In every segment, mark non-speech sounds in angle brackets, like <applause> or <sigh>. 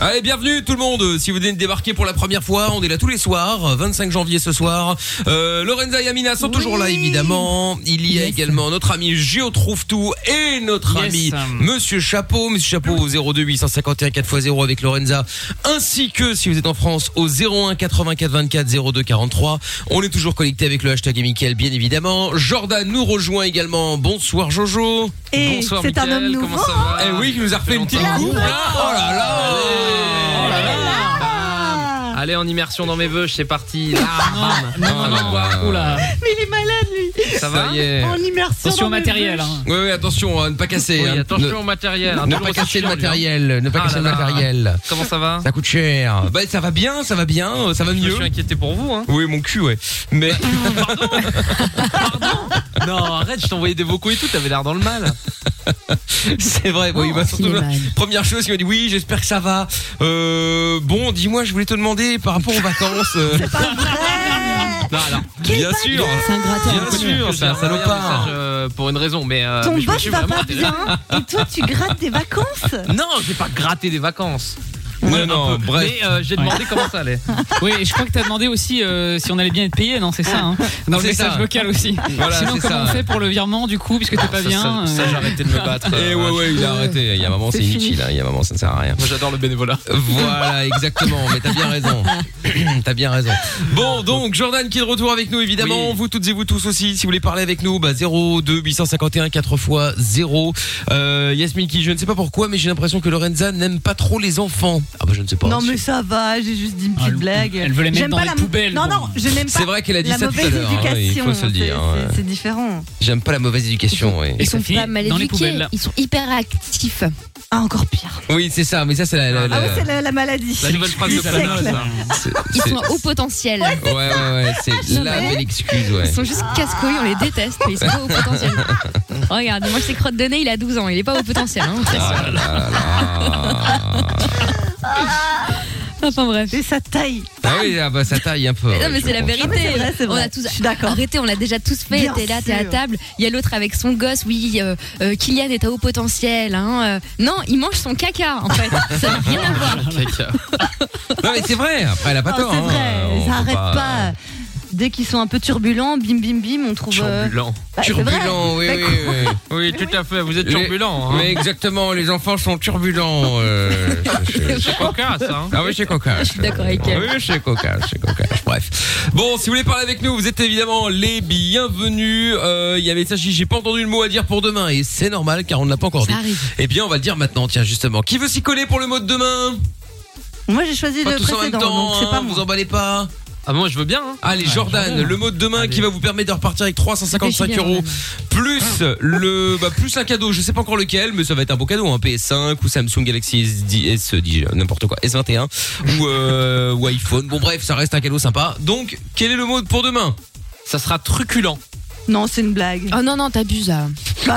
Allez, bienvenue tout le monde. Si vous venez de débarquer pour la première fois, on est là tous les soirs. 25 janvier ce soir. Euh, Lorenza et Amina sont toujours là évidemment. Il y a également notre ami Gio trouve tout et notre ami Monsieur Chapeau, Monsieur Chapeau au 02 851 4x0 avec Lorenza, ainsi que si vous êtes en France au 01 84 24 02 43. On est toujours connecté avec le hashtag et Mickaël, bien évidemment. Jordan nous rejoint également. Bonsoir Jojo. Et Bonsoir c'est un Mickaël, homme comment nouveau. ça va Eh oui, qui nous a refait une petite coupe. là. Oh là là. Oh là là. Allez, en immersion dans mes vœux, c'est <laughs> parti. Ah, non, non, non. Oula, Mais il est malade lui. ça va En immersion. Attention au dans mes matériel. bouches. hein. Oui, oui, attention, hein, ne pas casser. Oui, hein. attention au matériel. hein, ne, ne pas casser le matériel, ne pas Ah casser là là. le matériel. Comment ça va Ça coûte cher. Bah, ça va bien, ça va bien, euh, ça va Je mieux. suis inquiété pour vous. Hein. Oui, mon cul, ouais. <laughs> Mais <laughs> Non, arrête, je t'envoyais des vocaux et tout, t'avais l'air dans le mal. c'est vrai. oui, bah, surtout, Slimane. première chose, il m'a dit oui, j'espère que ça va. Euh, bon, dis-moi, je voulais te demander par rapport aux vacances. <laughs> euh, Non, alors, bien sûr. C'est un gratteur. Bien sûr, je c'est un t'ai envoyé salopard. message, euh, pour une raison, mais. euh, Ton mais je me boss suis va vraiment pas intéressé. bien et toi <laughs> tu grattes des vacances. Non, je vais pas gratter des vacances. Non, non, bref. Mais euh, j'ai demandé comment ça allait. Oui, et je crois que t'as demandé aussi euh, si on allait bien être payé, non C'est ça. Hein dans le C'est message ça. vocal aussi. Voilà, Sinon, c'est comment ça, on ouais. fait pour le virement du coup, puisque t'es pas Ah, Ça, bien ça, ça, euh, j'ai arrêté de <laughs> me battre. Eh euh, ouais, ouais, il a arrêté. Il y a un moment, c'est C'est fini. inutile. hein. Il y a un moment, ça ne sert à rien. Moi, j'adore le bénévolat. Voilà, exactement. Mais t'as bien raison. <coughs> t'as bien raison. Bon, donc Jordan qui est de retour avec nous, évidemment. Oui. Vous toutes et vous tous aussi, si vous voulez parler avec nous, bah 0 2 851 4 x 0. Euh, Yasmine qui, je ne sais pas pourquoi, mais j'ai l'impression que Lorenza n'aime pas trop les enfants. Ah bah je ne sais pas. Non mais ça va, j'ai juste dit une Ah, petite le- blague. elle veut les mettre J'aime dans pas les la poubelles, Non bon. non, je n'aime C'est pas vrai qu'elle a dit la ça tout à mauvaise l'heure. hein, éducation. oui, il faut se le c'est- dire. hein, c'est- ouais. C'est différent. J'aime pas la mauvaise éducation. Oui, Ils sont Sophie, pas mal dans les éduqués, poubelles. ils sont hyper actifs. Ah encore pire. oui c'est ça. Mais ça c'est la. la- la- Ah ouais, c'est la, la maladie. La nouvelle phrase de C'est Plaza, clair. ça. c'est- Ils c'est- sont au potentiel. Ouais ouais ouais. C'est Non, la mais- belle excuse. Ouais. Ah, Ils sont <laughs> juste casse-couilles, on les déteste, mais ils sont pas au potentiel. Regarde, moi je sais crotte de nez, il a 12 ans, il est pas au potentiel. Hein, c'est Ah là là là. sûr. <laughs> Enfin bref. Et ça taille. Ah oui, ah bah ça taille un peu. Mais ouais, non, mais je c'est la comprends. vérité. Ah, mais c'est vrai, c'est vrai. On a tous. Je suis d'accord. Arrêtez, on l'a déjà tous fait. Bien T'es là, t'es à sûr. table. Il y a l'autre avec son gosse. Oui, euh, euh, Kylian est à haut potentiel. hein, euh. Non, il mange son caca, en fait. Ça n'a rien à <laughs> voir. Non mais c'est vrai, après elle a pas Ah, tort. c'est hein. On vrai, peut ça arrête pas. Dès qu'ils sont un peu turbulents, bim bim bim, on trouve. euh, Turbulent. bah, c'est vrai. Turbulent, oui, Mais oui, oui. Oui, tout à fait, vous êtes Les- turbulent. Hein. Mais exactement, les enfants sont turbulents. <laughs> euh, je- je- C'est cocasse, hein. Ah oui, chez Coca. Je suis d'accord avec elle. Oui, chez Coca, chez Coca. Bref. Bon, si vous voulez parler avec nous, vous êtes évidemment les bienvenus. Euh, Il y a un message qui j'ai pas entendu le mot à dire pour demain et c'est normal car on ne l'a pas encore dit. Ça arrive. Eh bien, on va le dire maintenant. Tiens, justement, qui veut s'y coller pour le mot de demain Moi j'ai choisi Pas le tous en même précédent, donc temps. c'est hein, pas vous moi. emballez pas. Ah, moi, je veux bien. Hein. Allez, Jordan, le mot de demain qui va vous permettre de repartir avec 355 Réfléchis bien, euros, plus le, bah, plus un cadeau, je sais pas encore lequel, mais ça va être un beau cadeau, hein. un PS5 ou Samsung Galaxy S10, S10, euh, n'importe quoi, S21 ou, euh, ou iPhone. Bon bref, ça reste un cadeau sympa. Donc, quel est le mot pour demain Ça sera truculent. Non, c'est une blague. Oh non, non, t'abuses là. Bah,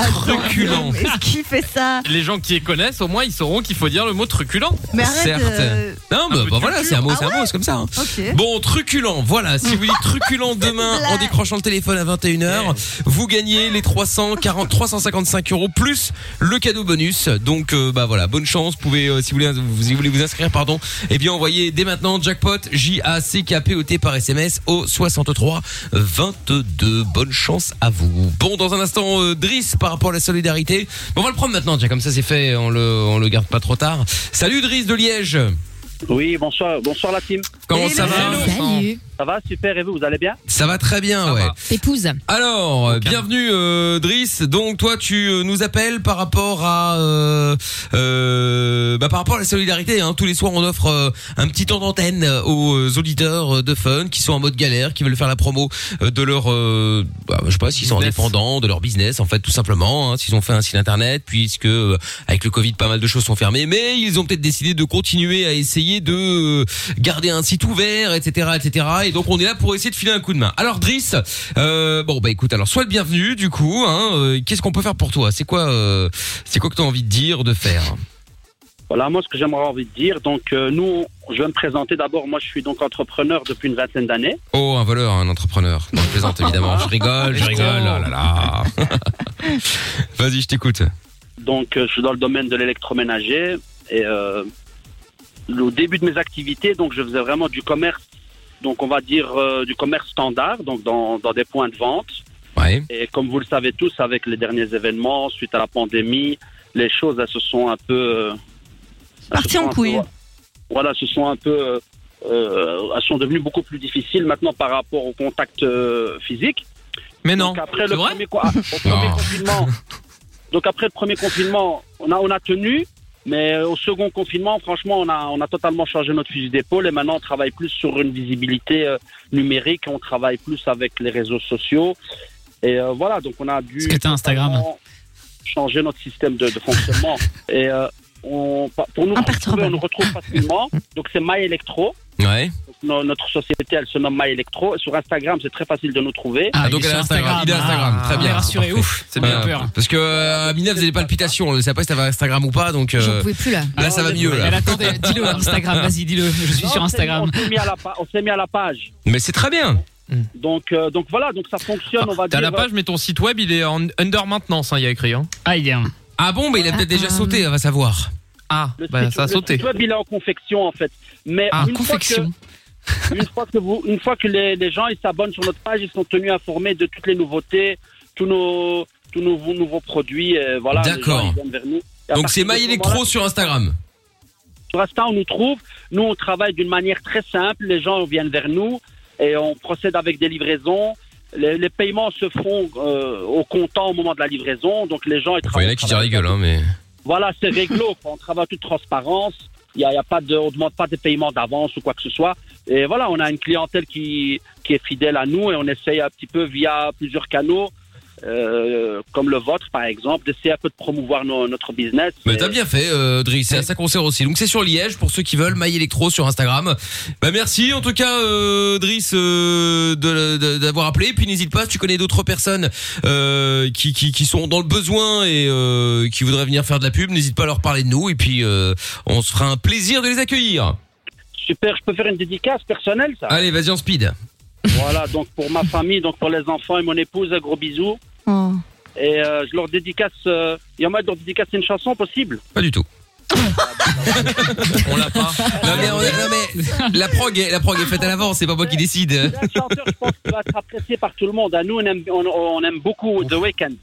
<laughs> Truculent. Est-ce qu'il fait ça Les gens qui les connaissent, au moins, ils sauront qu'il faut dire le mot truculent. Mais arrête. Certes. euh, Non, bah, peu de bah, voilà, culture. c'est un mot, Ah c'est un mot, c'est comme ça. hein. Ok. Bon, truculent, voilà. Si vous dites truculent demain en décrochant le téléphone à 21h, vous gagnez les 340, 355 euros plus le cadeau bonus. Donc, euh, bah voilà, bonne chance. Vous pouvez, euh, si vous voulez, vous, si vous voulez vous inscrire, pardon, eh bien envoyez dès maintenant jackpot J A C K P O T par SMS au 63 22. Bonne chance à vous. Bon, dans un instant, euh, Driss par rapport à la solidarité. Bon, on va le prendre maintenant. Tiens, comme ça c'est fait, on le, on le garde pas trop tard. Salut Driss de Liège. Oui, bonsoir, bonsoir la team. Comment Et ça le va vélo. Salut. Ça va, super, et vous, vous allez bien Ça va très bien, Ça ouais. va. Épouse. Alors, euh, Aucun. bienvenue euh, Driss. Donc toi, tu euh, nous appelles par rapport à, euh, euh, bah, par rapport à la solidarité. Hein. Tous les soirs, on offre euh, un petit temps d'antenne aux euh, auditeurs euh, de Fun qui sont en mode galère, qui veulent faire la promo euh, de leur, euh, bah, je sais pas, s'ils sont Business. indépendants, de leur business, en fait, tout simplement. hein, s'ils ont fait un site internet, puisque euh, avec le Covid, pas mal de choses sont fermées, mais ils ont peut-être décidé de continuer à essayer de euh, garder un site ouvert, etc., etc. Et donc, on est là pour essayer de filer un coup de main. Alors, Driss. Euh, bon bah écoute, alors sois le bienvenu du coup. Hein, euh, Qu'est-ce qu'on peut faire pour toi C'est quoi, euh, c'est quoi que t'as envie de dire, de faire Voilà, moi, ce que j'aimerais envie de dire, donc, euh, nous, je vais me présenter d'abord. Moi, je suis donc entrepreneur depuis une vingtaine d'années. Oh un voleur, un entrepreneur. Non, je plaisante évidemment. Je rigole, je rigole. Oh là là. Vas-y, je t'écoute. Donc, euh, je suis dans le domaine de l'électroménager. Et euh, au début de mes activités, donc, je faisais vraiment du commerce, donc, on va dire euh, du commerce standard, donc, dans, dans des points de vente. Ouais. Et comme vous le savez tous, avec les derniers événements, suite à la pandémie, les choses, elles se sont un peu. euh, elles Parti se sont en un peu- couille. voilà, ce sont un peu. euh, euh, elles sont devenues beaucoup plus difficiles maintenant par rapport au contact euh, physique. Mais non. Donc après C'est le vrai premier, co- ah, au premier confinement, donc après le premier confinement, on a on a tenu, mais euh, au second confinement, franchement, on a on a totalement changé notre fusil d'épaule et maintenant on travaille plus sur une visibilité euh, numérique, on travaille plus avec les réseaux sociaux et euh, voilà, donc on a dû Est-ce que t'as Instagram totalement changer notre système de, de fonctionnement et euh, on, pour nous retrouver, Imperturbable. on nous retrouve facilement. Donc c'est My Electro. Ouais. Donc, no- notre société, elle se nomme My Electro. Sur Instagram, c'est très facile de nous trouver. Ah, donc il est elle a sur Instagram. Il a Instagram. Très Ah, bien. il est rassuré, Parfait. ouf. C'est bien Euh, peur. Parce que euh, Amina faisait des palpitations. On ne savait pas si t'avais Instagram ou pas. Donc J'en euh, pouvais plus là. là, ça va mieux. Mais Là. attendez, dis-le <laughs> Instagram, vas-y, dis-le. Je suis Non, sur on s'est- Instagram. On s'est mis à la, pa- on s'est mis à la page. Mais c'est très bien. Donc, euh, donc voilà, donc ça fonctionne, on va T'as dire. la euh, page, mais ton site web, il est en under maintenance, hein, il y a écrit. Hein. Ah, il est. Ah bon, mais il a peut-être déjà sauté. On va savoir. Ah, Le bah, site- ça a le sauté. site web, il est en confection, en fait. Mais Ah, une, confection. Fois que, une fois que, vous, une fois que les, les gens ils s'abonnent sur notre page, ils sont tenus informés de toutes les nouveautés, tous nos, tous nos vos nouveaux produits. et voilà, les gens, D'accord. ils viennent vers nous. Et à Donc partir de c'est My ce Electro moment-là, sur Instagram. Sur Insta, on nous trouve. Nous, on travaille d'une manière très simple. Les gens viennent vers nous et on procède avec des livraisons. Les, les paiements se font euh, au comptant au moment de la livraison. Donc les gens, ils Enfin, il y en a qui tirent les gueules, hein, mais. Voilà, c'est réglo. quoi. on travaille en toute transparence. Il y a, il y a pas de, on demande pas des paiements d'avance ou quoi que ce soit. Et voilà, on a une clientèle qui, qui est fidèle à nous et on essaye un petit peu via plusieurs canaux, euh, comme le vôtre par exemple, d'essayer un peu de promouvoir nos- notre business. Mais Et- t'as bien fait, euh, Dries, C'est à ça qu'on sert aussi. Donc c'est sur Liège pour ceux qui veulent. My Electro sur Instagram. Bah merci en tout cas, euh, Driss, euh, de- de- d'avoir appelé. Puis n'hésite pas, si tu connais d'autres personnes euh, qui, qui qui sont dans le besoin et euh, qui voudraient venir faire de la pub, n'hésite pas à leur parler de nous. Et puis euh, on se fera un plaisir de les accueillir. Super, je peux faire une dédicace personnelle ça. Allez, vas-y en speed. Voilà, donc pour ma famille, donc pour les enfants et mon épouse, un gros bisou. Oh. Et euh, je leur dédicace. Euh, il y en a qui leur dédicace une chanson possible. Pas du tout. On l'a pas. Non mais, on- non, mais la prog, est- la prog est faite à l'avance. C'est pas moi qui décide. C'est un chanteur, je pense, qui va être apprécié par tout le monde. À nous, on aime, on, on aime beaucoup The Weeknd.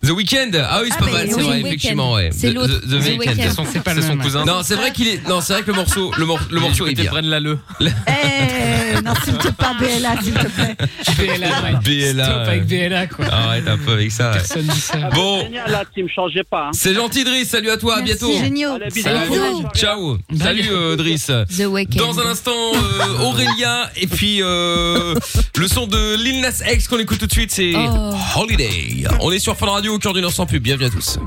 The Weeknd. Ah oui, c'est Ah, pas bah, mal. oui, C'est vrai, The Weeknd. effectivement, ouais. C'est The- l'autre, The, The The Weeknd. Weeknd. C'est son, c'est pas le son cousin. Non, c'est vrai qu'il est. Non, c'est vrai que le morceau, le, mor- le morceau est bien. Bren Lalleux. Eh, n'insulte pas BLA, s'il te plaît. BLA, ouais. BLA, Stop ouais. avec BLA, quoi. Arrête un peu avec ça. ouais. Personne dit ça. Bon. C'est Génial, la team, changez pas. hein. C'est gentil, Driss. Salut à toi. À bientôt. Géniaux. Allez, bisous. Salut. Bisous. Ciao. Salut, euh, Driss. The Weeknd. Dans un instant, Ah euh, Aurélia et puis euh, le son de Lil Nas X qu'on écoute tout de suite, c'est Oh. Holiday. On est sur Fun Radio au cœur d'une heure sans pub. Bienvenue à tous.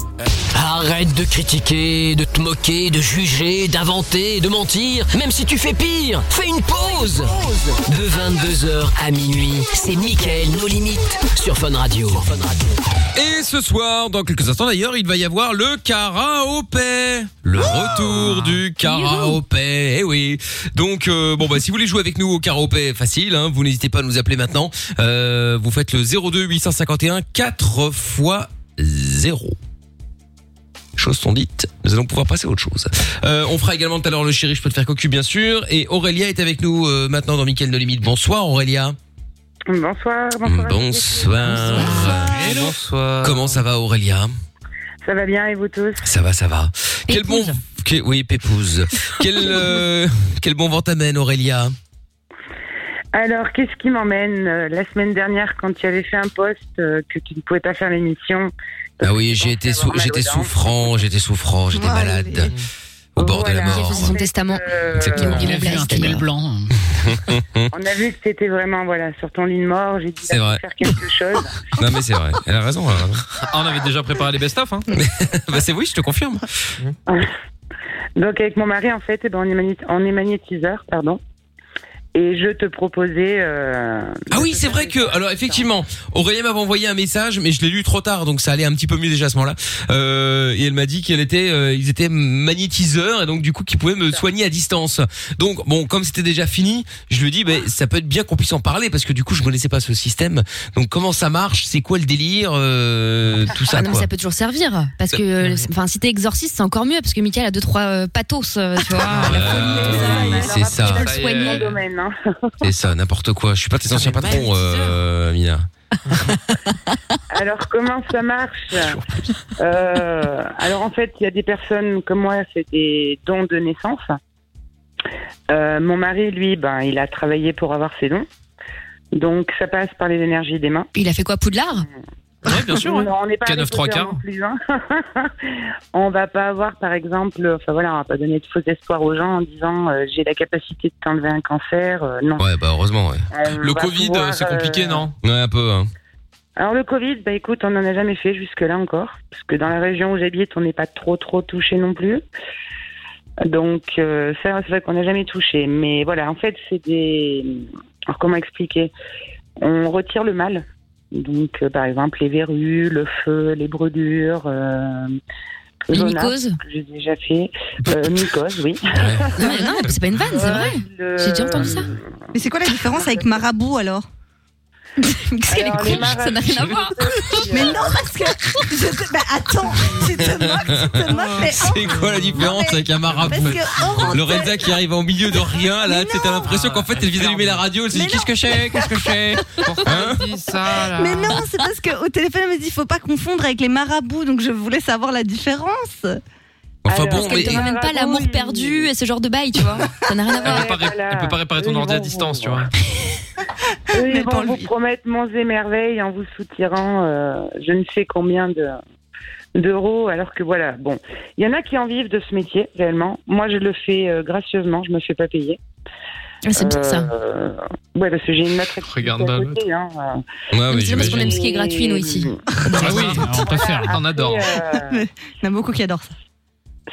Arrête de critiquer, de te moquer, de juger, d'inventer, de mentir. Même si tu fais pire, fais une pause. De 22h à minuit, c'est Mickaël nos limites sur Fun Radio. Et ce soir, dans quelques instants d'ailleurs, il va y avoir le karaopé. Le retour du karaopé. Eh oui. Donc euh, bon bah si vous voulez jouer avec nous au karaopé facile, hein, vous n'hésitez pas à nous appeler maintenant. Euh, vous faites le 02 851 4 fois 0. Choses sont dites, nous allons pouvoir passer à autre chose. Euh, on fera également tout à l'heure le chéri, je peux te faire cocu bien sûr. Et Aurélia est avec nous euh, maintenant dans Mickaël No Limite. Bonsoir Aurélia. Bonsoir, Mm. bonsoir. à tous. Bonsoir. Bonsoir. Comment ça va Aurélia Ça va bien et vous tous Ça va, ça va. Quel bon. que- oui, Pépouze. quel, euh, quel bon vent t'amène, Aurélia Alors, qu'est-ce qui m'emmène euh, La semaine dernière, quand tu avais fait un post euh, que tu ne pouvais pas faire l'émission. Ah oui, j'ai été, sou- avoir mal aux j'étais dents. souffrant, j'étais souffrant, j'étais Ouais, malade. Au bord de la Voilà. J'ai mort. fait son testament. euh, Exactement. Oh. Il a vu un tunnel blanc. <laughs> on a vu que c'était vraiment voilà, sur ton lit de mort. J'ai dit C'est bah, vrai. faut faire quelque chose. Non, mais c'est vrai. Elle a raison. elle a raison. Ah, on avait déjà préparé les best-of. Hein. <laughs> bah, c'est oui, je te confirme. Donc, avec mon mari, en fait, eh ben, on, est magné- on est magnétiseur. Pardon. Et je te proposais. euh, Ah oui, c'est vrai que alors effectivement, Aurélien m'avait envoyé un message, mais je l'ai lu trop tard, donc ça allait un petit peu mieux déjà à ce moment-là. Euh, et elle m'a dit qu'elle était, euh, ils étaient magnétiseurs et donc du coup qu'ils pouvaient me soigner à distance. Donc bon, comme c'était déjà fini, je lui ai dit, ben ça peut être bien qu'on puisse en parler parce que du coup je connaissais pas ce système. Donc comment ça marche, c'est quoi le délire, euh, tout ça Ah non, mais quoi. ça peut toujours servir. Parce que, euh, c'est- enfin, si t'es exorciste, c'est encore mieux, parce que Michael a deux, trois euh, pathos, euh, tu vois. Ah. Euh, c'est ça, le soigner. domaine, hein. c'est ça, n'importe quoi. Je suis pas tes anciens patrons, euh, Mina. Alors comment ça marche Euh, Alors en fait, il y a des personnes comme moi, c'est des dons de naissance. Euh, mon mari, lui, ben, il a travaillé pour avoir ses dons. Donc ça passe par les énergies des mains. Il a fait quoi, Poudlard Ouais, bien sûr. ouais. Non, on n'est pas K9 avec trois les quarts. hommes non plus, hein. on va pas avoir, par exemple, enfin voilà, on va pas donner de faux espoirs aux gens en disant euh, j'ai la capacité de t'enlever un cancer. Euh, non. Ouais, bah heureusement. Ouais. On Le va Covid, pouvoir, c'est compliqué, euh, non Ouais, un peu. hein. Alors le Covid, bah écoute, on n'en a jamais fait jusque-là encore, parce que dans la région où j'habite, on n'est pas trop trop touché non plus. Donc euh, ça, c'est vrai qu'on n'a jamais touché. Mais voilà, en fait, c'est des... Alors comment expliquer On retire le mal. Donc euh, par exemple les verrues, le feu, les brûlures. Euh... Les zonas, mycoses que j'ai déjà fait. Euh, mycose, oui. <laughs> Non, mais non, c'est pas une vanne, c'est vrai. Le- J'ai déjà entendu ça. Mais c'est quoi la différence avec marabout alors <laughs> Qu'est-ce qu'elle est Alors, les con, ça n'a rien à voir. Mais non, parce que. Je te... ben, Bah attends, tu te moques, tu te moques, mais. <laughs> C'est quoi la différence avec un marabout Parce que Orange. Lorenza qui arrive au milieu de rien, là, tu sais, t'as l'impression qu'en fait, elle vient d'allumer la radio, elle se dit qu'est-ce que je fais, qu'est-ce que je fais Hein Dis ça, là. Mais non, c'est parce qu'au téléphone, elle me dit faut pas confondre avec les marabouts, donc je voulais savoir la différence. Enfin Alors, bon, est-ce Qu'elle mais. te ramène pas l'amour perdu et ce genre de bail, tu vois. Ça n'a rien à Elle voir. peut, pas ré- Voilà. elle peut pas réparer ton Eux, ils ordi à vont distance, vous tu vois. Eux, Mais ils pour vont vous lui. promettre monts et merveilles en vous soutirant euh, je ne sais combien de d'euros alors que voilà bon il y en a qui en vivent de ce métier réellement moi je le fais euh, gracieusement je me fais pas payer Ah, C'est bien ça. Euh, ouais parce que j'ai une autre activité Regarde à pas côté hein, euh. Ouais, mais C'est parce qu'on j'imagine. aime ce qui est gratuit, nous, ici. Ah oui, on préfère. On <laughs> adore. Et, <laughs> euh, Il y en a beaucoup qui adorent ça.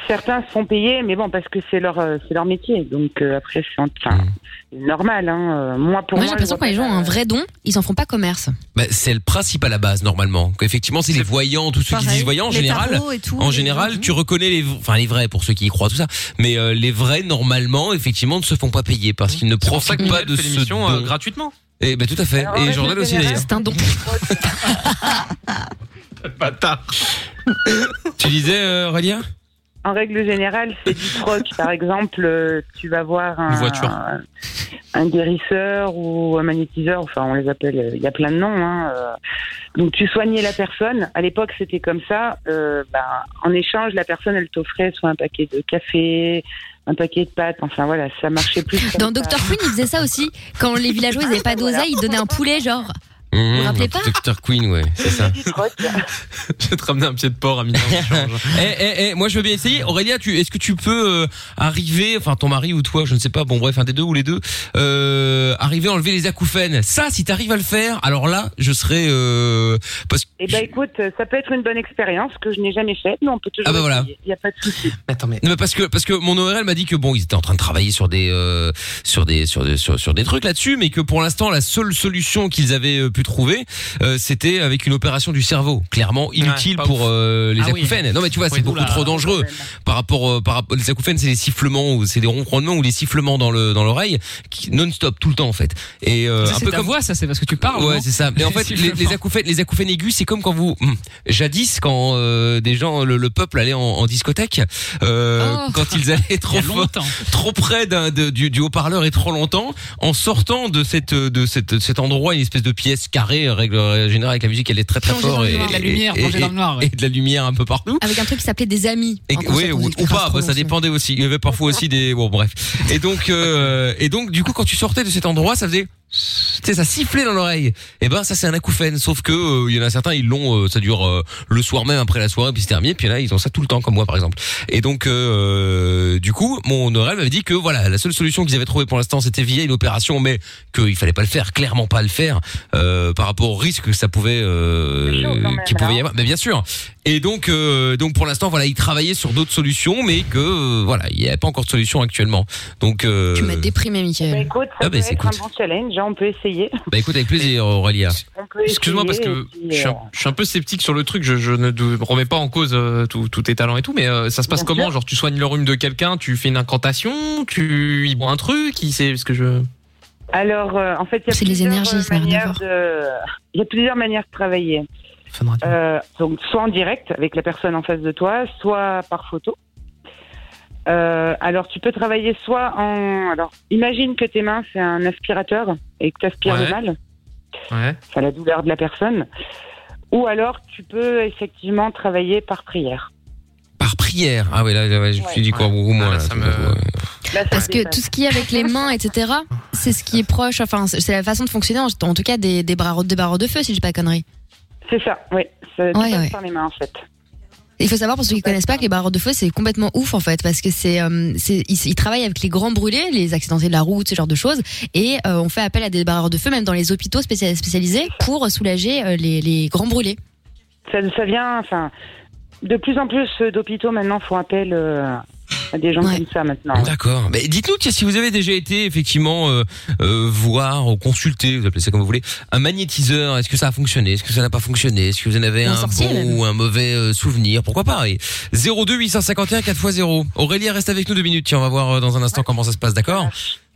certains se font payer mais bon parce que c'est leur euh, c'est leur métier donc euh, après c'est Hmm. enfin, c'est normal hein. Euh, moi pour Moi, j'ai moi, l'impression que je quand les vois gens pas, ont un vrai don, ils en font pas commerce. Bah, c'est le principe à la base, normalement. Effectivement, c'est les voyants, tous ceux qui Pareil. disent voyants, en Les général. tarots et tout, En les- général, tu reconnais les, enfin les vrais pour ceux qui y croient tout ça, mais euh, les vrais normalement effectivement ne se font pas payer parce qu'ils ne C'est pour ça profitent que pas de fait ce l'émission euh, don. gratuitement. Eh ben tout à fait. Alors, en Et règle Jordan aussi générale, d'ailleurs. C'est <laughs> un don. <laughs> Bâtard. Tu disais euh, Aurélien En règle générale, c'est du troc. Par exemple, euh, tu vas voir un, Une voiture. un, un guérisseur ou un magnétiseur, enfin on les appelle, euh, il y a plein de noms. Hein, euh. Donc tu soignais la personne. À l'époque, c'était comme ça. Euh, bah, en échange, la personne, elle t'offrait soit un paquet de café, un paquet de pâtes. Enfin voilà, ça marchait plus. <laughs> comme Dans ça. Dr. Queen, ils faisaient ça aussi. Quand les villageois, ils avaient pas d'oseille, ils donnaient un poulet, genre. Mmh, Mhm. vous rappelez pas Docteur Queen, ouais, c'est ça. Du troc. Je vais te ramener un pied de porc à midi. Eh, eh, eh, moi je veux bien essayer. Aurélia, tu, est-ce que tu peux euh, arriver, enfin ton mari ou toi, je ne sais pas, bon bref, un des deux ou les deux, euh, arriver à enlever les acouphènes. Ça, si t'arrives à le faire, alors là, je serais, euh, parce que Eh ben écoute, ça peut être une bonne expérience que je n'ai jamais faite, mais on peut toujours. Ah bah voilà. essayer. Il n'y a pas de souci. Attends, mais. Non, mais parce que parce que mon ORL m'a dit que bon ils étaient en train de travailler sur des euh, sur des sur des sur, sur des trucs là-dessus mais que pour l'instant la seule solution qu'ils avaient euh, pu trouver euh, c'était avec une opération du cerveau clairement inutile pas pour euh, les Ah oui. acouphènes non mais tu vois c'est Oui, beaucoup oula. trop dangereux par rapport euh, par rapport les acouphènes c'est des sifflements ou c'est des ronronnements ou des sifflements dans le dans l'oreille qui- non-stop tout le temps en fait et euh, Ça, un c'est peu ta comme voix, ça, c'est parce que tu parles. Ouais, non c'est ça. Mais <laughs> en fait, les, les acouphènes, les acouphènes aigus, c'est comme quand vous, hum, jadis, quand euh, des gens, le, le peuple allait en, en discothèque, euh, Oh. quand ils allaient <laughs> Il y trop a fort, longtemps. trop près d'un, de- du, du haut-parleur et trop longtemps, en sortant de cette, de cette, de cet endroit, une espèce de pièce carrée, règle générale, avec la musique, elle est très très Plongée dans fort le et, noir. Et de la lumière, et- plongée dans le noir, ouais. et de la lumière un peu partout. Avec un truc qui s'appelait des amis. Et- En concert, oui, quand ou, ils étaient ou grave pas, bah, ça prononcés. dépendait aussi. Il y avait parfois aussi des. Bon, bref. Et donc, euh, et donc, du coup, quand tu sortais de cet endroit, ça faisait. tu sais, ça sifflait dans l'oreille. Et ben, ça, c'est un acouphène. Sauf que, euh, il y en a certains, ils l'ont, euh, ça dure euh, le soir même après la soirée, puis c'est terminé. Puis là, ils ont ça tout le temps, comme moi, par exemple. Et donc, euh, du coup, mon oreille m'avait dit que, voilà, la seule solution qu'ils avaient trouvée pour l'instant, c'était via une opération, mais qu'il fallait pas le faire, clairement pas le faire, euh, par rapport au risque que ça pouvait, euh, qu'il pouvait Ah bah, y avoir. Mais bien sûr. Et donc, euh, donc pour l'instant, voilà, ils travaillaient sur d'autres solutions, mais que, euh, voilà, il n'y avait pas encore de solution actuellement. Donc, euh, Déprimé, Michael. Bah, écoute, ça Ah, bah, peut c'est être un écoute. bon challenge, hein, on peut essayer. <laughs> bah écoute, avec plaisir, Aurélia. On peut Excuse-moi parce essayer, que et puis, je suis, un, euh, je suis un peu sceptique sur le truc. Je, je ne dou- remets pas en cause euh, tous tous tes talents et tout, mais euh, ça se passe Bien comment sûr. Genre tu soignes le rhume de quelqu'un, tu fais une incantation, tu y bois un truc, il sait ce que je. Alors, euh, en fait, il y a C'est les plusieurs, énergies, euh, ça n'a rien à manières de... Il y a plusieurs manières de travailler. Fun Radio. Euh, donc, soit en direct avec la personne en face de toi, soit par photo. Euh, alors, tu peux travailler soit en. Alors, imagine que tes mains, c'est un aspirateur et que tu aspires Ouais. le mal, Ouais. enfin la douleur de la personne. Ou alors, tu peux effectivement travailler par prière. Par prière. Ah oui, là, là, ouais, je me suis dit quoi, Ouais. au moins. Ah, là, là, ça tout me- d'un coup, ouais. Là, ça Parce que dépasse. tout ce qui est avec les mains, etc., c'est ce qui est proche, enfin, c'est c'est la façon de fonctionner, en, en tout cas, des, des, bras, des barreaux de feu, si je dis pas de conneries. C'est ça, oui. Ça dépasse ouais. par les mains, en fait. Il faut savoir, pour ceux qui connaissent pas, que les barreaux de feu, c'est complètement ouf, en fait, parce que c'est, euh, c'est- ils, ils travaillent avec les grands brûlés, les accidentés de la route, ce genre de choses, et euh, on fait appel à des barreaux de feu, même dans les hôpitaux spécia- spécialisés, pour soulager euh, les, les grands brûlés. ça, ça vient, enfin, de plus en plus euh, d'hôpitaux maintenant font appel euh, à des gens Ouais. comme ça maintenant. D'accord. Mais dites-nous tiens, si vous avez déjà été effectivement euh, euh, voir ou consulter, vous appelez ça comme vous voulez, un magnétiseur. Est-ce que ça a fonctionné Est-ce que ça n'a pas fonctionné Est-ce que vous en avez Ou un un sorcier, bon même. ou un mauvais euh, souvenir Pourquoi pas Et 02 851 4x0. Aurélie reste avec nous deux minutes. Tiens, on va voir euh, dans un instant comment ça se passe. D'accord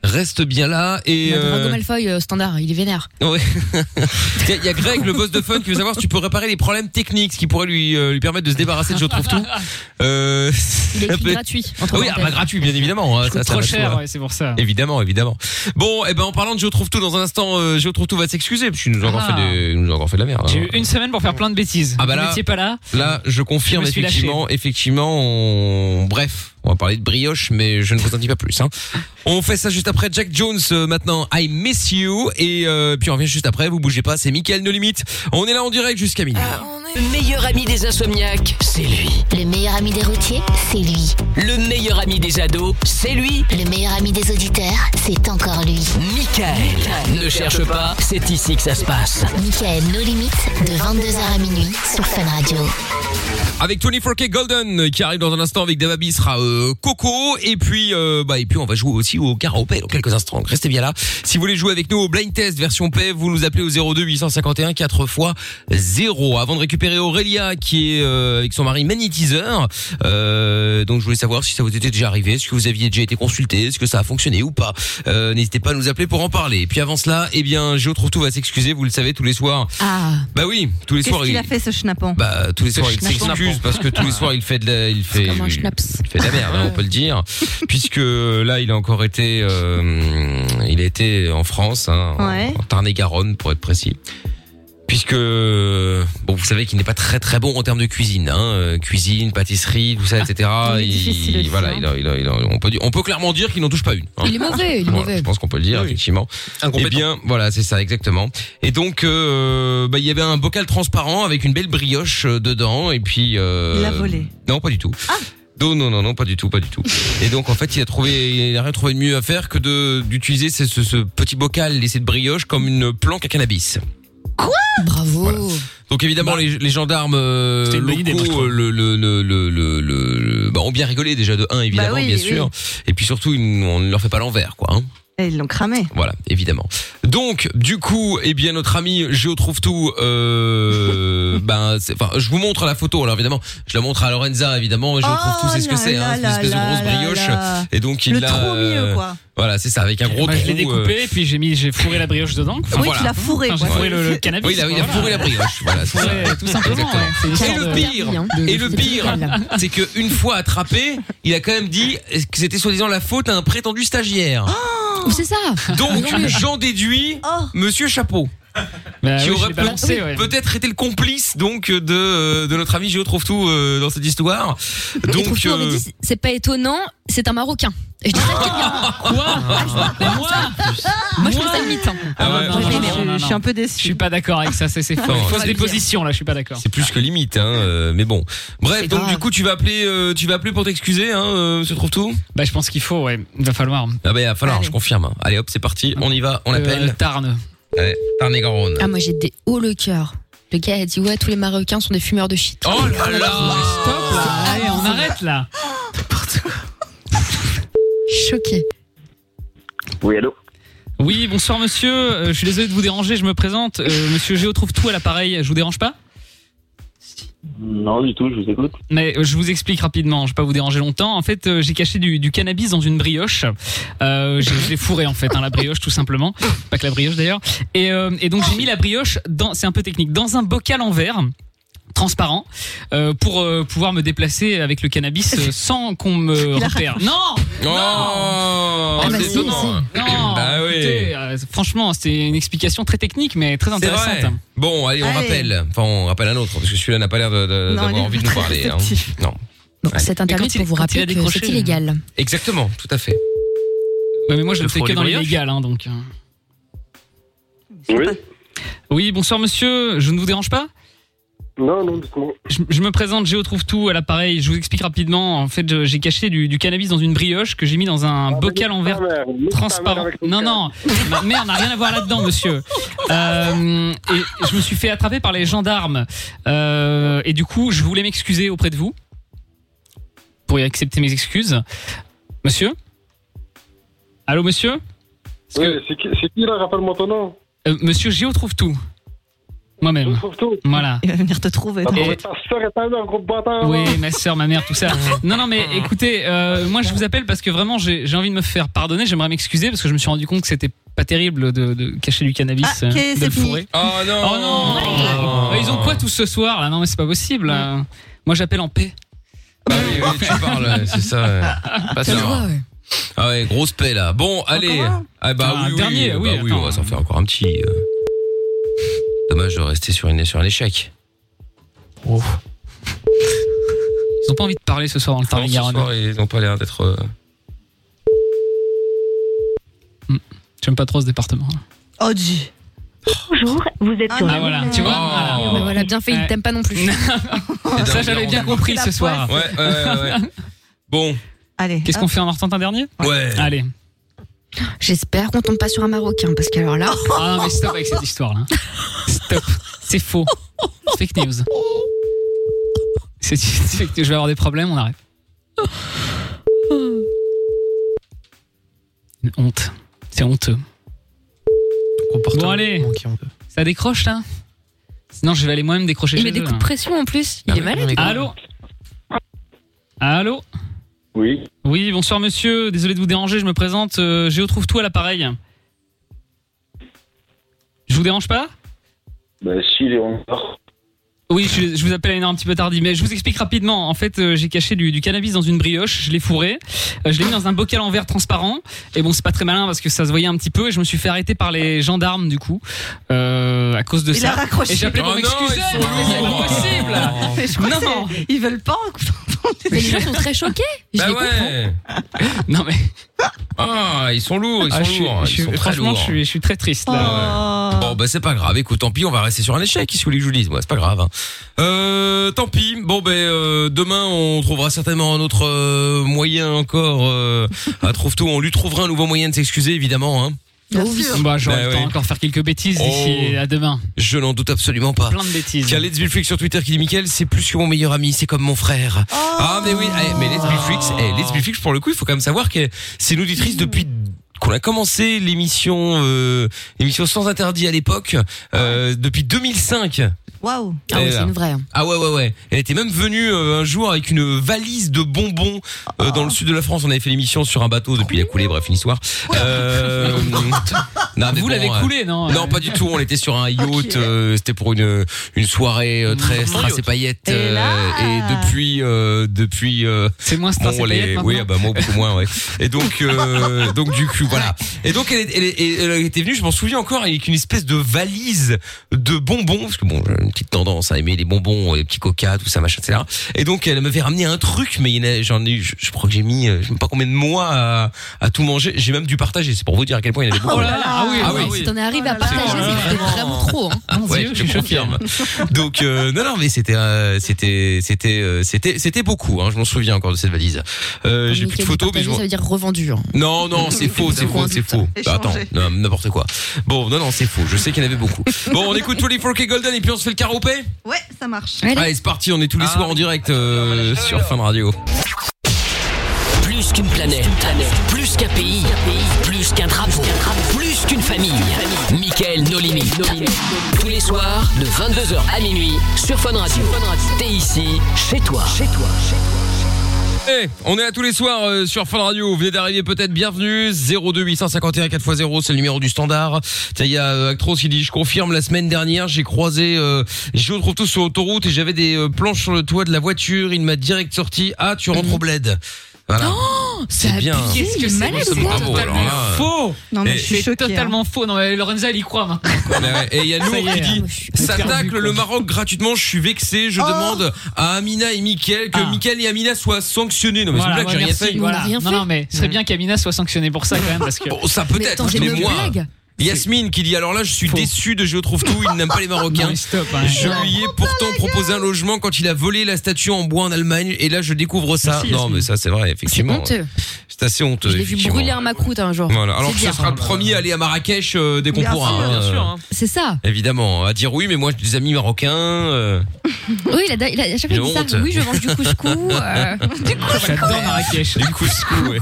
Reste bien là et Moi, Drago euh, Malfoy, euh, standard, il est vénère. Ouais. <laughs> Il y a- il y a Greg, le boss de fun, qui veut savoir si tu peux réparer les problèmes techniques, ce qui pourrait lui, euh, lui permettre de se débarrasser de Je trouve tout. Euh, Il est <laughs> ça écrit peut être- gratuit, entre Ah oui, ah parenthèses. bah, gratuit, bien évidemment. hein, Ça coûte ça, ça trop va de soi. cher, ouais, c'est pour ça. Évidemment, évidemment. Bon, eh ben en parlant de Je trouve tout, dans un instant, euh, Je trouve tout va s'excuser, parce qu'il nous a encore Ah. fait des, il nous a encore fait de la merde. hein. J'ai eu une semaine pour faire plein de bêtises. Ah bah là- Vous n'étiez pas là. Là, je confirme Je me suis effectivement, effectivement, on... bref, on va parler de brioche, mais je ne vous en dis pas plus. Hein. On fait ça juste après Jack Jones euh, maintenant. I miss you et euh, puis on revient juste après. Vous bougez pas, c'est Mickaël No Limite. On est là en direct jusqu'à minuit. Le meilleur ami des insomniaques, c'est lui. Le meilleur ami des routiers, c'est lui. Le meilleur ami des ados, c'est lui. Le meilleur ami des auditeurs, c'est encore lui. Michael. Ne cherche pas, c'est ici que ça se passe. Michael, nos limites, de 22h à minuit sur Fun Radio. Avec 24K Golden euh, qui arrive dans un instant avec Davabi sera euh, Coco et puis euh, bah et puis on va jouer aussi au karaoké dans quelques instants. Donc, Restez bien là. Si vous voulez jouer avec nous au blind test version paix, vous nous appelez au 02 851 4 x 0 avant de récupérer Aurélia qui est euh, avec son mari magnétiseur. Euh, donc je voulais savoir si ça vous était déjà arrivé, est-ce que vous aviez déjà été consulté, est-ce que ça a fonctionné ou pas. Euh, n'hésitez pas à nous appeler pour en parler. Et puis avant cela, eh bien, Géo trouve tout va s'excuser, vous le savez tous les soirs. Ah, Bah oui, tous les Qu'est-ce soirs qu'il il- a fait ce schnappant bah tous les soirs il schnappant. s'excuse parce que tous <laughs> les soirs il fait de la, il fait, comme un il, schnapps. il fait de la merde, hein, on peut le dire, puisque là il a encore été, euh, il a été en France, hein, en- Ouais. en Tarn-et-Garonne pour être précis. Puisque bon, vous savez qu'il n'est pas très très bon en termes de cuisine, hein, euh, cuisine, pâtisserie, tout ça, etc. Ah, il est difficile aussi, voilà, hein. il a- il a- il a- on peut dire- on peut clairement dire qu'il n'en touche pas une. hein. il est mauvais, il est Voilà, mauvais. je pense qu'on peut le dire Oui. effectivement. Eh bien, voilà, c'est ça, exactement. Et donc, euh, bah, il y avait un bocal transparent avec une belle brioche euh, dedans, et puis. euh, Il l'a volé. Ah. Non, pas du tout. Non, non, non, non, pas du tout, pas du tout. Et donc, en fait, il a trouvé, il a rien trouvé de mieux à faire que de d'utiliser ce, ce- ce petit bocal laissé de brioche comme une planque à cannabis. Bravo. Donc évidemment les, les gendarmes euh, Bah. C'était une bonne idée, moi, je locaux trouve. euh, le, le, le, le, le- le- le- bah, ont bien rigolé déjà de un évidemment Bah oui, bien oui. sûr et puis surtout ils- on ne leur fait pas l'envers quoi hein. Et Eh, ils l'ont cramé. Voilà, évidemment. Donc, du coup, eh bien, notre ami Géo trouve tout. <laughs> Euh, ben, c'est- enfin, je vous montre la photo. Alors évidemment, je la montre à Lorenza. Évidemment, Géo trouve tout. C'est ce que Oh là c'est, là hein, une là espèce de là grosse là brioche. là. Et donc, il Le l'a. trop mieux, euh, quoi. Voilà, c'est ça, avec un gros Moi, je trou. l'ai euh, découpé, puis j'ai mis, j'ai fourré la brioche dedans. Enfin, Oui, voilà. tu l'as fourré. j'ai quoi. fourré le, le cannabis. oui, il a, il a voilà. fourré la brioche. Voilà, c'est ça. Ouais, tout simplement. Exactement. ouais. C'est une Et sorte le de- pire, Et le pire, c'est que une fois attrapé, il a quand même dit que c'était soi-disant la faute à un prétendu stagiaire. Oh C'est ça. Donc, Non, mais- j'en déduis Oh, Monsieur Chapeau. Bah qui oui, je aurait l'ai balancé, ouais. peut-être été le complice donc de euh, de notre ami Géo trouve tout euh, dans cette histoire. Et Donc Trouve-Tout avait euh, dit, c'est pas étonnant, c'est un Marocain. Et je dis ça, c'est bien. Quoi Ah, Moi Moi, je trouve ça mi-temps. Ah ouais, non, non, Je- non, je- non, non. je suis un peu Je déçue. suis pas d'accord avec ça, c'est c'est faux. Attends, Il faut faut des le dire. positions là, je suis pas d'accord. C'est plus que limite, hein. euh, mais bon. Bref, C'est donc grave. du coup, tu vas appeler, euh, tu vas appeler pour t'excuser, hein, euh, se trouve tout. Bah, je pense qu'il faut, ouais. Il va falloir. Ah bah, il va falloir, Allez. je confirme. hein. Allez, hop, c'est parti. On y va, on Euh, l'appelle. Tarn. Allez, Tarn-et-Garonne. Ah, moi, j'ai des hauts le cœur. Le gars a dit Ouais, tous les Marocains sont des fumeurs de shit. Oh là là. Stop là, allez, on arrête là. Choqué. Oui, allô Oui, bonsoir monsieur. Euh, je suis désolé de vous déranger, je me présente. Euh, monsieur Géo trouve tout à l'appareil, je vous dérange pas Non, du tout, je vous écoute. Mais euh, je vous explique rapidement, je vais pas vous déranger longtemps. En fait, euh, j'ai caché du, du cannabis dans une brioche. Euh, j'ai- je l'ai fourré en fait, hein, la brioche tout simplement. Pas que la brioche d'ailleurs. Et, euh, et donc j'ai mis la brioche dans, c'est un peu technique, dans un bocal en verre transparent euh, pour euh, pouvoir me déplacer avec le cannabis euh, sans qu'on me <laughs> Il a repère. Non, Oh, Ah bah c'est si, étonnant. non. Bah oui. écoutez, euh, franchement, c'était une explication très technique mais très C'est vrai. intéressante. hein. Bon, allez, on Allez. rappelle. Enfin, on rappelle un autre, parce que celui-là n'a pas l'air de- Non, de- il est d'avoir envie de pas nous très parler. hein. réceptif. Non. Bon, Ouais. cette Mais interview quand il- pour vous quand il a rappeler que décroché, c'est illégal. Exactement, tout à fait. Ouais, Bah, mais moi je Le le fais que frôler dans les brioche légales, hein, donc. euh. Oui Oui, bonsoir monsieur, je ne vous dérange pas Non, non, justement. Je, je me présente, Géo trouve tout à l'appareil. Je vous explique rapidement. En fait, je- j'ai caché du, du cannabis dans une brioche que j'ai mis dans Ah, un bocal en verre transparent. Non, non, ma mère n'a rien à voir là-dedans, monsieur. Euh, et je me suis fait attraper par les gendarmes. Euh, et du coup, je voulais m'excuser auprès de vous. Pour y accepter mes excuses. Monsieur Allô, monsieur Parce que- C'est qui, là Rappelle-moi ton nom. euh, Monsieur Géo trouve tout. Moi-même. trouve tout. Voilà. Il va venir te trouver. toi. Et- Ta soeur et ta mère, gros bâtard. Oui, ma soeur, ma mère, tout ça. <laughs> Non, non, mais écoutez, euh, moi je vous appelle parce que vraiment j'ai j'ai envie de me faire pardonner. J'aimerais m'excuser parce que je me suis rendu compte que c'était pas terrible de, de cacher du cannabis, Ah, ok, euh, de c'est le fini. fourrer. Oh non. Oh non Bah, Ils ont quoi tous ce soir là Non, mais c'est pas possible. euh. Moi j'appelle en paix. Bah oui, oui, tu parles, c'est ça. ouais. T'as Pas ça. le droit, ouais. Ah ouais, grosse paix là. Bon, allez. un Ah bah Ah, oui, oui, dernier, bah oui, oui, on va attends. s'en faire encore un petit. euh. Dommage de rester sur, une, sur un échec. Ils ont pas envie de parler ce soir dans le Non, ce Tarn-et-Garonne. soir, ils n'ont pas l'air d'être. euh, J'aime pas trop ce département. Oh, Dieu. Bonjour, vous êtes Ah, sur Ah voilà, tu vois Oh. Bah voilà, bien fait, il Ouais. t'aime pas non <laughs> plus. c'est Ça dingue, j'avais là, bien on- compris la ce soir. Ouais, ouais, ouais. <laughs> ouais. Bon, Allez. Qu'est-ce qu'on fait en retentant un dernier ouais. Allez. J'espère qu'on tombe pas sur un Marocain, parce que alors là. Ah <laughs> non, mais stop avec cette histoire là. Stop. C'est faux. Fake news. C'est c'est fake news. Je vais avoir des problèmes, on arrête. Une honte. C'est honteux. Bon, allez. Ça décroche là Sinon, je vais aller moi-même décrocher Eh, Il met chez des eux, coups de là. pression en plus. Ah Il est malade. Allô Ah, Allô Oui. Oui, bonsoir monsieur. Désolé de vous déranger, je me présente. Euh, Géo trouve tout à l'appareil. Je vous dérange pas Ben, si, il est 11h. Oui, je, je vous appelle à une heure un petit peu tardive, mais je vous explique rapidement. En fait, euh, j'ai caché du, du cannabis dans une brioche, je l'ai fourré, euh, je l'ai mis dans un bocal en verre transparent. Et bon, c'est pas très malin parce que ça se voyait un petit peu, et je me suis fait arrêter par les gendarmes du coup euh, à cause de Il a ça. Et j'ai raccroché. appelé pour Oh non, m'excuser. ils sont Non, mais lourds. C'est pas possible. Mais <laughs> je crois que Non. c'est- Ils veulent pas Mais les gens sont très choqués. Je Bah les comprends. ouais. <laughs> Non mais Ah, ils sont lourds, ils ah, je sont suis- lourds. je suis- Ils sont très franchement, lourds. je suis, je suis très triste. Là. entendre. Bon, bah c'est pas grave. Écoute, tant pis, on va rester sur un échec. Qu'est-ce que vous voulez que je vous dise Moi, c'est pas grave. hein. Euh, tant pis. Bon, ben euh, demain, on trouvera certainement un autre euh, moyen encore. Euh, à trouve tout, on lui trouvera un nouveau moyen de s'excuser, évidemment. Hein. Bien oui. sûr. Bah, j'aurais Bah le temps ouais. encore faire quelques bêtises d'ici Oh. à demain. Je n'en doute absolument pas. Plein de bêtises. Tiens, Let's Be Freak sur Twitter qui dit Michael, c'est plus que mon meilleur ami, c'est comme mon frère. Ah, mais oui, eh, mais Let's Be Freaks, eh, Let's Be Freaks, pour le coup, il faut quand même savoir que c'est une auditrice depuis qu'on a commencé l'émission, euh, l'émission sans interdit à l'époque, euh, depuis 2005. Waouh. Ah Eh oui, c'est là. une vraie. hein. Ah ouais ouais ouais. Elle était même venue euh, un jour avec une valise de bonbons euh, dans le sud de la France. On avait fait l'émission sur un bateau depuis il a coulé. Bref une histoire. Euh, <laughs> non, mais Ah, Vous bon, l'avez euh, coulé, non Non pas du tout. On était <laughs> sur un yacht. Ok. euh, C'était pour une une soirée euh, très Mmh. strass et paillettes. Et euh, là. et depuis euh, depuis euh, C'est moins bon, stressant. <laughs> les- oui ah bah moi beaucoup moins ouais. Et donc euh, donc du coup voilà. Et donc elle, est- elle est- elle était venue, je m'en souviens encore, avec une espèce de valise de bonbons, parce que bon, j'ai une petite tendance à aimer les bonbons, les petits coca, tout ça, machin, etc. Et donc elle m'avait ramené un truc, mais il y en a- j'en ai, eu- je, je crois que j'ai mis, euh, je sais pas combien de mois à, à tout manger. J'ai même dû partager. C'est pour vous dire à quel point il y en avait beaucoup. Ah oui, ah oui. Oh Si t'en es arrivé à partager, Oh là là. c'était vraiment trop. hein. Ah Ouais, je <laughs> confirme. Donc euh, non non mais c'était euh, c'était c'était euh, c'était c'était beaucoup hein, je m'en souviens encore de cette valise. Euh, j'ai plus de Communiquer, photos mais partager, je Ça veut dire revendu. hein. non, <laughs> non, c'est faux, c'est faux, c'est faux. Bah, attends, Échanger. non, n'importe quoi. Bon, non, non, c'est faux. Je sais qu'il y en avait beaucoup. Bon, on écoute 24K Golden et puis on se fait le karaopé Ouais, ça marche. Allez. Allez, c'est parti, on est tous les Ah. soirs en direct euh, sur Fun Radio. Plus qu'une planète, plus qu'un pays, plus qu'un drapeau, plus qu'une famille. Michael No Limit. Tous les soirs, de 22h à minuit, sur Fun Radio. T'es ici, chez toi. Chez toi. Eh, on est à tous les soirs euh, sur Fun Radio. Vous venez d'arriver peut-être, bienvenue. 02 851 4x0, c'est le numéro du standard. Tiens, il y a euh, Actros qui dit, je confirme, la semaine dernière, j'ai croisé euh, Gio Trouve-Tout sur l'autoroute et j'avais des euh, planches sur le toit de la voiture. Il m'a direct sorti, ah, tu rentres au bled. Voilà. c'est ça a bien. Eh, piqué, Qu'est-ce Oh, ah, il que est malade, c'est C'est ou quoi bravo, alors totalement là, faux Non, mais Et- je suis C'est choquée. hein. totalement faux. Non, mais Lorenza, elle y croit hein. maintenant. Ah, Et il y a Ça Nour y est. qui dit, Moi, je suis- Oh. ça perdu, tacle quoi. le Maroc gratuitement, je suis vexé, je demande à Amina et Mickaël que Ah. Mickaël et Amina soient sanctionnés. Non, mais Voilà, c'est une blague, j'ai rien merci, fait. voilà. On a rien non, fait. non, mais ce serait bien qu'Amina soit sanctionnée pour ça quand <laughs> même, parce que. Bon, ça Mais peut-être, attends, j'ai mais une moi. blague. Yasmine qui dit alors là je suis Faux. déçu de Je trouve tout, il n'aime pas les <laughs> Non, Marocains. mais stop, hein. Je lui ai pourtant proposé un logement quand il a volé la statue en bois en Allemagne et là je découvre ça. Merci, non Yasmine. mais ça c'est vrai C'est effectivement. honteux. C'est assez honteux. Je l'ai vu effectivement. brûler un macroute un jour. hein. Voilà. Alors C'est que ce bien. sera le premier à aller à Marrakech euh, dès qu'on Bien pourra. sûr, hein, Bien sûr. euh, Hein. C'est ça. Évidemment, à dire oui, mais moi j'ai des amis marocains. euh, Oui, il a, il a- à chaque fois, il dit J'ai ça. honte. Oui, je mange du <laughs> couscous. euh, du coup, J'adore Marrakech. Du couscous, ouais.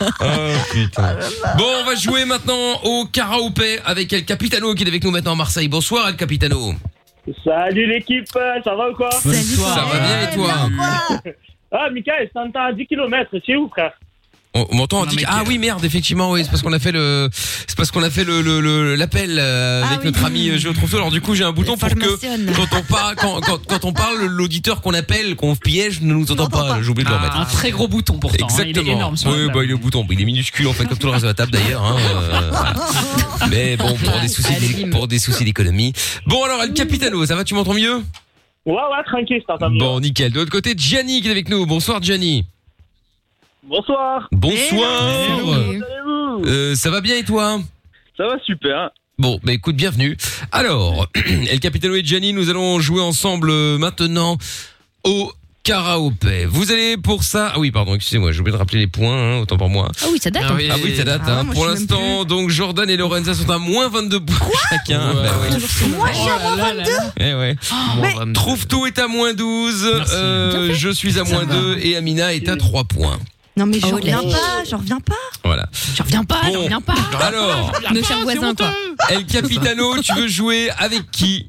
oh, putain. Bon, on va jouer maintenant au karaopé avec El Capitano qui est avec nous maintenant à Marseille. Bonsoir, El Capitano. Salut l'équipe, euh, ça va ou quoi Ça va bien et toi Ah, Mickaël, je t'entends à 10 km, c'est où, frère On, on m'entend, on Non, dit mais que- ah quel- oui merde effectivement oui c'est parce qu'on a fait le c'est parce qu'on a fait le le- le- l'appel euh, Ah avec oui. notre ami euh, Géo Trouve-Tout. Alors du coup j'ai un bouton pour que Formation. quand on parle quand quand, quand on parle l'auditeur qu'on appelle qu'on piège ne nous entend pas. J'ai oublié de le remettre. Ah, un très gros bouton pourtant. hein. Il est Exactement. énorme. sur la oui, table. bah, il est au bouton. Il est minuscule, en fait, comme tout le reste de la table, d'ailleurs. hein, euh, voilà. Mais bon, pour des soucis, d'é- pour des soucis d'économie. Bon, alors, El Capitano, ça va, tu m'entends mieux? Ouais, ouais, tranquille, je t'entends bien. Bon, nickel. De l'autre côté, Gianni qui est avec nous. Bonsoir, Gianni. Bonsoir, Bonsoir. Hello. comment allez-vous Euh, ça va bien et toi? Ça va super. Bon, bah écoute, bienvenue. Alors, <clears throat> El Capitano et Gianni, nous allons jouer ensemble euh, maintenant au karaopé. Vous allez pour ça... Ah oui, pardon, excusez-moi, j'ai oublié de rappeler les points, hein, autant pour moi. Ah oui, ça date. Ah hein. oui. Ah oui, ça date. Ah, hein. moi, Pour je sais même l'instant, donc Jordan et Lorenza sont à moins 22 points chacun. Bah oui. Moi, je suis à moins Oh là là là. Eh ouais. Mais- Trouve tout est à moins 12. Merci. euh, je suis à moins 2 et Amina est à 3 points. Non, mais je Oh, reviens la- pas, je reviens pas. Voilà. J'en reviens pas, Bon. j'en reviens pas. Alors, Nos chers voisins, quoi. <laughs> El Capitano, tu veux jouer avec qui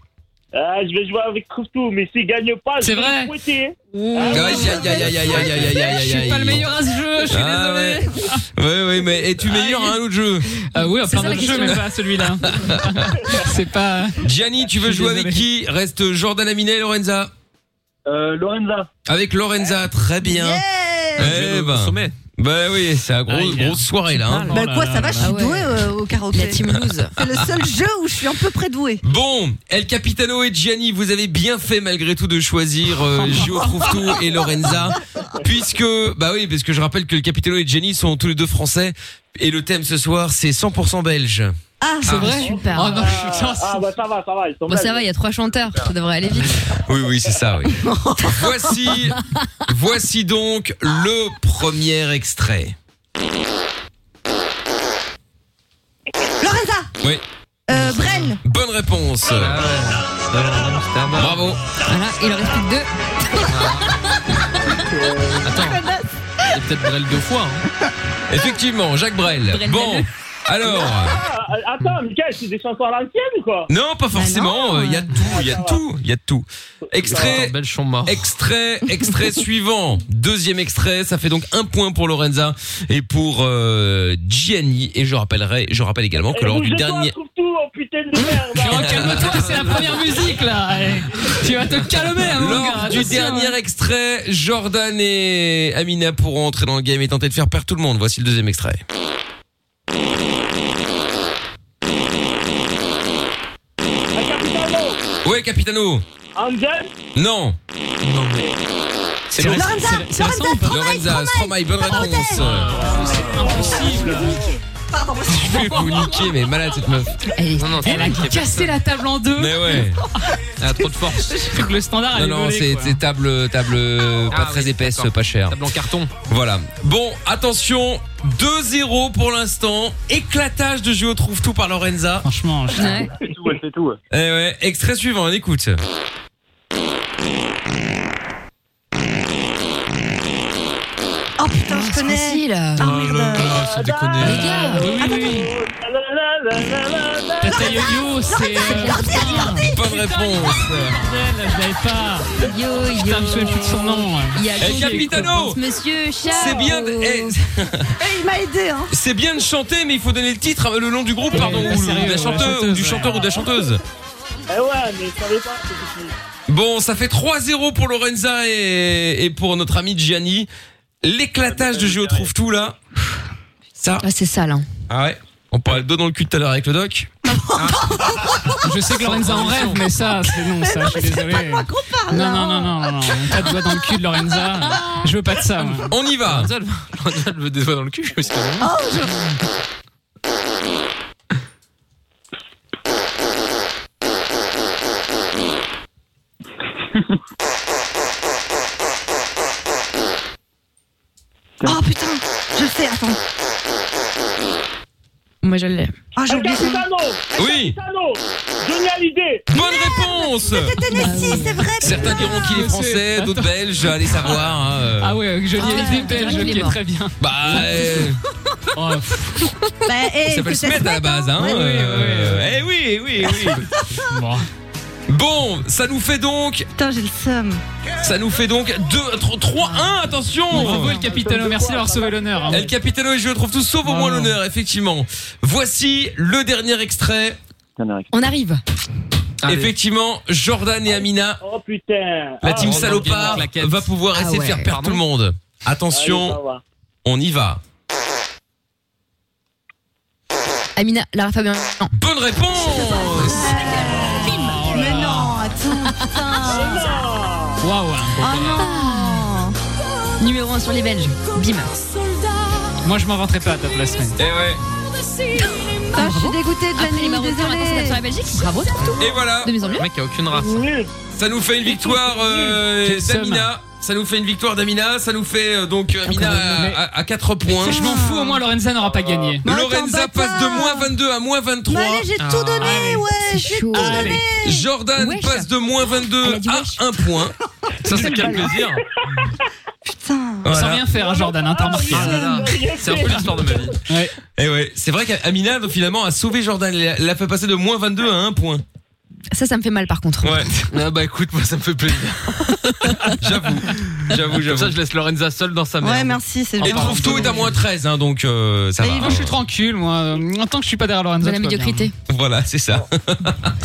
Ah, je vais jouer avec Trouve-Tout, mais s'il gagne pas, je C'est vais vrai. le fouetter. Aïe, aïe, aïe, aïe, aïe, aïe, aïe, aïe, aïe, Je suis pas le aïe. meilleur à ce jeu, je suis Ah désolé. ouais. Ouais, ouais, mais es-tu meilleur à un autre jeu Ah oui, à C'est plein ça, la d'autres jeux, question. mais pas à celui-là. C'est <laughs> pas. hein. Gianni, tu veux Je suis jouer avec qui Reste Jordan Amina et Lorenza. Euh, Lorenza. Avec Lorenza, très bien. Yeah Eh ben. sommet. Bah oui, c'est la grosse, Aïe, hein. grosse soirée là. hein. Oh Bah là quoi, là ça va, là je là. suis Ah ouais. douée euh, au La karaoké. team loose. C'est le seul jeu où je suis un peu près douée. Bon, El Capitano et Gianni, vous avez bien fait malgré tout de <laughs> choisir euh, Gio Trouve-Tout et Lorenza, puisque bah oui, parce que je rappelle que El Capitano et Gianni sont tous les deux français et le thème ce soir c'est 100% belge. Ah, C'est vrai Super. Oh non, je Ah, ah, bah ça va, ça va, ils sont Bon, ça belges. va, il y a trois chanteurs. Ça devrait aller vite. Oui, oui, c'est <laughs> ça. Oui. voici, voici donc le premier extrait. Lorenza Oui, euh, Brel bonne réponse. Bravo. Voilà, il en reste plus que deux. Ah. <laughs> Et peut-être Brel deux fois. hein. <laughs> Effectivement, Jacques Brel. Brel bon, alors. Ah, euh, attends, Mickaël, c'est des chansons à l'ancienne ou quoi Non, Bah Bah pas forcément. euh, Il y a de tout, il y a de tout, il y a de tout. Extrait, Attends, Belle chambard. extrait, <laughs> extrait suivant. Deuxième extrait, ça fait donc un point pour Lorenza et pour euh, Gianni. Et je rappellerai, je rappelle également Oh, Eh, que Et lors bouge du de toi, dernier. Trouve-Tout, oh putain de <laughs> merde. Oh, calme-toi, c'est la première musique là. Allez, Tu vas te calmer, hein, mon Lors gars. du attention, dernier hein. extrait, Jordan et Amina pourront entrer dans le game et tenter de faire perdre tout le monde. Voici le deuxième extrait. Capitano Non. C'est Lorenza, récent, c'est- Lorenza, c'est récent ou pas Stromae, Lorenza, Stromae, bonne réponse. Euh, C'est Ah, impossible. Pardon, <laughs> Je vais vous niquer, mais malade cette meuf. Elle, non, non, Elle a c'est vrai qu'il y a cassé la table en deux. personne. Mais ouais, elle a trop de force. Faut que <laughs> le standard Non, elle est non, volée, c'est quoi. c'est table, table euh, pas Ah très oui, épaisse, d'accord. pas chère. Table en carton. Voilà. Bon, attention, 2-0 pour l'instant. Éclatage de jeu au trouve-tout par Lorenza. Franchement, je- Ouais. C'est tout, c'est tout. Eh ouais, extrait suivant, on écoute. Oh putain, je C'est connais. facile. Ah merde. c'est déconné. Les Ah, gars, Oui, oui, oui. Tata Yo-Yo, c'est. euh, Bonne réponse. Bordel, je l'avais pas. yo, yo. Putain, je me souviens plus de son nom. Il y a Eh, Capitano Monsieur Chat. C'est bien, de, eh, Eh, Il m'a aidé, hein. c'est bien de chanter, mais il faut donner le titre, euh, le nom du groupe, pardon, Ouais, ou sérieux, de la ouais, chanteuse, ou chanteuse, du ouais. chanteur ou de la chanteuse. Eh ouais, mais je savais pas. c'est- Bon, ça fait 3-0 pour Lorenza et, et pour notre ami Gianni. L'éclatage de Géo trouve tout là. Ça, Ah, c'est sale. Hein. ah ouais. On parlait le dos dans le cul tout à l'heure avec le doc. Je sais que Lorenza en rêve, mais ça, c'est non, ça, je suis désolé. Moi qu'on parle. Non, là. non, non, non, non, non, pas de doigt dans le cul de Lorenza. Oh. Je veux pas de ça, moi. On y va. Oh. Lorenza, elle- Lorenza, elle veut des doigts dans le cul, je me suis dit, <laughs> Oh. Oh putain, je sais, attends. Moi, je l'ai. Ah, j'ai El oublié son nom. Capitano Oui. Capitano Géniale idée Bonne réponse. Ah, Tennessee, c'est vrai. Certains diront qu'il est Monsieur, français, d'autres belges, allez savoir. hein, euh. Ah ouais, jolie Ah, idée putain, belge, il est ok, mort. très bien. Bah, euh, Oh, pff, <laughs> Bah, eh, il s'appelle c'est Smet à la base, hein. Ouais, euh, Eh oui, <laughs> oui, oui. bon. Bon, ça nous fait donc, Putain, j'ai le seum. ça nous fait donc 2, 3-1, Bravo, attention le capitano, merci d'avoir sauvé l'honneur. hein. El Capitano et je le trouve tous, sauf au moins Bravo. l'honneur, effectivement. Voici le dernier extrait. On arrive. Allez. Effectivement, Jordan et Amina, Oh putain la Ah, team on va salopard, gagner la claquette. va pouvoir Ah essayer de ouais, faire perdre tout le monde. Attention, on y va. Amina, Lara Fabian. Non. Bonne réponse Mais non, attends, putain. Waouh. Oh non. Numéro 1 sur les Belges. Bim. Moi, je m'inventerai pas à ta place, mais. Et Eh ouais. Ah, Putain, je suis dégoûtée, Après les Gianni, Marocains, maintenant, c'est sur la désolée. Belgique. Bravo, tout, tout. Et voilà, De mieux en mieux. Le mec, il a aucune race. ça nous fait une victoire euh, Quel somme. d'Amina. Ça nous fait une victoire d'Amina, ça nous fait euh, donc euh, Amina Incroyable. à, 4 points. Je m'en fous, au moins Lorenza n'aura pas gagné. Mais attends, Lorenza passe de bâtard. moins 22 à moins 23. Mais allez, j'ai Ah, tout donné, allez, ouais, c'est j'ai tout chaud. donné. Jordan Wesh. passe de moins 22 Elle a dit wesh. à 1 point. <laughs> Ça, c'est quel plaisir. Putain. Oh, Voilà. Sans rien faire, hein, Jordan, hein, t'as remarqué. Ah là là. C'est un peu l'histoire de ma vie. Ouais. Et Eh ouais, c'est vrai qu'Amina donc, finalement a sauvé Jordan, elle l'a fait passer de moins 22 à 1 point. Ça, ça me fait mal par contre. Ouais, Ah bah écoute, moi, ça me fait <laughs> plaisir. j'avoue. J'avoue, Comme ça, j'avoue. je laisse Lorenza seule dans sa Ouais, merde. merci, c'est Et gentil. trouve tout est à moins 13 hein, donc euh, ça va. Moi, je suis tranquille, moi. En tant que je suis pas derrière Lorenza. De la tout va bien. médiocrité. Voilà, c'est ça.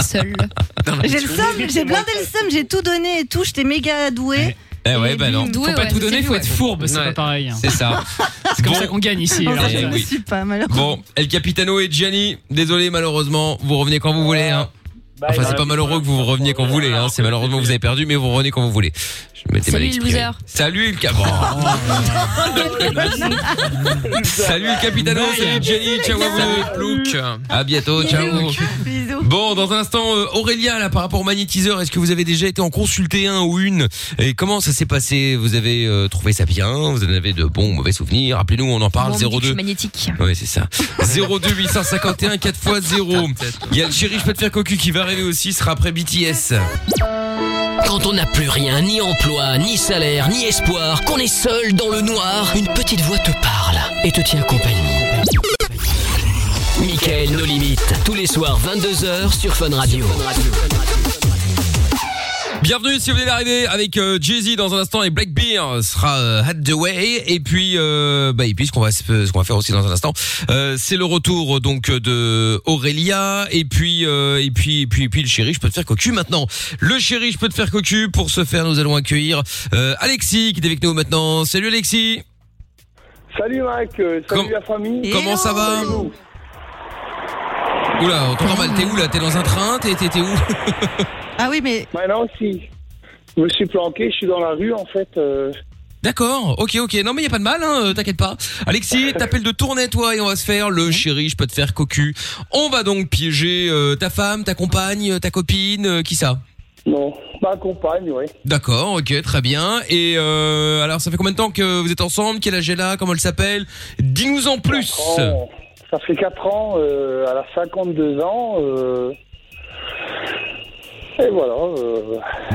Seule. Ah, J'ai le seum, j'ai blindé le seum, j'ai tout donné et tout, j'étais méga douée. Eh hein ouais, bah non. Doué, Faut pas ouais, tout c'est donner, mieux, faut ouais. être fourbe, c'est Ouais. pas pareil. hein. C'est ça. C'est comme Bon. ça qu'on gagne ici. Non, alors, eh je ouais. ne oui. suis pas, malheureusement. Bon, El Capitano et Gianni, désolé malheureusement, vous revenez quand vous voulez hein. Enfin, c'est pas malheureux que vous reveniez quand vous voulez hein, c'est malheureusement que vous avez perdu mais vous revenez quand vous voulez. Je m'étais mal Salut, le exprimé. loser. Salut le cabron. Salut le capitano, Bye. salut Gianni, ciao à vous. Look. À bientôt, ciao. Bisous. Bon, dans un instant, euh, Aurélien, là, par rapport au magnétiseur, est-ce que vous avez déjà été en consulter un ou une Et comment ça s'est passé Vous avez euh, trouvé ça bien Vous en avez de bons ou mauvais souvenirs Rappelez-nous, on en parle, Bon, on me dit que je suis 02. magnétique. Ouais, c'est ça. 02 851 4x0. Il y a le chéri, je peux te faire cocu qui va arriver aussi, ce sera après BTS. Quand on n'a plus rien, ni emploi, ni salaire, ni espoir, qu'on est seul dans le noir, une petite voix te parle et te tient compagnie. Michael, nos limites, tous les soirs 22h sur Fun Radio. Bienvenue si vous venez d'arriver avec euh, Jay-Z dans un instant et Blackbeard sera euh, Had the Way et puis euh, bah et puis ce qu'on va se- ce qu'on va faire aussi dans un instant euh, c'est le retour euh, donc de Aurélia et puis euh, et puis et puis et puis le chéri je peux te faire cocu maintenant le chéri je peux te faire cocu pour ce faire nous allons accueillir euh, Alexis qui est avec nous maintenant salut Alexis Salut Mike, euh, salut Com- la famille. comment ça va oula on t'entend mal t'es où là t'es dans un train t'es t'es t'es où Ah oui, mais. Maintenant, si. Ben, Je me suis planqué, je suis dans la rue, en fait. euh, D'accord, ok, ok. Non mais y a pas de mal, hein, euh, t'inquiète pas. Alexis, t'appelles de tournée toi et on va se faire le chéri, je peux te faire cocu. On va donc piéger euh, ta femme, ta compagne, euh, ta copine, euh, qui ça Non, ma compagne, oui. D'accord, ok, très bien. Et euh, alors, ça fait combien de temps que vous êtes ensemble Quel âge elle a Comment elle s'appelle Dis-nous en plus. Oh, ça fait 4 ans, euh, elle a 52 ans. euh, et voilà. euh,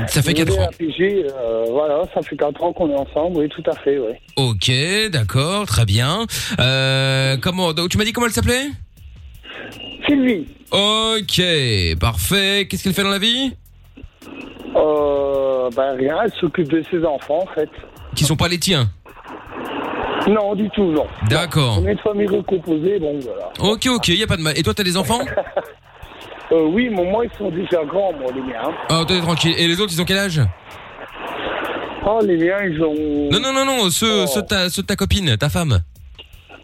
Ça fait je quatre l'ai ans. affligé, euh, voilà, ça fait 4 ans qu'on est ensemble, oui, tout à fait, oui. Ok, d'accord, très bien. Euh, comment donc, Tu m'as dit comment elle s'appelait Sylvie. Ok, parfait. Qu'est-ce qu'elle fait dans la vie Euh, ben rien, elle s'occupe de ses enfants, en fait. Qui sont pas les tiens Non, du tout, non. D'accord. On est une famille recomposée, bon, voilà. Ok, ok, y a pas de mal. Et toi, t'as <laughs> des enfants Euh, oui, mais moi, ils sont déjà grands, moi, les miens. hein. Ah, toi, t'es tranquille. Et les autres, ils ont quel âge Oh, les miens, ils ont... Oh. Non, non, non, non, ceux, ceux de ta, ceux de ta copine, ta femme.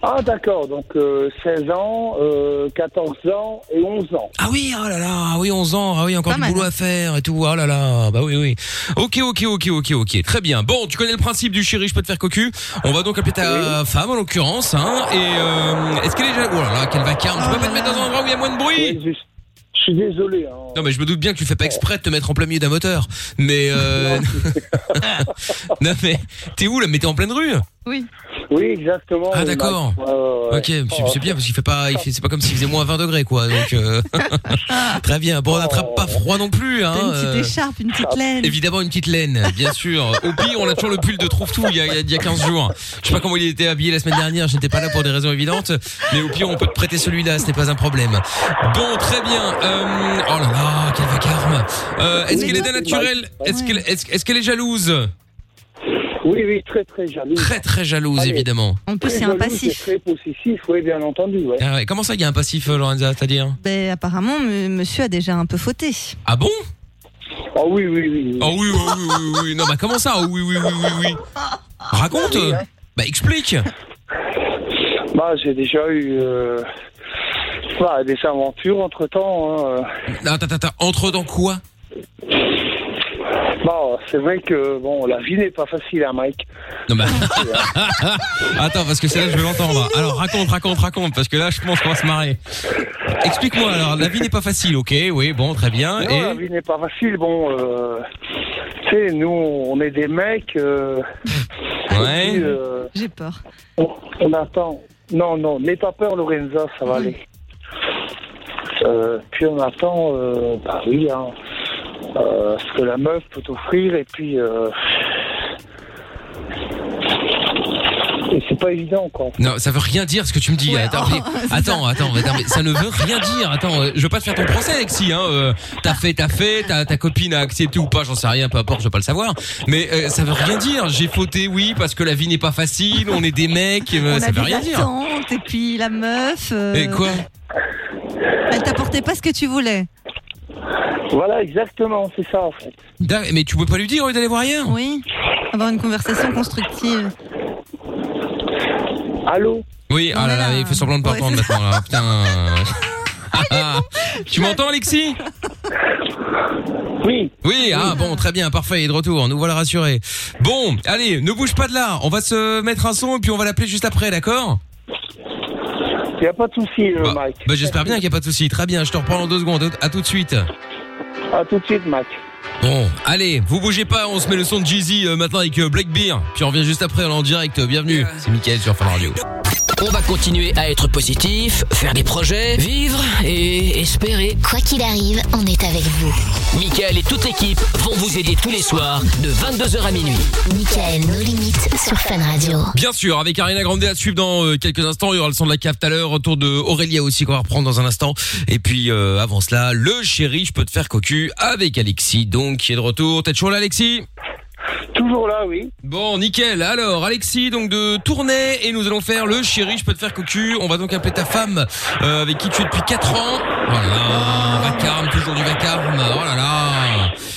Ah, d'accord, donc euh, 16 ans, euh, 14 ans et 11 ans. Ah oui, oh là là, ah oui, 11 ans, ah oui, encore du boulot à faire et tout, ah là là, bah oui, oui. Ok, ok, ok, ok, ok, très bien. Bon, tu connais le principe du chéri, je peux te faire cocu. On va donc appeler Ah ta femme, en l'occurrence, hein, et euh, est-ce qu'elle est déjà... Oh là là, quel vacarme, tu peux pas te mettre dans un endroit où il y a moins de bruit Je suis désolé, hein. Non mais je me doute bien que tu fais pas exprès de te mettre en plein milieu d'un moteur. Mais <laughs> euh... <laughs> non mais t'es où là Mais t'es en pleine rue. Oui. Oui, exactement. Ah d'accord. Oh, Ouais, ouais, ouais. Ok, c'est c'est bien parce qu'il fait pas, il fait- c'est pas comme s'il faisait moins 20 degrés quoi. <laughs> Donc euh, très bien. Bon, on n'attrape Oh. pas froid non plus. Hein, une petite euh. écharpe, une Ah, petite laine. Évidemment une petite laine, bien sûr. Au pire, on a toujours le pull de trouve tout il y a, il y a 15 jours. Je sais pas comment il était habillé la semaine dernière. J'étais pas là pour des raisons évidentes, mais au pire, on peut te prêter celui-là. Ce n'est pas un problème. Bon, très bien. Euh, oh là là, quel vacarme. Euh, est-ce Mais qu'elle est non, c'est naturelle mal. Est-ce qu'elle est, est-ce qu'elle est jalouse Oui, oui, très, très jaloux. Très très jalouse Allez. évidemment. En plus, Très c'est un jaloux, passif. c'est Très possessif, oui, bien entendu, ouais. Ah ouais, Comment ça, il y a un passif, euh, Lorenza, c'est-à-dire Ben, apparemment, m- monsieur a déjà un peu fauté. Ah bon Ah oui, oui, oui. Ah oui, oui, oui, oui, oui. Non, bah comment ça Ah oui, oui, oui, oui, oui. Raconte Bah explique <laughs> Bah, j'ai déjà eu euh, bah, des aventures entre temps. hein, euh. Non, attends, attends, entre dans quoi Bah, c'est vrai que bon, la vie n'est pas facile, hein, Mike. <laughs> Non, bah. <laughs> attends, parce que c'est là que je vais l'entendre. Alors raconte, raconte, raconte, parce que là, je pense qu'on va se marrer. Explique-moi, alors, la vie n'est pas facile, ok Oui, bon, très bien. Non, la Et. vie n'est pas facile. Bon, euh, tu sais, nous, on est des mecs. euh, et puis, <laughs> Ouais. euh, J'ai peur. on, on attend. Non, non, n'aie pas peur, Lorenza, ça va aller. Euh, puis on attend, euh, bah oui, hein, euh, ce que la meuf peut t'offrir, et puis. euh, et c'est pas évident, quoi. Non, ça veut rien dire ce que tu me dis. attends, <laughs> mais- attends, attends, mais- attends, mais ça ne veut rien dire. Attends, euh, je veux pas te faire ton procès, Alexis. Hein. euh, t'as fait, t'as fait, ta- ta copine a accepté ou pas, j'en sais rien, peu importe, je veux pas le savoir. Mais euh, ça veut rien dire. J'ai fauté, oui, parce que la vie n'est pas facile. On est des mecs, euh, On ça a veut des rien dire. attentes, et puis la meuf. euh, Et quoi Elle t'apportait pas ce que tu voulais. Voilà, exactement, c'est ça, en fait. D'a- Mais tu peux pas lui dire au lieu d'aller voir ailleurs. Oui. Avoir une conversation constructive. Allô Oui, ah là là, il fait semblant de pas Ouais, entendre c'est maintenant. Là. Putain. tu m'entends, Alexis Oui. Oui, ah bon, très bien, parfait, il est de retour, nous voilà rassurés. Bon, allez, ne bouge pas de là, on va se mettre un son et puis on va l'appeler juste après, d'accord Y a pas de souci, euh, Mike. Bah j'espère bien qu'il n'y a pas de souci. Très bien, je te reprends en deux secondes, à tout de suite. À tout de suite, Mike. Bon, allez, vous bougez pas, on se met le son de Jeezy euh, maintenant avec euh, Black Beer, puis on revient juste après, on est en direct, bienvenue, c'est Mickaël sur Fan Radio. On va continuer à être positif, faire des projets, vivre et espérer. Quoi qu'il arrive, on est avec vous. Michael et toute l'équipe vont vous aider tous les soirs de 22h à minuit. Michael, nos limites sur Fun Radio. Bien sûr, avec Ariana Grande à suivre dans euh, quelques instants. Il y aura le son de la cave tout à l'heure. Retour de Aurélia aussi qu'on va reprendre dans un instant. Et puis euh, avant cela, le chéri, je peux te faire cocu avec Alexis, donc qui est de retour. T'es toujours là, Alexis Toujours là, oui. Bon, nickel. Alors, Alexis, donc de tournée et nous allons faire le chéri, je peux te faire cocu. On va donc appeler ta femme euh, avec qui tu es depuis 4 ans. Voilà, vacarme, toujours du vacarme. Oh là là.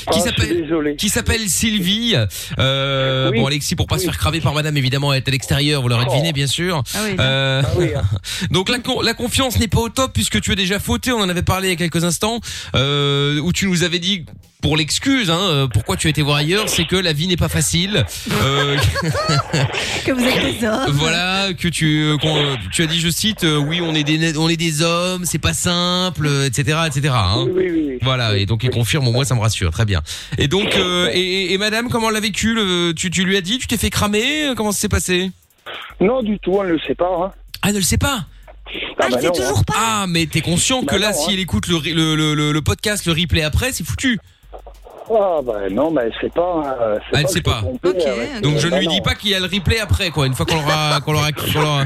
Ah, qui s'appelle qui s'appelle Sylvie. Euh, Bon Alexis pour pas se faire craver par Madame évidemment elle est à l'extérieur vous l'aurez deviné bien sûr. Ah oui. Euh, <laughs> donc la con- la confiance n'est pas au top puisque tu as déjà fauté on en avait parlé il y a quelques instants euh, où tu nous avais dit pour l'excuse, hein, euh, pourquoi tu as été voir ailleurs, c'est que la vie n'est pas facile. Euh, <laughs> Que vous êtes des hommes. voilà que tu euh, qu'on, euh, tu as dit je cite euh, oui on est des on est des hommes c'est pas simple euh, etc etc hein. voilà et donc il confirme au moins ça me rassure très bien et donc euh, et, et- et madame comment elle l'a vécu le- tu, tu lui as dit tu t'es fait cramer euh, comment ça s'est passé Non, du tout, on ne le sait pas. hein. Ah, elle ne le sait pas Ah, bah non, hein. Ah, mais t'es conscient que Bah là, non, si hein. elle écoute le, ri- le, le- le- le podcast, le replay après, c'est foutu. Ah, bah non, mais elle sait pas. hein, Ah, elle que sait je pas. suis trompé, hein, ouais. Donc je ne Bah lui non. dis pas qu'il y a le replay après, quoi, une fois qu'on l'aura. qu'on l'aura- qu'on <laughs> l'aura-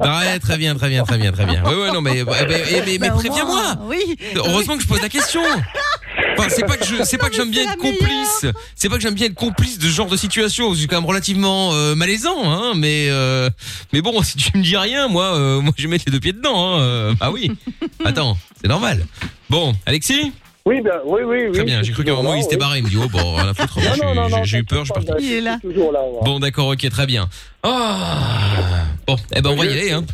Ah, ouais, très bien, très bien, très bien, très bien. Ouais, ouais, non, mais, eh ben, eh, mais- mais Bah, au préviens-moi. moins, Oui. Heureusement que je pose <laughs> la question. Enfin, c'est pas que je, c'est pas que j'aime bien être complice. C'est pas que j'aime bien être complice de ce genre de situation. C'est quand même relativement euh, malaisant, hein. Mais euh, mais bon, <laughs> si tu me dis rien, moi, euh, moi, je vais mettre les deux pieds dedans. Hein. Euh, Bah oui. Attends, c'est normal. Bon, Alexis. Oui, bah, oui, oui, oui. Très bien. J'ai cru qu'à un moment il s'était barré. Il me dit oh bon, rien à foutre. Non, J'ai- non, non, non, J'ai eu peur, je suis parti. Il est là. Toujours là. ouais. Bon, d'accord, ok, très bien. Ah. Bon, eh ben on va y aller, hein.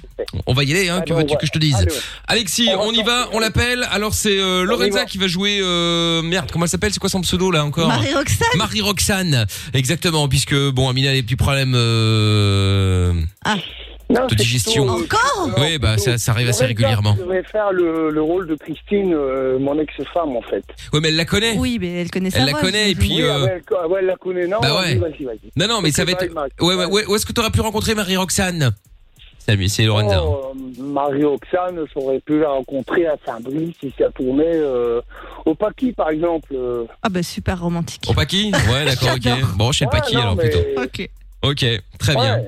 On va y aller, hein. Allez, Que on veux-tu va- que je te dise allez, ouais. Alexis, on y va, on l'appelle. Alors c'est euh, Lorenza qui va jouer. euh, merde, comment elle s'appelle C'est quoi son pseudo là encore Marie-Roxane Marie-Roxane, exactement, puisque bon, Amina a des petits problèmes euh, Non, de c'est digestion. plutôt- Oui, bah ça, ça arrive assez Lorenza, régulièrement. Je devrais faire le, le rôle de Christine, euh, mon ex-femme, en fait. Oui, mais elle la connaît. Oui, mais elle connaît sa Elle la voix, connaît, et j'imagine. puis, euh, Ah ouais, elle- ah ouais, elle la connaît, non Bah vas-y, ouais. vas-y, vas-y. Non, non, mais ça va être. Ouais, ouais, ouais, où est-ce que t'aurais pu rencontrer Marie-Roxane Salut, c'est Lorenza. Oh, euh, Marie-Roxane, j'aurais pu la rencontrer à Saint-Brice si ça tournait euh, au Paquis, par exemple. euh. Ah bah super romantique. Au Paquis Ouais, d'accord, ok. Bon, chez le Ouais, Paquis non, alors mais- plutôt. Ok. Ok, très bien.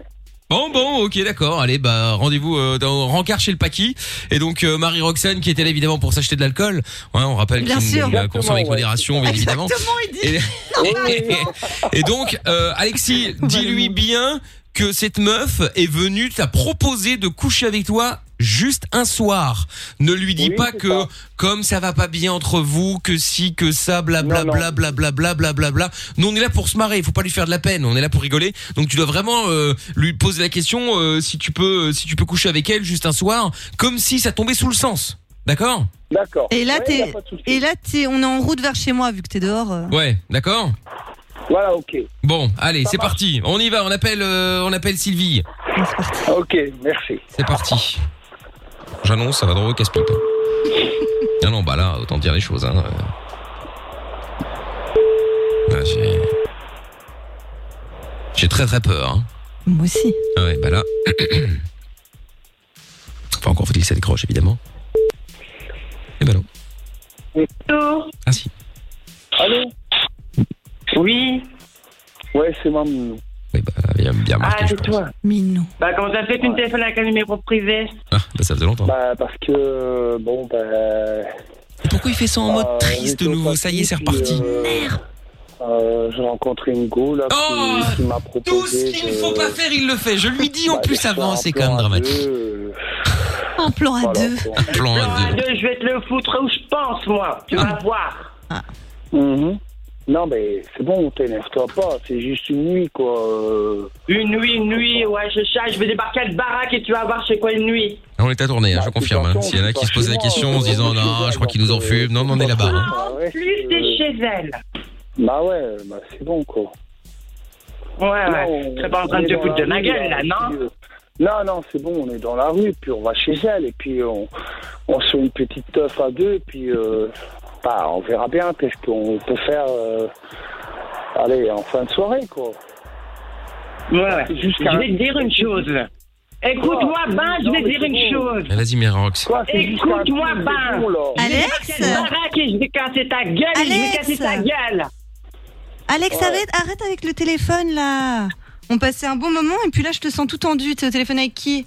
Bon, bon, ok, d'accord. Allez, bah, rendez-vous euh, dans Rancard chez le Paquis. Et donc, euh, Marie-Roxane, qui était là, évidemment, pour s'acheter de l'alcool. Ouais, on rappelle Bien qu'il sûr. la consomme avec Exactement, ouais. modération, bien évidemment. Exactement, il dit. Et, <laughs> et donc, euh, Alexis, dis-lui bien que cette meuf est venue t'a proposé de coucher avec toi juste un soir. Ne lui dis pas que comme ça va pas bien entre vous, que si, que ça, blablabla, blablabla, blablabla. Nous, on est là pour se marrer, il faut pas lui faire de la peine, on est là pour rigoler. Donc tu dois vraiment euh, lui poser la question euh, si tu peux si tu peux coucher avec elle juste un soir, comme si ça tombait sous le sens. D'accord D'accord. Et là, Ouais, y a t'es, pas de souci. et là, t'es, on est en route vers chez moi vu que t'es dehors. euh. Ouais, d'accord Voilà, ok. Bon, allez, c'est parti. On y va, on appelle, euh, on appelle Sylvie. Ok, merci. C'est parti. J'annonce, ça va droit au casse-pipe. ah non, bah là, autant dire les choses. Hein. Euh. Ouais, j'ai... j'ai très très peur. hein. Moi aussi. Ah ouais, bah là. <clears throat> enfin, encore faut-il que ça décroche, évidemment. Et bah non. Allô Ah si. Allô Oui Ouais, c'est maman. Bien, bien Ah, marqué, je c'est pense. toi Mais non. Bah, comment t'as fait tu me téléphones avec un numéro privé Ah, bah ça faisait longtemps. Bah, parce que, euh, bon, bah... Pourquoi il fait ça en mode triste de nouveau Ça y est, c'est reparti. Merde euh, J'ai rencontré une go, là, qui- Oh qui, m'a Tout proposé... ce qu'il ne faut de- pas faire, il le fait. Je lui dis en Bah, plus faire avant, un c'est plan quand même à dramatique. deux. Un plan à deux. Un plan à deux. Ah, deux, je vais te le foutre où je pense, moi. Ah. Tu vas voir. Mhm. Non, mais c'est bon, t'énerve-toi pas, c'est juste une nuit, quoi. euh. Une nuit, une nuit, ouais, je chasse, je vais débarquer à la baraque et tu vas voir c'est quoi une nuit. Ah, On est à tourner, Bah, hein, je confirme. hein. S'il y en a qui se posent la question en se disant non, je crois qu'ils nous en fument. Non, non, on est là-bas. hein. Bah ouais, Ah, Plus t'es chez elle. bah ouais, bah c'est bon, quoi. Ouais, ouais, t'es pas en train de te foutre de ma gueule, là, non Non, non, c'est bon, on est dans la rue, puis on va chez elle, et puis on, on se fait une petite teuf à deux, puis euh, bah, on verra bien qu'est-ce qu'on peut faire, euh, allez, en fin de soirée, quoi. Ouais, ouais. Jusqu'à- Je vais te dire une chose. Écoute-moi, ben, je vais te dire une chose. Mais Vas-y, Mirox. Écoute-moi, ben. Alex Je vais débarquer à la baraque et je vais casser ta gueule, et je vais Alex casser ta gueule. Alex, Ouais. arrête, arrête avec le téléphone là. On passait un bon moment et puis là, je te sens tout tendu. T'es au téléphone avec qui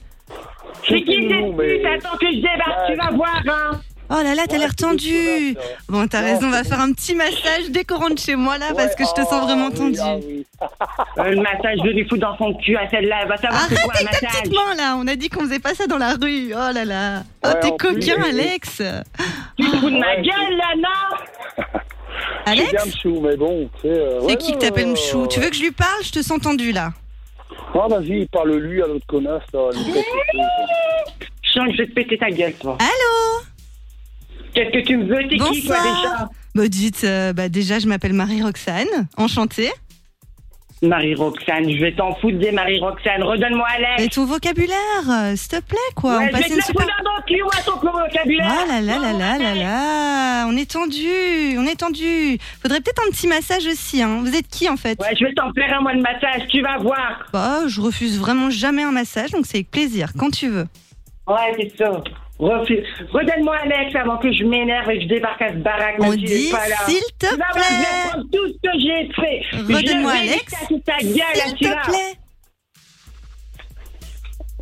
C'est qui cette pute Attends que je débarque, tu vas voir, hein. Oh là là, t'as l'air tendu. Bon, t'as raison, on va faire un petit massage dès qu'on rentre chez moi là Ah, parce que je te sens oh, vraiment tendu. ah Euh, Le massage, je vais lui foutre dans son cul à celle-là, elle va savoir Arrête ah, c'est quoi un avec ta massage. petite main là. On a dit qu'on faisait pas ça dans la rue. Oh là là. Oh, Ouais, t'es Oh. en plus, coquin, oui. Alex. Tu te fous de ma gueule, là, non Alex C'est bien Mchou, mais bon, tu sais... euh, C'est ouais, qui que t'appelles euh, Mchou Tu veux que je lui parle Je te sens tendu là. Ah, vas-y, parle-lui à l'autre connasse, là. elle lui pète les couilles. Je sens que je vais te péter ta gueule, toi. Ah, Allô Qu'est-ce que tu me veux T'es qui, toi, Bonsoir. déjà Bah dites, euh, bah déjà je m'appelle Marie-Roxane, enchantée. Marie-Roxane, je vais t'en foutre des Marie-Roxane. Redonne-moi Alex. Et ton vocabulaire, euh, s'il te plaît quoi. Ouais, on je vais passe te une la super. foutre dans ton cul, à ton vocabulaire. Ah là là là là là là, on est tendu, on est tendu. Faudrait peut-être un petit massage aussi. Hein. Vous êtes qui en fait Ouais, je vais t'en faire un mois de massage, tu vas voir. Bah, je refuse vraiment jamais un massage, donc c'est avec plaisir, quand tu veux. Ouais, c'est ça. Refuse. Redonne-moi Alex avant que je m'énerve et que je débarque à ce baraque. On même dit, si je suis pas là. s'il te Tu vas voir, Je vais prendre tout ce que j'ai fait. Redonne-moi, Je vais Alex. éclater ta gueule, à S'il celui-là. te plaît.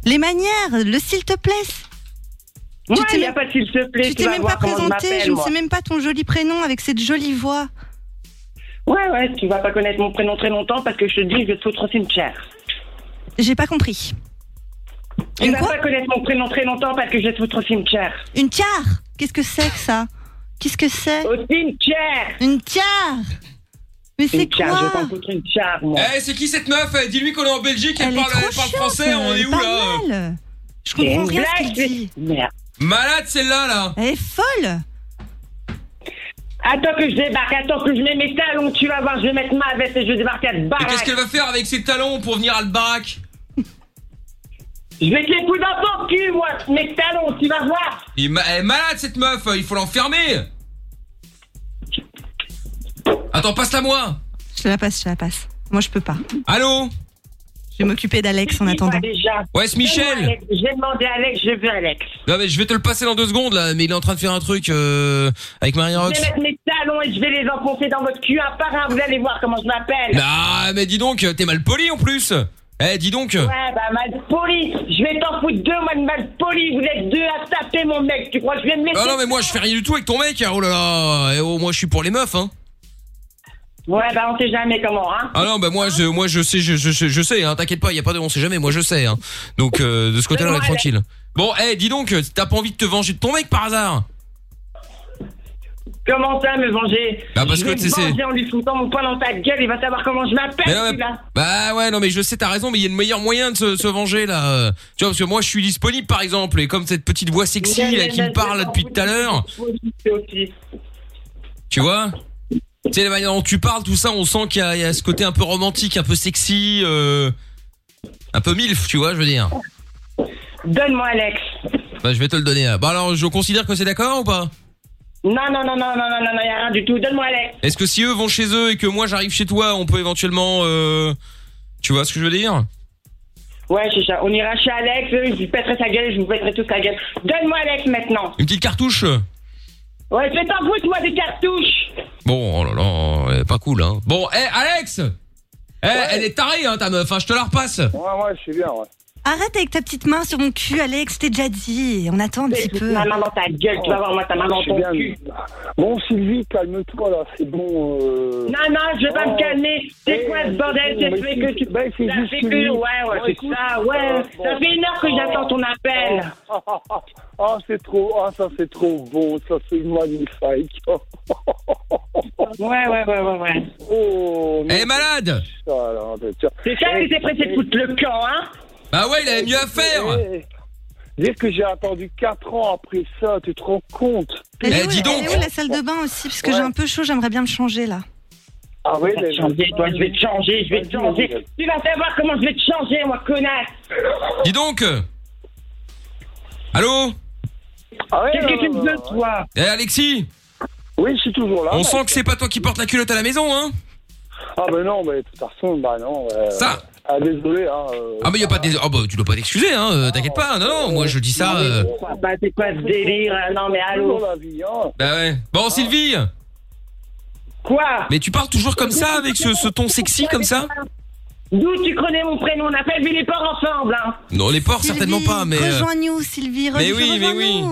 Les manières, le s'il te plaît. Ouais, Tu t'es y a même- pas de s'il te plaît, Tu tu t'es vas même pas voir comment je présenté, m'appelle, je ne moi. sais même pas ton joli prénom avec cette jolie voix. Ouais, ouais, tu vas pas connaître mon prénom très longtemps parce que je te dis, je vais te foutre au cimetière. J'ai pas compris. Tu vas pas connaître mon prénom très longtemps parce que je vais te foutre au cimetière. Une tiare Qu'est-ce que c'est que ça Qu'est-ce que c'est Une tiare Une tiare Mais c'est Une tiare, je vais quoi t'en foutre une tiare, moi. Eh, c'est qui cette meuf Eh, Dis-lui qu'on est en Belgique, elle, Elle est parle, elle trop parle chiante, français, on est elle où parle là mal. Je C'est comprends une rien à ce blague, qu'il dit. Merde. Malade celle-là là Elle est folle Attends que je débarque, attends que je mets mes talons, tu vas voir, je vais mettre ma veste et je vais débarquer à ce Et qu'est-ce baraque. qu'elle va faire avec ses talons pour venir à le baraque Je vais te les foutre dans ton cul, moi, mes talons, tu vas voir. Il est ma- Elle est malade cette meuf, il faut l'enfermer Attends, passe-la moi Je te la passe, je te la passe. Moi, je peux pas. Allô Je vais m'occuper d'Alex en attendant. Déjà. Ouais, c'est Michel. J'ai demandé à Alex, je veux Alex. Non mais je vais te le passer dans deux secondes là, mais il est en train de faire un truc euh, avec Marie Je Rox. vais mettre mes talons et je vais les enfoncer dans votre cul un par un, vous allez voir comment je m'appelle. Bah, Nah, mais dis donc, t'es mal poli en plus. Eh, dis donc. Ouais, bah, mal poli. Je vais t'en foutre deux, moi, de mal poli. Vous êtes deux à taper, mon mec. Tu crois que je vais me laisser Ah non mais moi je fais rien du tout avec ton mec. Oh là là. Eh, oh, moi je suis pour les meufs hein. Ouais, bah, on sait jamais comment, hein. Ah non bah moi je moi je sais je je, je- je sais hein, t'inquiète pas, y a pas de on sait jamais, moi je sais hein. Donc euh, de ce côté-là on est tranquille. Bon, eh dis donc, t'as pas envie de te venger de ton mec par hasard Comment ça, me venger Bah, parce Je que vais tu sais, te venger en lui foutant mon poing dans ta gueule. Il va savoir comment je m'appelle, Mais non, mais- celui-là. Bah ouais, non mais je sais, t'as raison, mais il y a le meilleur moyen de se, se venger là. euh. Tu vois, parce que moi je suis disponible par exemple, et comme cette petite voix sexy Mais- là, mais- qui me mais- parle depuis tout à l'heure, aussi. tu vois Tu sais, la manière dont tu parles, tout ça, on sent qu'il y, a- il y a ce côté un peu romantique, un peu sexy, euh, un peu milf, tu vois, je veux dire. Donne-moi Alex. Bah je vais te le donner. là. Bah alors, je considère que c'est d'accord ou pas Non, non, non, non, non, non, non, non, y a rien du tout. Donne-moi Alex. Est-ce que si eux vont chez eux et que moi j'arrive chez toi, on peut éventuellement... euh, tu vois ce que je veux dire Ouais, chicha, on ira chez Alex. euh, Je lui pèterai sa gueule et je vous pèterai tous la gueule. Donne-moi Alex maintenant. Une petite cartouche Ouais, fais t'en foutre, moi, des cartouches. Bon, oh là là, elle est pas cool, hein. Bon, eh, Alex Eh, elle est tarée, hein, ta meuf, hein, je te la repasse Ouais, ouais, je suis bien, ouais. Arrête avec ta petite main sur mon cul, Alex, t'es déjà dit. On attend un petit peu. Ma main dans ta gueule, tu vas voir, moi, ta main dans Je suis ton bien. cul. Bon, Sylvie, calme-toi, là, c'est bon. euh. Non, non, je vais pas Oh. me calmer. C'est Eh, quoi ce bordel bon, Ça mais fait c'est- que tu. ben, c'est Ça juste fait une que. minute. Ouais, ouais, Bon, c'est écoute, ça, ouais. euh, bon. Ça fait une heure que j'attends ton appel. Ah, ah, ah, <laughs> ah, c'est trop, ah, ça c'est trop beau, ça c'est magnifique. <laughs> ouais, ouais, ouais, ouais, ouais. Oh, Elle est malade C'est ça que t'es Eh, pressé de foutre le camp, hein Bah ouais, il avait mieux à faire eh, Dire que j'ai attendu 4 ans après ça, tu te rends compte Elle Eh, est où, elle est où la salle de bain aussi Parce que j'ai un peu chaud, j'aimerais bien me changer là. Ah oui, Je vais te changer, toi, je vais te changer, je vais te changer. Tu vas savoir comment je vais te changer, moi, connasse. Dis donc Allô Qu'est-ce que tu me veux, toi Eh, Alexis Ah euh, Oui, je suis toujours là. On mec. sent que c'est pas toi qui porte la culotte à la maison, hein Ah ben non, mais de toute façon, bah non. euh, Ça. Ah désolé, hein. euh, Ah, mais y a pas de... Oh, bah, tu dois pas t'excuser, hein, euh, t'inquiète pas, non, non, moi je dis ça... euh, Bah, c'est quoi ce délire hein Non, mais allô toujours la vie, hein. Bah ouais. Bon, Sylvie Quoi Mais tu parles toujours comme ça, avec ce, ce ton sexy comme ça D'où tu connais mon prénom On n'a pas vu les porcs ensemble, hein Non, les porcs, certainement pas, mais... euh, Rejoins-nous, Sylvie, mais rejoins-nous. oui, mais oui.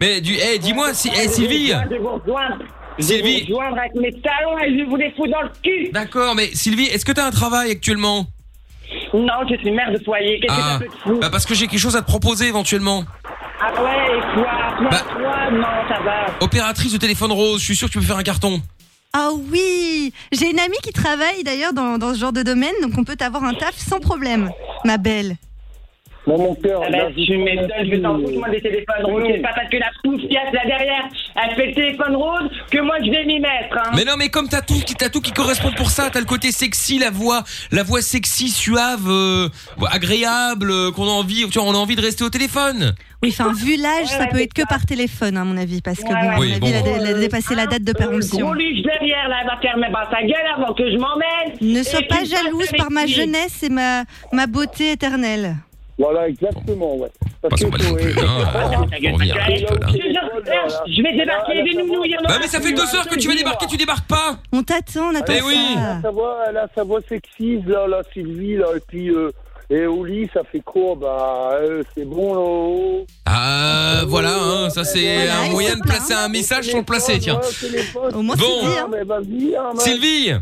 Mais du... Eh, dis-moi, si... eh, Sylvie Je vais vous rejoindre. Sylvie. Je vais vous rejoindre avec mes talons et je vais vous les fous dans le cul D'accord, mais Sylvie, est-ce que t'as un travail actuellement Non, je suis mère de foyer, qu'est-ce Ah, que tu fous bah parce que j'ai quelque chose à te proposer éventuellement. Bah. Ah ouais, et toi Toi, toi, non, ça va Opératrice de téléphone rose, je suis sûr que tu peux faire un carton. Ah oui J'ai une amie qui travaille d'ailleurs dans, dans ce genre de domaine, donc on peut avoir un taf sans problème, ma belle. Moi, mon père, Ah bah, tu m'étonnes, je vais t'en foutre, moi, des téléphones roses. C'est pas parce que la poufiasse là derrière, elle fait le téléphone rose que moi, je vais m'y mettre. Hein. Mais non, mais comme t'as tout, qui- t'as tout qui correspond pour ça. T'as le côté sexy, la voix, la voix sexy, suave, euh, agréable, euh, qu'on a envie, tu vois, on a envie de rester au téléphone. Oui, <laughs> enfin, vu l'âge, ça peut être que par téléphone, hein, à mon avis, parce que, bon, à mon Oui, avis, bon. elle, a, dé- elle a dépassé la date de péremption. Gros luge derrière, là, elle va fermer par sa gueule avant que je m'emmène. Ne Et sois tu pas me jalouse fasses par ma avec lui. jeunesse et ma, ma beauté éternelle. Voilà, exactement, ouais. Parce que toi, hein, ouais. Je vais débarquer des nounous. il y en aura Bah, mais ça fait plus, deux hein, heures je que te tu vas le dis, débarquer, moi. tu débarques pas. On t'attend, on attend Mais oui. Elle a ça. sa voix, elle a sa voix sexy, là, la Sylvie, là, et puis, euh, et au lit, ça fait quoi Bah, euh, c'est bon, là, oh. Ah, voilà, hein, ça c'est Voilà, un et moyen c'est de plein. placer un message sans le placer, tiens. Au moins, Bon. c'est dit, hein. Ah, mais vas-y, hein, mec. Sylvie,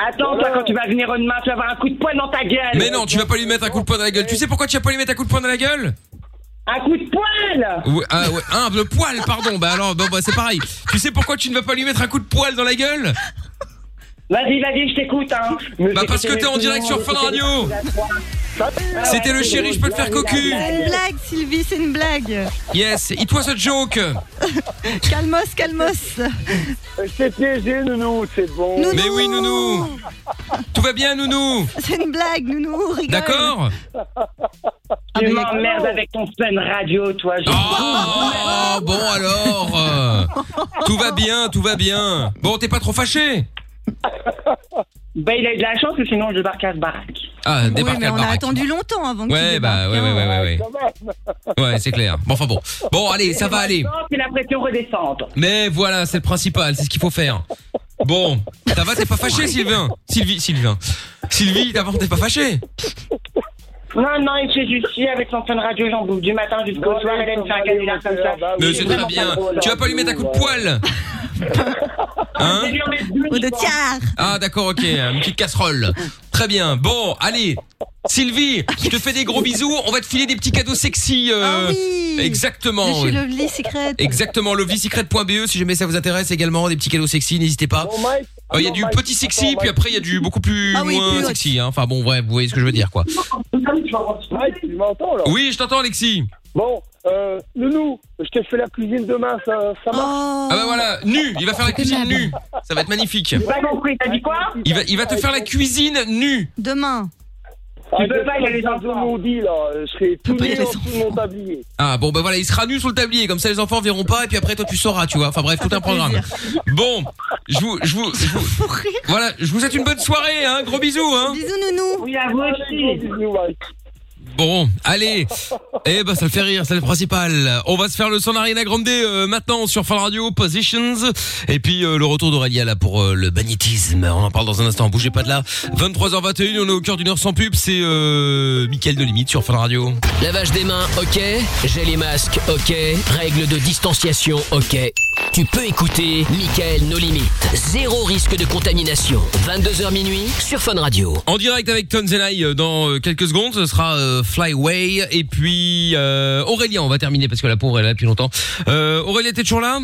Attends, toi, quand tu vas venir demain, tu vas avoir un coup de poing dans ta gueule. mais non, tu vas pas lui mettre un coup de poing dans la gueule. Tu sais pourquoi tu vas pas lui mettre un coup de poing dans la gueule Un coup de poing, là. Ouais, ah, ouais, hein, le poil, pardon. Bah alors, bon, bah, c'est pareil. Tu sais pourquoi tu ne vas pas lui mettre un coup de poil dans la gueule Vas-y, vas-y, je t'écoute. Hein. Bah parce que t'es en direct sur Fun Radio. C'était le chéri, je peux le faire cocu. C'est une blague, Sylvie, c'est une blague. Yes, it was a joke. Calmos, calmos. C'est piégé, nounou, c'est bon. Nounou. Mais oui, nounou. Tout va bien, nounou. C'est une blague, nounou, rigole. <laughs> D'accord Ah, Tu mais m'emmerdes avec ton Fun Radio, toi. Je... Oh, bon alors. euh, Tout va bien, tout va bien. Bon, t'es pas trop fâché Bah, il a eu de la chance, parce que sinon, je débarque à ce baraque. Ah, Oui, débarque mais à on a baraque. attendu longtemps avant que tu Ouais, bah, débarques, ouais, hein. ouais, ouais, ouais, ouais. <laughs> Ouais, c'est clair. Bon, enfin bon. Bon, allez, ça va aller. Non, c'est la pression redescente. Mais voilà, c'est le principal, c'est ce qu'il faut faire. Bon, ça va, t'es pas fâché, Sylvain Sylvie, Sylvain. Sylvie, d'abord, t'es pas fâché Non, non, il fait juste chier avec son Fun Radio, j'en bouffe du matin jusqu'au Non, soir, mais elle aime ça faire va gagner aller, la comme ça. bah oui. Mais c'est très bien. Tu vas pas lui mettre un coup de poil Hein Ou de tiare. Ah, d'accord, ok, une petite casserole. Très bien. Bon, allez, Sylvie, je te fais des gros bisous. On va te filer des petits cadeaux sexy. euh, Ah oui. Exactement. De chez oui. Lovely Secret. Exactement, lovelysecret.be E, si jamais ça vous intéresse également, des petits cadeaux sexy, n'hésitez pas. Bon, Mike. Il y a du petit sexy, puis après il y a du beaucoup plus Ah oui, moins plus haute. sexy. hein. Enfin bon, ouais, vous voyez ce que je veux dire quoi. Mike, Ah, tu m'entends, là Oui, je t'entends Alexis. Bon, euh, nounou, je te fais la cuisine demain, ça, ça marche Oh. Ah bah voilà, nu, il va faire la cuisine Aimable. nue. Ça va être magnifique. J'ai pas compris, t'as dit quoi Il va, il va te faire la cuisine nue. Demain. Ah, Tu peux pas, il y a les je enfants. nous dit, là, je serai tout pas, il y nu a les dans tout mon tablier. Ah bon bah voilà, il sera nu sur le tablier, comme ça les enfants verront pas et puis après toi tu sauras, tu vois. Enfin bref, tout un programme. Bon, je vous, je vous, je vous- Pour rire. voilà, je vous souhaite une bonne soirée, hein, gros bisous, hein. Bisous, nounou. Oui, à vous aussi. Bisous, Mike. Bon, allez. Eh ben, ça le fait rire, c'est le principal. On va se faire le son d'Ariana Grande euh, maintenant sur Fan Radio Positions. Et puis euh, le retour d'Aurélia là pour euh, le banditisme. On en parle dans un instant. Bougez pas de là. 23h21, on est au cœur d'une heure sans pub. C'est euh, Mickaël de Limite sur Fan Radio. Lavage des mains, ok. Gel et masque, ok. Règles de distanciation, ok. Tu peux écouter Michael No Limites. Zéro risque de contamination. 22h minuit sur Fun Radio. En direct avec Tonzenai euh, dans euh, quelques secondes, ce sera euh, Flyway et puis euh, Aurélien, on va terminer parce que la pauvre elle est là depuis longtemps. Euh, Aurélien, t'es toujours là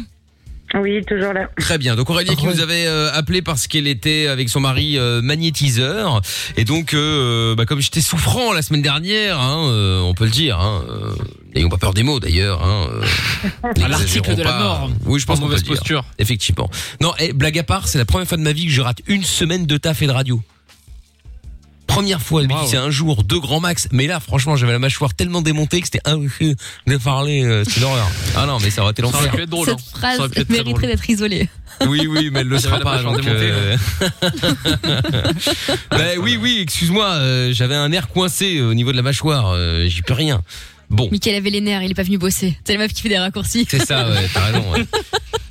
Oui, toujours là. Très bien. Donc Aurélie qui nous avait euh, appelé parce qu'elle était avec son mari euh, magnétiseur et donc euh, bah, comme j'étais souffrant la semaine dernière, hein, euh, on peut le dire. Hein, euh, N'ayons pas peur des mots d'ailleurs. Hein, <laughs> euh, n'exagérons de la pas. mort. Oui, je pense En qu'on peut le mauvaise dire. posture. Effectivement. Non, et blague à part, c'est la première fois de ma vie que je rate une semaine de taf et de radio. Première fois, elle me dit Waouh. c'est un jour, deux grands max. Mais là, franchement, j'avais la mâchoire tellement démontée que c'était impossible de parler. euh, c'est l'horreur. Ah non, mais ça aurait été Ça aurait l'enfer. pu être drôle. Cette hein. Ça phrase aurait pu être très mériterait drôle. d'être isolée. Oui, oui, mais elle le Vous sera avez la pas. mâchoire donc, démontée, euh, <laughs> bah, oui, oui, excuse-moi, euh, j'avais un air coincé au niveau de la mâchoire, euh, j'y peux rien. Bon, Michael avait les nerfs, il est pas venu bosser. C'est la meuf qui fait des raccourcis. c'est ça, ouais, t'as raison. ouais.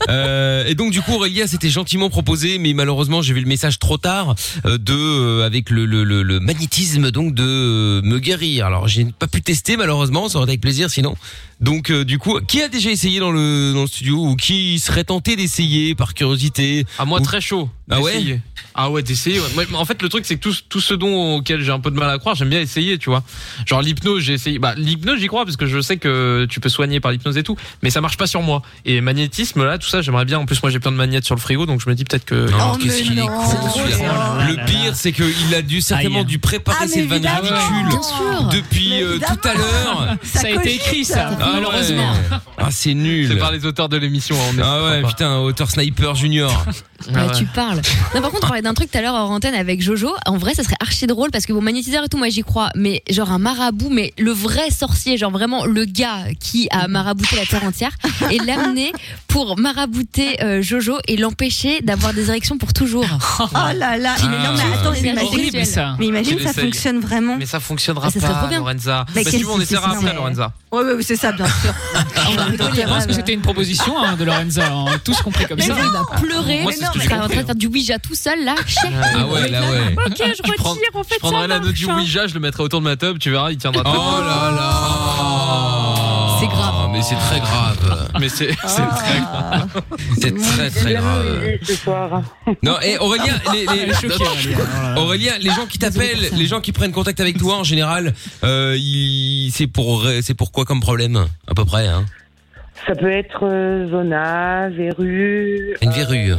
Euh, et donc du coup Aurélia s'était gentiment proposé mais malheureusement j'ai vu le message trop tard euh, de euh, avec le, le, le, le magnétisme donc de euh, me guérir alors j'ai pas pu tester malheureusement ça aurait été avec plaisir sinon donc euh, du coup qui a déjà essayé dans le dans le studio ou qui serait tenté d'essayer par curiosité À moi, Ou- très chaud. Ah ouais d'essayer. Ah ouais, d'essayer. ouais. Moi, en fait, le truc, c'est que tout, tout ce dont auquel j'ai un peu de mal à croire, j'aime bien essayer, tu vois. Genre l'hypnose, j'ai essayé. Bah, l'hypnose, j'y crois parce que je sais que tu peux soigner par l'hypnose et tout, mais ça marche pas sur moi. Et magnétisme, là, tout ça, j'aimerais bien. En plus, moi, j'ai plein de magnettes sur le frigo, donc je me dis peut-être que. Oh, qu'est-ce qu'il est con, celui-là. Le pire, c'est qu'il a dû certainement Aïe. dû préparer Ah, mais cette vanne évidemment, ridicule bien sûr. depuis euh, tout à l'heure. Ça a été écrit, ça, Ah, ouais. malheureusement. Ah, c'est nul. C'est par les auteurs de l'émission. hein, Ah ouais, putain, auteur sniper junior. Ah, Bah, Tu parles. Non, par contre, on parlait d'un truc tout à l'heure en antenne avec Jojo. En vrai, ça serait archi drôle parce que bon, magnétiseur et tout, moi j'y crois. Mais genre un marabout, mais le vrai sorcier, genre vraiment le gars qui a marabouté la terre entière et l'amener pour marabouter euh, Jojo et l'empêcher d'avoir des érections pour toujours. Oh là là, il est là, mais attends, mais imagine- Mais imagine, Tu ça l'essayes. fonctionne vraiment. Mais ça fonctionnera Ah, ça serait trop pas, bien. Lorenza. Mais Bah, qu'est-ce si, on que essaiera c'est, après, non, Lorenza. Ouais, ouais, c'est ça, bien sûr. Je pense que c'était une proposition hein, de Lorenza. On a tous compris comme Mais ça. non, il va pleurer, Moi, mais c'est non, ce que mais j'ai t'es en compris, train de faire du Ouija tout seul <laughs> là, chef. Ah ouais, là, ouais. Ok, je retire, en fait. Je prendrai l'anneau du Ouija, je le mettrai autour de ma table, tu verras, il tiendra. Oh là là C'est grave. Ah, mais c'est très grave. Mais c'est Ah. c'est très grave. C'est très très grave. Euh. Non, et Aurélien, les, les- Ah, Elle <laughs> est choquée, hein, Aurélien. Aurélien, les gens qui t'appellent, les gens qui prennent contact avec toi en général, euh, ils- c'est pour c'est pour quoi comme problème à peu près hein Ça peut être euh, zona, verrue, Euh, Une verrue.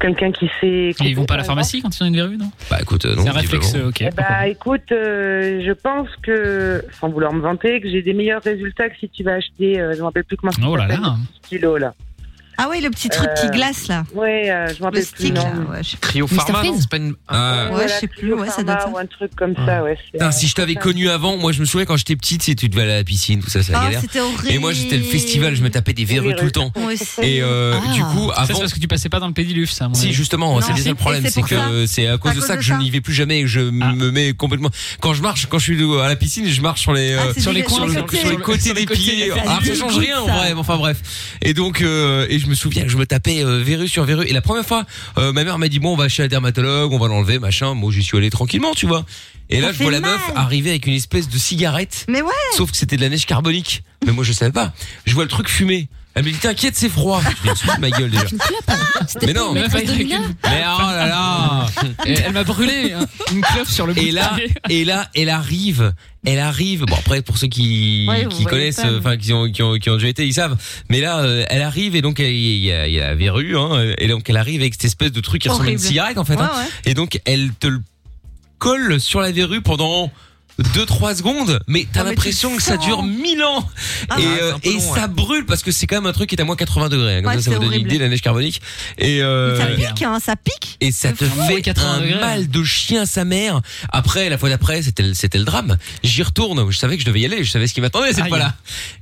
quelqu'un qui sait. Et ils vont pas à la pharmacie quand ils ont une verrue, non Bah écoute, non. C'est un réflexe, visiblement. ok. Bah écoute, euh, je pense que, sans vouloir me vanter, que j'ai des meilleurs résultats que si tu vas acheter, euh, je ne rappelle plus comment ça Oh là s'appelle, là. le petit kilo, là. Ah ouais, le petit truc qui Euh, glace là. Ouais, euh, je m'en rappelle plus. stick, non. là, Cryopharma, non, c'est pas une. Ah. Voilà, Ouais, je sais plus, ouais, ça hein. doit être ça. Cryopharma ou un truc comme ça, ouais. c'est- Putain, si je t'avais connu avant, moi je me souviens quand j'étais petite, si tu devais aller à la piscine, tout ça, c'est la Ah, galère. c'était horrible. Et moi j'étais le festival, je me tapais des verrues tout le temps. Moi aussi. Et euh, Ah. du coup, Ça, c'est avant, parce que tu passais pas dans le pédiluf, ça. à mon Si avis. justement, c'est Non, le si. seul problème, Et c'est pour que ça. c'est à cause À de cause ça de que je ça. n'y vais plus jamais. et Je me mets complètement. Quand je marche, quand je suis à la piscine, je marche sur les euh, c'est sur les coins, sur les, sur le- sur les côtés sur les des côtés, pieds. ça Ah, ça lui change coûte, rien en ça. vrai. mais Enfin bref. Et donc, euh, et je me souviens que je me tapais euh, verrue sur verrue. Et la première fois, euh, ma mère m'a dit bon, on va chez la dermatologue, on va l'enlever, machin. Moi, j'y suis allé tranquillement, tu vois. Et là, Ça je vois fait la meuf mal. arriver avec une espèce de cigarette. Mais ouais. Sauf que c'était de la neige carbonique. Mais moi, je savais pas. Je vois le truc fumer. Elle me dit t'inquiète, c'est froid. Je lui ai dit, Fous de ma gueule déjà. Mais non, mais mais- Mais oh là <laughs> là Et elle m'a brûlé hein, une clope sur le bout Et de là, pied. et là, elle arrive, elle arrive. Bon après pour ceux qui Ouais, vous qui voyez connaissent, pas, mais- euh, enfin qui ont qui ont qui ont déjà été, ils savent. Mais là, euh, elle arrive et donc elle- il y a il y a la verrue, hein, et donc elle arrive avec cette espèce de truc qui ressemble à une Horrible. cigarette en fait. hein. Ouais, ouais. Et donc elle te le colle sur la verrue pendant 2-3 secondes, mais t'as Ah, mais tu l'impression que ça sens. dure 1000 ans Ah, et, ouais, euh, c'est un peu et long, ça brûle parce que c'est quand même un truc qui est à moins 80 degrés. hein. Comme Ouais, ça, c'est ça vous donne une horrible. idée de la neige carbonique. Et euh, Ça pique, hein, ça pique. et ça te fou, fait 80 un degrés. mal de chien sa mère. Après, la fois d'après, c'était le- c'était le drame. J'y retourne. Je savais que je devais y aller. Je savais ce qui m'attendait cette Aïe. fois-là.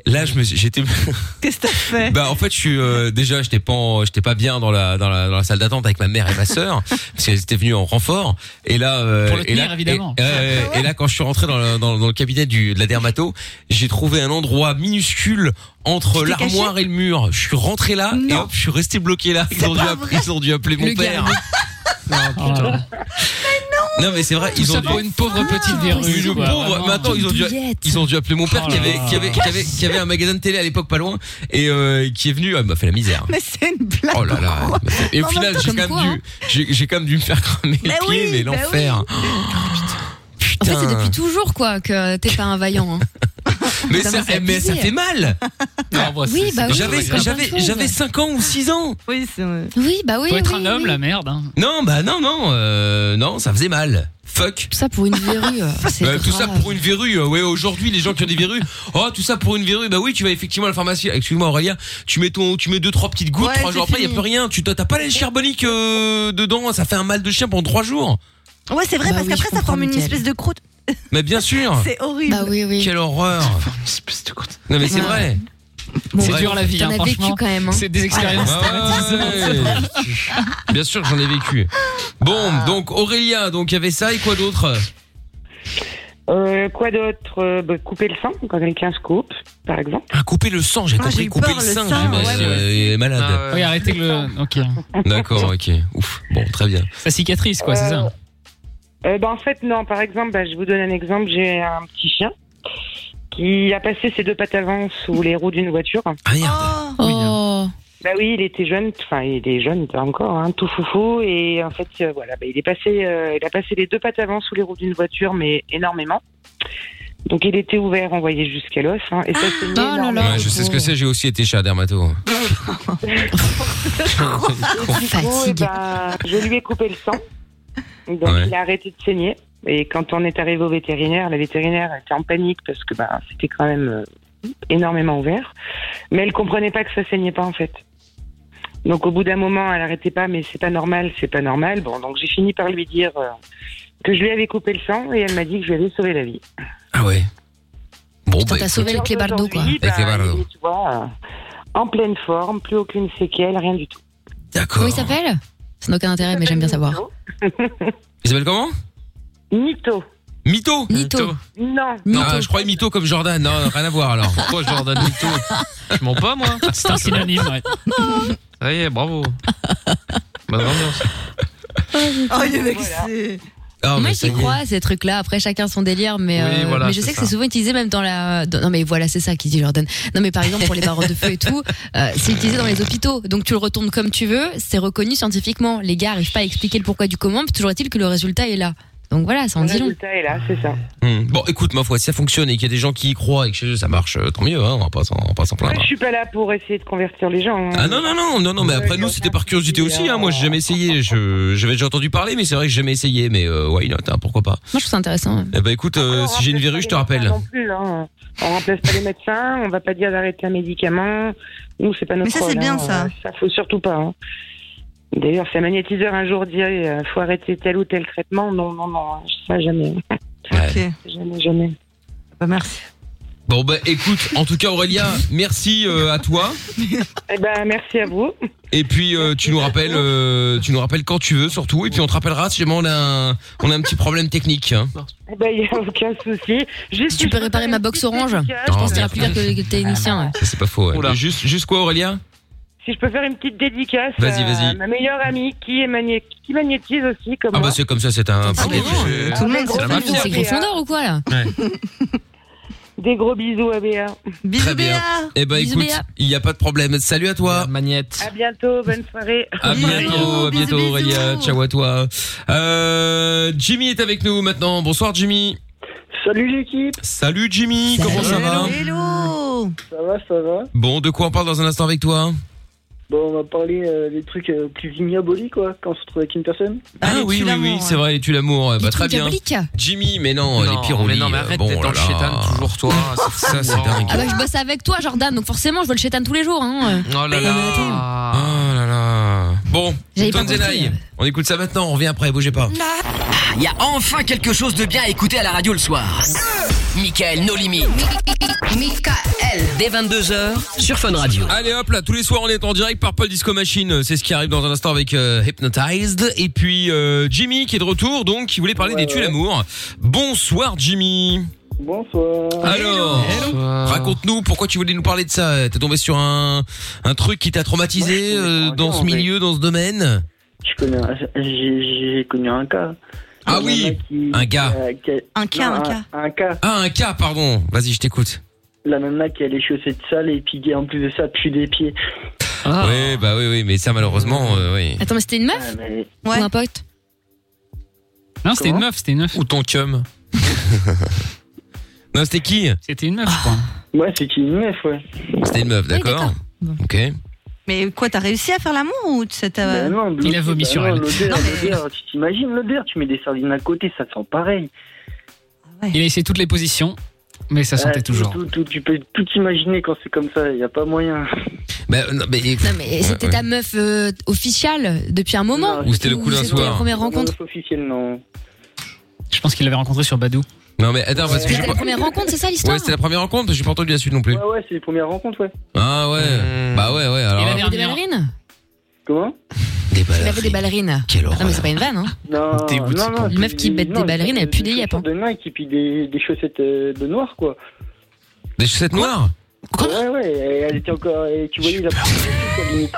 Là, je me suis- j'étais. <laughs> Qu'est-ce que t'as fait Bah, en fait, je suis euh, déjà, j'étais pas, en- j'étais pas bien dans la dans la dans la salle d'attente avec ma mère et <laughs> ma sœur parce qu'elles étaient venues en renfort. Et là, euh, Pour le et tenir, là, évidemment. Et, euh, et là, quand je suis rentré dans le, dans, dans le cabinet du de la dermato, j'ai trouvé un endroit minuscule entre Tu t'es l'armoire et le mur. Je suis rentré là et hop, je suis resté bloqué là. Ils ont dû appeler, ils ont dû appeler mon Le père. gars. Non, putain. Non mais c'est vrai, Tout ils ont Ah. ça dû pour une pauvre Ah. petite verrue. Une quoi, pauvre, vraiment. mais attends, ils ont dû ils ont dû appeler mon père Oh qui là avait là. qui avait qui avait qui avait un magasin de télé à l'époque pas loin et euh, qui est venu, ah, il m'a fait la misère. Mais c'est une blague. Oh là là. elle m'a fait- Et au En final, même temps, j'ai comme quand quoi, même hein. dû j'ai j'ai quand même dû me faire cramer Bah le pied, oui, mais bah l'enfer. <gasps> Oh, En Putain. fait, c'est depuis toujours quoi que t'es pas un vaillant. hein. Mais Ça ça, m'a fait mais ça plaisir. fait mal. c'est- Oui, bah oui, Oh, j'avais c'est comme j'avais plein de choses. j'avais 5 ans ou 6 ans. Oui, c'est vrai. Oui, bah oui. Faut être oui, un homme, oui. la merde. hein. Non, bah non non euh, non, ça faisait mal. Fuck. Tout ça pour une <laughs> verrue. euh, c'est Bah, tout ça grave. pour une verrue. euh, Ouais, aujourd'hui, les gens qui ont des verrues. Oh, tout ça pour une verrue. Bah oui, tu vas effectivement à la pharmacie. Ah, Excuse-moi, Aurélien. Tu mets ton, tu mets deux, trois petites gouttes. Ouais, trois jours c'est après, il y a fini. plus rien. Tu t'as t'as pas les charboniques euh, dedans. Ça fait un mal de chien pendant trois jours. Ouais, c'est Bah vrai, parce qu'après, ça forme une espèce de croûte. Mais bien Oh. sûr. C'est horrible. Bah oui, oui. Quelle horreur. Non, mais c'est Ouais. vrai. Bon, bah, c'est ouais. dur la vie, T'en hein, as vécu franchement. quand même. hein. C'est des expériences Ah ouais. traumatisantes. <laughs> Bien sûr, que j'en ai vécu. Bon, Ah. donc Aurélien, donc il y avait ça et quoi d'autre Euh, quoi d'autre Euh, bah, Couper le sang quand quelqu'un se coupe, par exemple. Ah, couper le sang, j'ai Ah, j'ai compris. Couper eu peur, le le sein. sein, j'ai- ouais, j'ai- ouais. il est malade. Oui, arrêtez que le. Ok. <laughs> D'accord, ok. Ouf. Bon, très bien. Sa cicatrice, quoi, c'est ça. Euh, bah, en fait, non. Par exemple, bah, je vous donne un exemple. J'ai un petit chien qui a passé ses deux pattes avant sous les roues d'une voiture. Oh. Bah oui, il était jeune, enfin il est jeune pas encore, hein, tout foufou et en fait ben, euh, voilà, bah, il est passé, euh, il a passé les deux pattes avant sous les roues d'une voiture, mais énormément. Donc il était ouvert, on voyait jusqu'à l'os. hein, et ça, saignait énormément. Ouais, je sais ce que c'est, j'ai aussi été chat dermato. Et du coup, eh ben, je lui ai coupé le sang. Donc il a arrêté de saigner. Et quand on est arrivé au vétérinaire, la vétérinaire était en panique parce que bah, c'était quand même euh, énormément ouvert. Mais elle comprenait pas que ça saignait pas en fait. Donc au bout d'un moment, elle arrêtait pas, mais c'est pas normal, c'est pas normal. Bon, donc j'ai fini par lui dire euh, que je lui avais coupé le sang et elle m'a dit que je lui avais sauvé la vie. Ah ouais. Bon, Putain, t'as sauvé le clébardo, quoi. Aujourd'hui, bah, il est, tu vois, euh, en pleine forme, plus aucune séquelle, rien du tout. Comment il s'appelle Ça n'a aucun intérêt, mais j'aime bien savoir. Il s'appelle comment Mito. Mito Mito. Non. Ah, Non, euh, je croyais Mito comme Jordan. Non, rien à voir alors. Pourquoi Jordan Mito Je mens pas moi. C'est un synonyme, <laughs> ouais. Ça y est, bravo. Bonne ambiance. Oh, il est vexé. Ah, Moi, j'y crois, ces trucs-là. Après, chacun son délire, mais, Oui, euh, voilà, mais je c'est sais que ça. c'est souvent utilisé même dans la. dans- non, mais voilà, c'est ça qui dit Jordan. Non, mais par exemple, pour les barres de feu et tout, euh, c'est utilisé dans les hôpitaux. Donc, tu le retournes comme tu veux, c'est reconnu scientifiquement. Les gars arrivent pas à expliquer le pourquoi du comment, puis toujours est-il que le résultat est là. Donc voilà, ça en Le dit long. résultat est là, c'est ça. Hmm. Bon, écoute, ma foi, si ça fonctionne et qu'il y a des gens qui y croient et que chez eux ça marche, euh, tant mieux, hein, on va pas s'en on va pas s'en Moi, plaindre. je suis pas là pour essayer de convertir les gens. hein. Ah non, non, non, non, non, mais après nous c'était par curiosité aussi, hein, moi j'ai jamais essayé, je- j'avais déjà entendu parler, mais c'est vrai que j'ai jamais essayé, mais euh, why not, hein, pourquoi pas. Moi, je trouve ça intéressant. Eh bah écoute, euh, si j'ai une verrue, je te rappelle. Non plus, hein. On remplace pas les médecins, on va pas dire d'arrêter un médicament. Nous, c'est pas notre Mais ça, c'est rôle, bien, hein. ça. Ça, faut surtout pas. hein. D'ailleurs, si un magnétiseur un jour dit euh, faut arrêter tel ou tel traitement, non, non, non, hein, ça jamais. Jamais, jamais. Bah, merci. Bon bah écoute, en tout cas Aurélia, merci euh, à toi. Eh ben, merci à vous. Et puis euh, tu nous rappelles, euh, tu nous rappelles quand tu veux surtout, et puis on te rappellera si jamais on a un, on a un petit problème technique. hein. Eh ben, il n'y a aucun souci. Juste, tu peux réparer ma box orange, je pense que ça ira Ah, plus vite que le technicien. ouais. Ça, C'est pas faux. ouais. Juste, juste quoi Aurélia si je peux faire une petite dédicace Vas-y, euh, vas-y. à ma meilleure amie qui, est magné- qui magnétise aussi, comme Ah bah moi. c'est comme ça, c'est bah, un. Ah oui, c'est- tout le monde, c'est la c'est mafia. tout, C'est hein. Gryffondor ou quoi, là Des gros bisous à Béa. Très bien. Eh ben Bisous, écoute, Béa. il n'y a pas de problème. Salut à toi. Magnette. À bientôt, bonne soirée. À bientôt, à bientôt Aurélia. Ciao à toi. Euh, Jimmy est avec nous maintenant. Bonsoir Jimmy. Salut l'équipe. Salut Jimmy. Comment ça va Hello Ça va, ça va. Bon, de quoi on parle dans un instant avec toi Bon, on va parler euh, des trucs euh, plus ignabolis, quoi, quand on se retrouve avec une personne. Ah oui, oui, oui, c'est vrai. Et tu l'amour. Eh ben, très bien. diaboliques. Jimmy, mais non, Non, les pyrolis. mais non, mais arrête bon, d'être dans le chétan, toujours toi. Ça, c'est dingue. Ah bah, je bosse avec toi, Jordan, donc forcément, je vois le chétan tous les jours. Hein. Oh là là. Oh là là. Bon, J'avais pas Tonzenai, compris. on écoute ça maintenant. On revient après. Bougez pas. Il y a enfin quelque chose de bien à écouter à la radio le soir. Michael No Limit. Michael. Dès 22h sur Fun Radio. Allez hop là, tous les soirs on est en direct par Paul Disco Machine, c'est ce qui arrive dans un instant avec euh, Hypnotized et puis euh, Jimmy qui est de retour donc qui voulait parler des tues l'amour. Bonsoir Jimmy. Bonsoir. Alors, raconte-nous pourquoi tu voulais nous parler de ça. T'es tombé sur un un truc qui t'a traumatisé euh, dans ce milieu, dans ce domaine. Je connais un- J'ai j'ai connu un cas. Ah oui Un gars. euh, Un cas, un cas. Un cas. Ah un cas, pardon. Vas-y, je t'écoute. La nana qui a les chaussettes sales et puis qui, en plus de ça pue des pieds. Oui, bah oui, oui, mais ça malheureusement, euh, oui. Attends, mais c'était une meuf Ou un pote Non, c'était une Comment meuf, c'était une meuf. Ou ton chum. non, c'était qui C'était une meuf, je crois. Ouais, c'est qui une meuf, ouais. C'était une meuf, d'accord. Ok. Mais quoi, t'as réussi à faire l'amour ou ça t'a. Bah non, l'odeur- bah non, L'odeur, Non, mais- l'odeur, tu t'imagines l'odeur, tu mets des sardines à côté, ça sent pareil. Il a essayé toutes les positions, mais ça Ah, sentait tout, toujours. tout, tout, tu peux tout imaginer quand c'est comme ça, il n'y a pas moyen. Bah, non, mais, Non, mais c'était ta meuf euh, officielle depuis un moment. Ou c'était le coup d'un C'était la soir. première rencontre. officielle, non. Je pense qu'il l'avait rencontré sur Badou. Non mais attends parce que j'ai C'était pas. la première rencontre, c'est ça l'histoire Ouais, c'était la première rencontre, j'ai pas entendu la suite non plus. Ouais, ouais, c'est les premières rencontres, ouais. Ah ouais. Hmm. Bah ouais, ouais. Alors. Il avait des ballerines Comment Des Il avait des ballerines. non, mais c'est pas une vanne, hein Non, T'es non, bout de ce non, con. Une meuf qui bête des ballerines, elle pue des hein. yaps, yaps. de Nike et puis des, des chaussettes euh, de noir, quoi. Des chaussettes noires Ouais, ouais, et elle était encore. Et tu voyais la <laughs>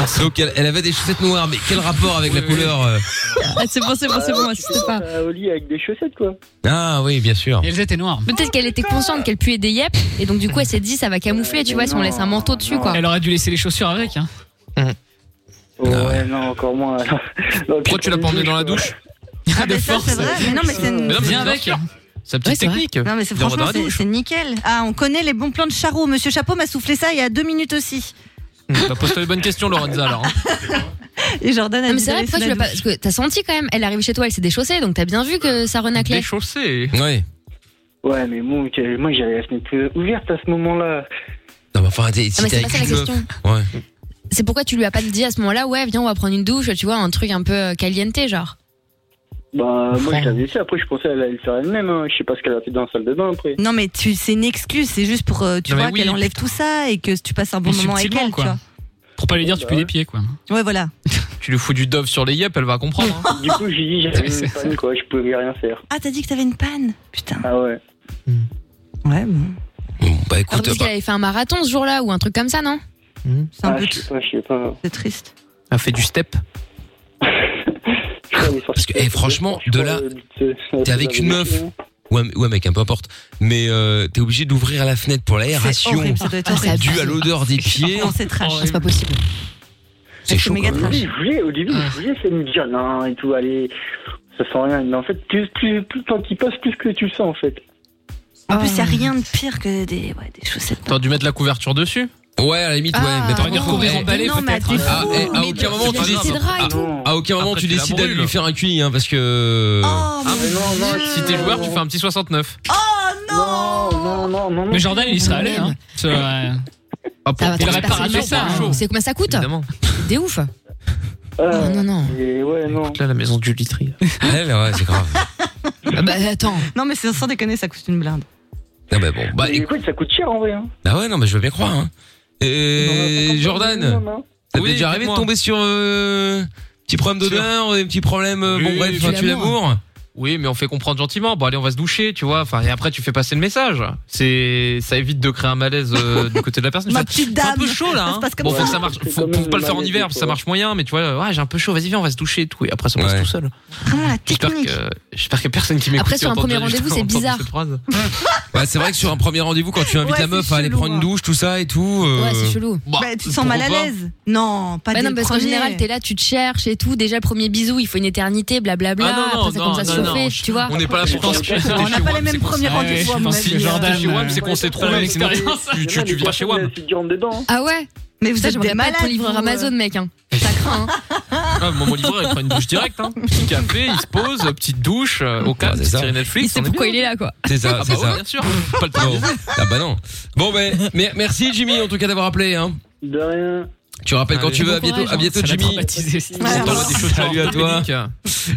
Ah, Donc elle, elle avait des chaussettes noires, mais quel rapport avec la couleur euh Ah, c'est bon, c'est bon, c'est bon, insiste pas. Ah, Au lit avec des chaussettes, quoi. Ah oui, bien sûr. Elles étaient noires. Peut-être qu'elle était consciente qu'elle puait des yep, et donc du coup elle s'est dit ça va camoufler, tu vois, si on laisse un manteau dessus quoi. Elle aurait dû laisser les chaussures avec. Hein. Ouais, non, encore moins. alors. Donc, Pourquoi tu l'as pas emmené dans la douche <laughs> Ah, mais ça, c'est vrai. Mais non, mais c'est une- mais Viens c'est avec. sûr. Sa petite technique. Non, mais c'est franchement, c'est- c'est nickel. Ah, on connaît les bons plans de Charo. Monsieur Chapeau m'a soufflé ça il y a deux minutes aussi. Bah, pose-toi les bonnes questions, Lorenza, alors. hein. Et Jordan a Non, mais dit c'est vrai, d'aller pourquoi sous tu la l'as pas. Parce que t'as senti quand même, elle arrive chez toi, elle s'est déchaussée, donc t'as bien vu que ça renaclait. Déchaussé. Ouais. Ouais, mais bon, que- moi j'avais la fenêtre euh, ouverte à ce moment-là. Non, mais enfin, t'es- si Ah, mais t'es c'est pas avec ça la une meuf- question. Ouais. C'est pourquoi tu lui as pas dit à ce moment-là, ouais, viens, on va prendre une douche, tu vois, un truc un peu euh, caliente, genre. Bah, moi je l'avais fait, après je pensais elle allait le faire elle-même, hein. je sais pas ce qu'elle a fait dans la salle de bain après. Non mais tu c'est une excuse, c'est juste pour euh, tu Non, mais vois oui. qu'elle enlève tout ça et que tu passes un bon moment avec elle, tu vois. <laughs> Pour pas lui dire, tu peux des pieds, quoi. Ouais voilà. Tu lui fous du dove sur les yeux, elle va comprendre. hein. Du coup, j'ai dit j'avais une panne quoi, je pouvais rien faire. Ah t'as dit que t'avais une panne. Ah ouais. Ouais, bon. Bah Alors, écoute, parce bah, qu'elle avait fait un marathon ce jour-là ou un truc comme ça, non C'est un Ah, je sais pas, je sais pas. C'est triste. a fait Ah, du step. Parce que, eh, franchement, de là, t'es avec une meuf ou un, ou un mec, hein, peu importe, mais euh, t'es obligé d'ouvrir la fenêtre pour l'aération horrible, ça doit être horrible. due à l'odeur des pieds. Non, c'est trash. C'est pas possible. C'est chaud. Au quand même. début, je voulais, au début, Ah. je voulais essayer de me dire non hein, et tout, allez, ça sent rien. Mais en fait, plus, plus, plus le temps qui passe, plus que tu le sens en fait. En plus, y a rien de pire que des, ouais, des chaussettes. T'aurais dû mettre la couverture dessus Ouais, à la limite, ouais. Mais T'aurais dû recourir en balai, non, mais peut-être. t'es hein. Ah, eh, à mais aucun moment tu c'est décides. drap et Ah, tout. À aucun moment Après, tu tu la décides d'aller brûles. lui faire un cuni, hein, parce que. Ah, mais non, non, si t'es joueur, tu fais un petit 69. Non, non, non, non. Mais Jordan, il y serait allé, hein. C'est, euh, Ça va pour trop la se passer réparation, mal, ça, ça. hein. C'est combien ça coûte Évidemment. C'est Des ouf. Ah, non, non. Et ouais, non. Là, la maison du litri. Elle, <laughs> ouais, c'est grave. Ah bah attends. Non mais c'est- sans déconner, ça coûte une blinde. Ah, bah bon, bah écoute. Écoute, ça coûte cher en vrai. Hein. Bah ouais, non, mais je veux bien croire. Hein. Et Jordan, hein. ça t'est Oui, déjà arrivé de dites-moi. tomber sur euh, petit problème d'odeur, des petits problèmes, euh, bon bref, enfin, tu l'amour. Oui, mais on fait comprendre gentiment. Bon, allez, on va se doucher, tu vois. Enfin, et après, tu fais passer le message. C'est, ça évite de créer un malaise euh, du côté de <laughs> la personne. Ma Tu fais, petite dame. C'est un peu chaud là. Ça se hein. passe comme Bon, ça. faut que ça marche. C'est Faut, quand faut même pas le faire en malaisé, hiver, quoi. parce que ça marche moyen. Mais tu vois, ouais, j'ai un peu chaud. Vas-y, viens, on va se doucher et tout. Et après, ça passe tout seul. J'espère que, j'espère que personne qui m'écoute. Ah, Après, sur un entend premier bien juste rendez-vous, c'est entendre bizarre. cette phrase. Bah, c'est vrai que sur un premier rendez-vous, quand tu invites Ouais, la meuf à aller prendre une douche, tout ça et tout. euh, hein. Ouais, c'est chelou. Bah, tu te sens mal à pourquoi l'aise Non, pas Bah dès non, le parce qu'en premier. général, t'es là, tu te cherches et tout. Déjà, le premier bisou, il faut une éternité, blablabla. Ah non, non, Après, ça non, commence à non, se chauffer, non. tu vois. On n'est pas là pour t'inspirer. On T'es n'a chez pas les Wham, mêmes c'est qu'on premiers s'est- rendez-vous, Ouais, à mon je pense avis, que Jordan, hein. Chez Wam, c'est qu'on s'est trompé. c'est bon, Tu tu- tu vivras chez Wam. dedans. Ah ouais Mais vous Ça, êtes j'aimerais des pas être ton malades, livreur vous, Amazon, euh. mec. Hein. Ça craint. hein. Ah, mon livreur, il prend une douche directe. Hein. Petit café, il se pose, petite douche, euh, au calme, petite série Netflix. C'est on est pourquoi bien. il est là, quoi. C'est ça, Ah c'est bah ouais, ça. bien sûr. Pas le temps. Ah bah non. Bon ben, mer- merci Jimmy en tout cas d'avoir appelé. Hein. De rien. Tu rappelles quand Allez. tu veux. Bon À bientôt, courage, à hein. Ça bientôt l'a Jimmy. traumatisé, cette histoire. On t'envoie des choses. Salut à toi.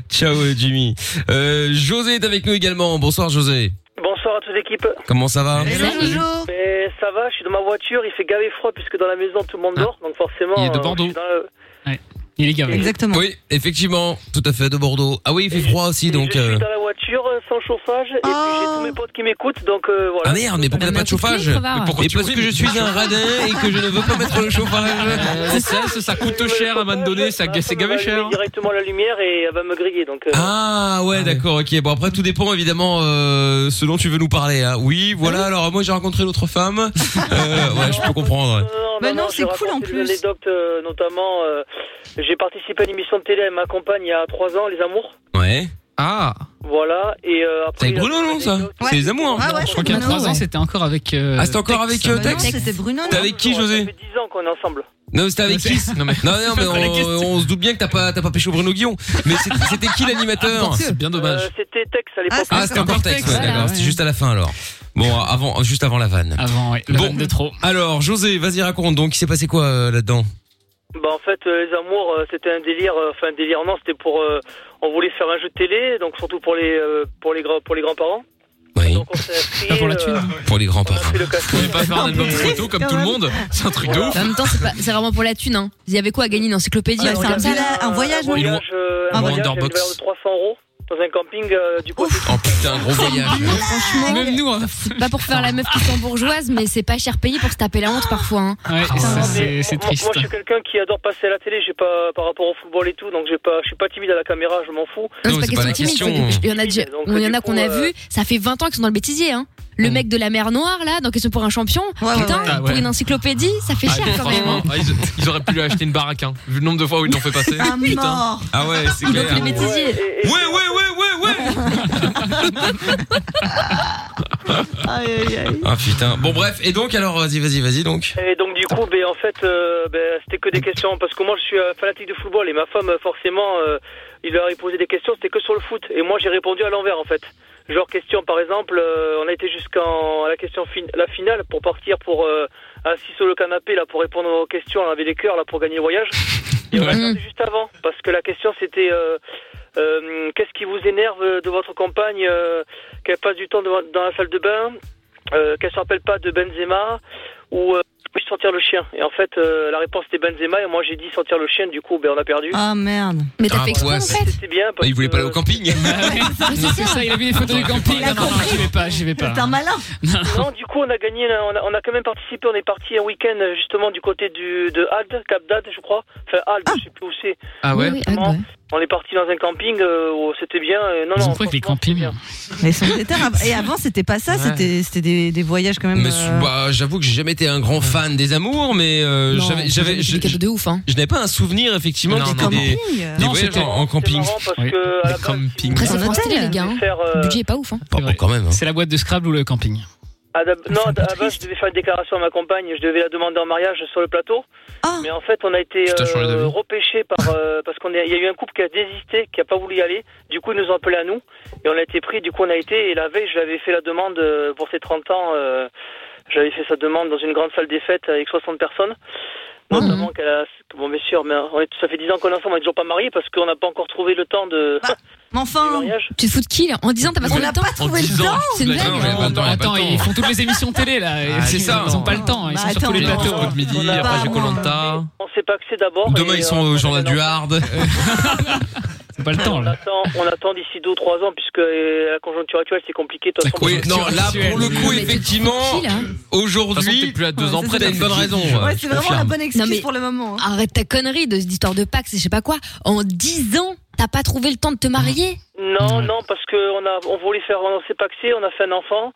Ciao euh, Jimmy. Euh, José est avec nous également. Bonsoir José. Bonsoir à toute l'équipe. Comment ça va Mais Eh, ça va, je suis dans ma voiture, il fait gavé froid puisque dans la maison tout le monde dort, donc forcément. Ah. Il est de euh, Bordeaux. je suis dans le- Il est gavé. Exactement. Oui, effectivement, tout à fait de Bordeaux. Ah oui, il fait froid aussi donc. Je suis euh, dans la voiture euh, sans chauffage et puis j'ai tous mes potes qui m'écoutent, donc euh, voilà. Ah merde, mais pourquoi t'as pas de chauffage clé, crevard. Mais pourquoi tu- parce que je suis un radin et que je ne veux <laughs> pas mettre le chauffage. Euh, ça, ça, ça coûte cher à un moment donné, ça, c'est gavé cher. Directement la lumière et elle va me griller, donc. euh, Ah ouais d'accord ok bon après tout dépend évidemment euh, ce dont tu veux nous parler hein. oui voilà alors moi j'ai rencontré l'autre femme Euh, ouais je peux comprendre Bah non, je c'est raconte cool en une plus. anecdote, euh, notamment, euh, j'ai participé à une émission de télé avec ma compagne il y a 3 ans, Les Amours. ouais ah Voilà, et euh, après. avec Bruno, non, ça C'est les amours. hein. je crois qu'il y a 3 ans, c'était encore avec. euh, ah c'était encore avec euh, Tex. Tex t'es avec qui José Ça fait 10 ans qu'on est ensemble. non mais c'était avec qui non mais, non, mais Pas la on, on se doute bien que t'as pas t'as pas pêché au Bruno Guillon mais c'était- c'était qui l'animateur Ah, C'est Euh, bien dommage. C'était Tex à l'époque. ah c'était encore Tex ouais, d'accord c'était juste à la fin alors bon avant juste avant la vanne avant ouais bon de trop alors José vas-y raconte donc il s'est passé quoi euh, là-dedans Bah en fait euh, les amours euh, c'était un délire euh, enfin un délire non c'était pour euh, on voulait faire un jeu de télé donc surtout pour les euh, pour les grands pour les grands-parents. Donc on s'est inscrit pour la pour les <laughs> grands-parents le casting. On pas faire un album photo comme tout le monde. C'est un truc de ouf. En même temps, c'est pas- c'est vraiment pour la thune. Hein. Il y avait quoi à gagner une encyclopédie Ah, un truc c'est comme ça, là Un voyage, euh, Un un voyage voyage. à une valeur de 300 euros dans un camping euh, du côté. Oh putain, gros voyage. Franchement, Même nous, hein. c'est pas pour faire la meuf qui sent bourgeoise, mais c'est pas cher payé pour se taper la honte parfois. Hein. Ouais, ça, c'est c'est Ah, Moi, triste. moi, je suis quelqu'un qui adore passer à la télé, j'ai pas par rapport au football et tout, donc j'ai pas je suis pas timide à la caméra, je m'en fous. Non, c'est pas question timide. c'est que- Il y en a, déjà- Donc, il y en du a coup, qu'on a euh, vu, ça fait 20 ans qu'ils sont dans le bêtisier. Hein. Le mec de la mer Noire, là, dans Question pour un champion, putain, ouais. Ah, ouais. pour une encyclopédie, ça fait Ah, cher mais quand même. hein. franchement, ah, ils, ils auraient pu lui acheter une baraque, hein. vu le nombre de fois où ils l'ont fait passer. Ah, Putain. mort. Ah <laughs> ouais, c'est Donc clair. le métisier. Ouais, ouais, ouais, ouais, <laughs> ouais. Ah putain. Bon bref, et donc alors vas-y, vas-y, vas-y donc. Et donc du coup, ben en fait, euh, ben, c'était que des questions parce que moi je suis euh, fanatique de football et ma femme euh, forcément, euh, il leur a posé des questions, c'était que sur le foot et moi j'ai répondu à l'envers en fait. Genre question par exemple, euh, on a été jusqu'en à la question fin- la finale pour partir pour euh, assis sur le canapé là pour répondre aux questions, on avait les cœurs là pour gagner le voyage. Et on a regardé juste avant parce que la question c'était euh, euh, qu'est-ce qui vous énerve de votre compagne euh, qu'elle passe du temps devant- dans la salle de bain, euh, qu'elle se rappelle pas de Benzema ou euh, puis sortir le chien. Et en fait, euh, la réponse était Benzema et moi j'ai dit sortir le chien. Du coup, ben on a perdu. Ah merde. Mais t'as fait bah, exprès, en fait. C'était bien. Parce Il voulait pas aller au camping. Ah, C'est ça, il a vu les photos du camping. Non, non, non, j'y vais pas, j'y vais pas. malin. non, du coup, on a gagné. là, On a, on a quand même participé. On est parti un week-end euh, justement du côté du de Alde, Cap d'Alde, je crois. Enfin, Alde, je sais plus où c'est. Ah ouais Oui, oui, Alde, ouais. On est parti dans un camping. euh, où c'était bien. euh, non, Ils ont non. cru que les campings. Mais son déterre, av- Et avant, c'était pas ça, Ouais. c'était c'était des, des voyages quand même. Mais euh, bah, j'avoue que j'ai jamais été un grand fan des amours, mais euh, Non, j'avais, c'est j'avais, je, de ouf, hein. je n'avais pas un souvenir effectivement Non, des, non, des, non. des Non, voyages c'était- en, en camping. Oui. que, à la camping. Après, c'est France Télé, les gars. hein. euh, Le budget est pas ouf, hein. quand même. C'est la boîte de Scrabble ou le camping. À la- Ah, non, à la base, je devais faire une déclaration à ma compagne, je devais la demander en mariage sur le plateau. Ah. Mais en fait, on a été Putain, euh, changé d'avis. repêché par <laughs> euh, parce qu'on est- il y a eu un couple qui a désisté, qui a pas voulu y aller. Du coup, ils nous ont appelé à nous et on a été pris. Du coup, on a été et la veille, j'avais fait la demande euh, pour ses 30 ans. euh, j'avais fait sa demande dans une grande salle des fêtes avec 60 personnes. Ah. Notamment qu'elle a- Bon, bien sûr, mais on est- ça fait 10 ans qu'on est ensemble, on est toujours pas mariés parce qu'on n'a pas encore trouvé le temps de. Bah, Mais enfin, tu te fous de qui là En 10 ans, t'as passé On le n'a temps pas trouvé le temps. C'est une Bah, non, blague. mais attends, il y a pas Attends, de temps. ils font toutes les émissions télé là. Ah, c'est Ils- ça. Ils ont pas le temps, ils Bah, sont sur tous les attends, plateaux. non. Midi, après j'ai Colanta. On s'est paxé d'abord. Demain et, ils sont aux gens là du hard. C'est pas le temps On là. attend, on attend d'ici 2 ou 3 ans puisque euh, la conjoncture actuelle c'est compliqué. de toute façon. Oui, non, là pour le coup effectivement, De toute façon, aujourd'hui, t'es plus à deux Ouais, ans c'est près, ça. t'as une bonne raison. ouais, je c'est vraiment la confirme. bonne excuse Non, mais- pour le moment. hein. Arrête ta connerie de cette histoire de Pax et je sais pas quoi. En 10 ans, t'as pas trouvé le temps de te marier Non, non, parce que on a, on voulait faire, on s'est paxé, on a fait un enfant.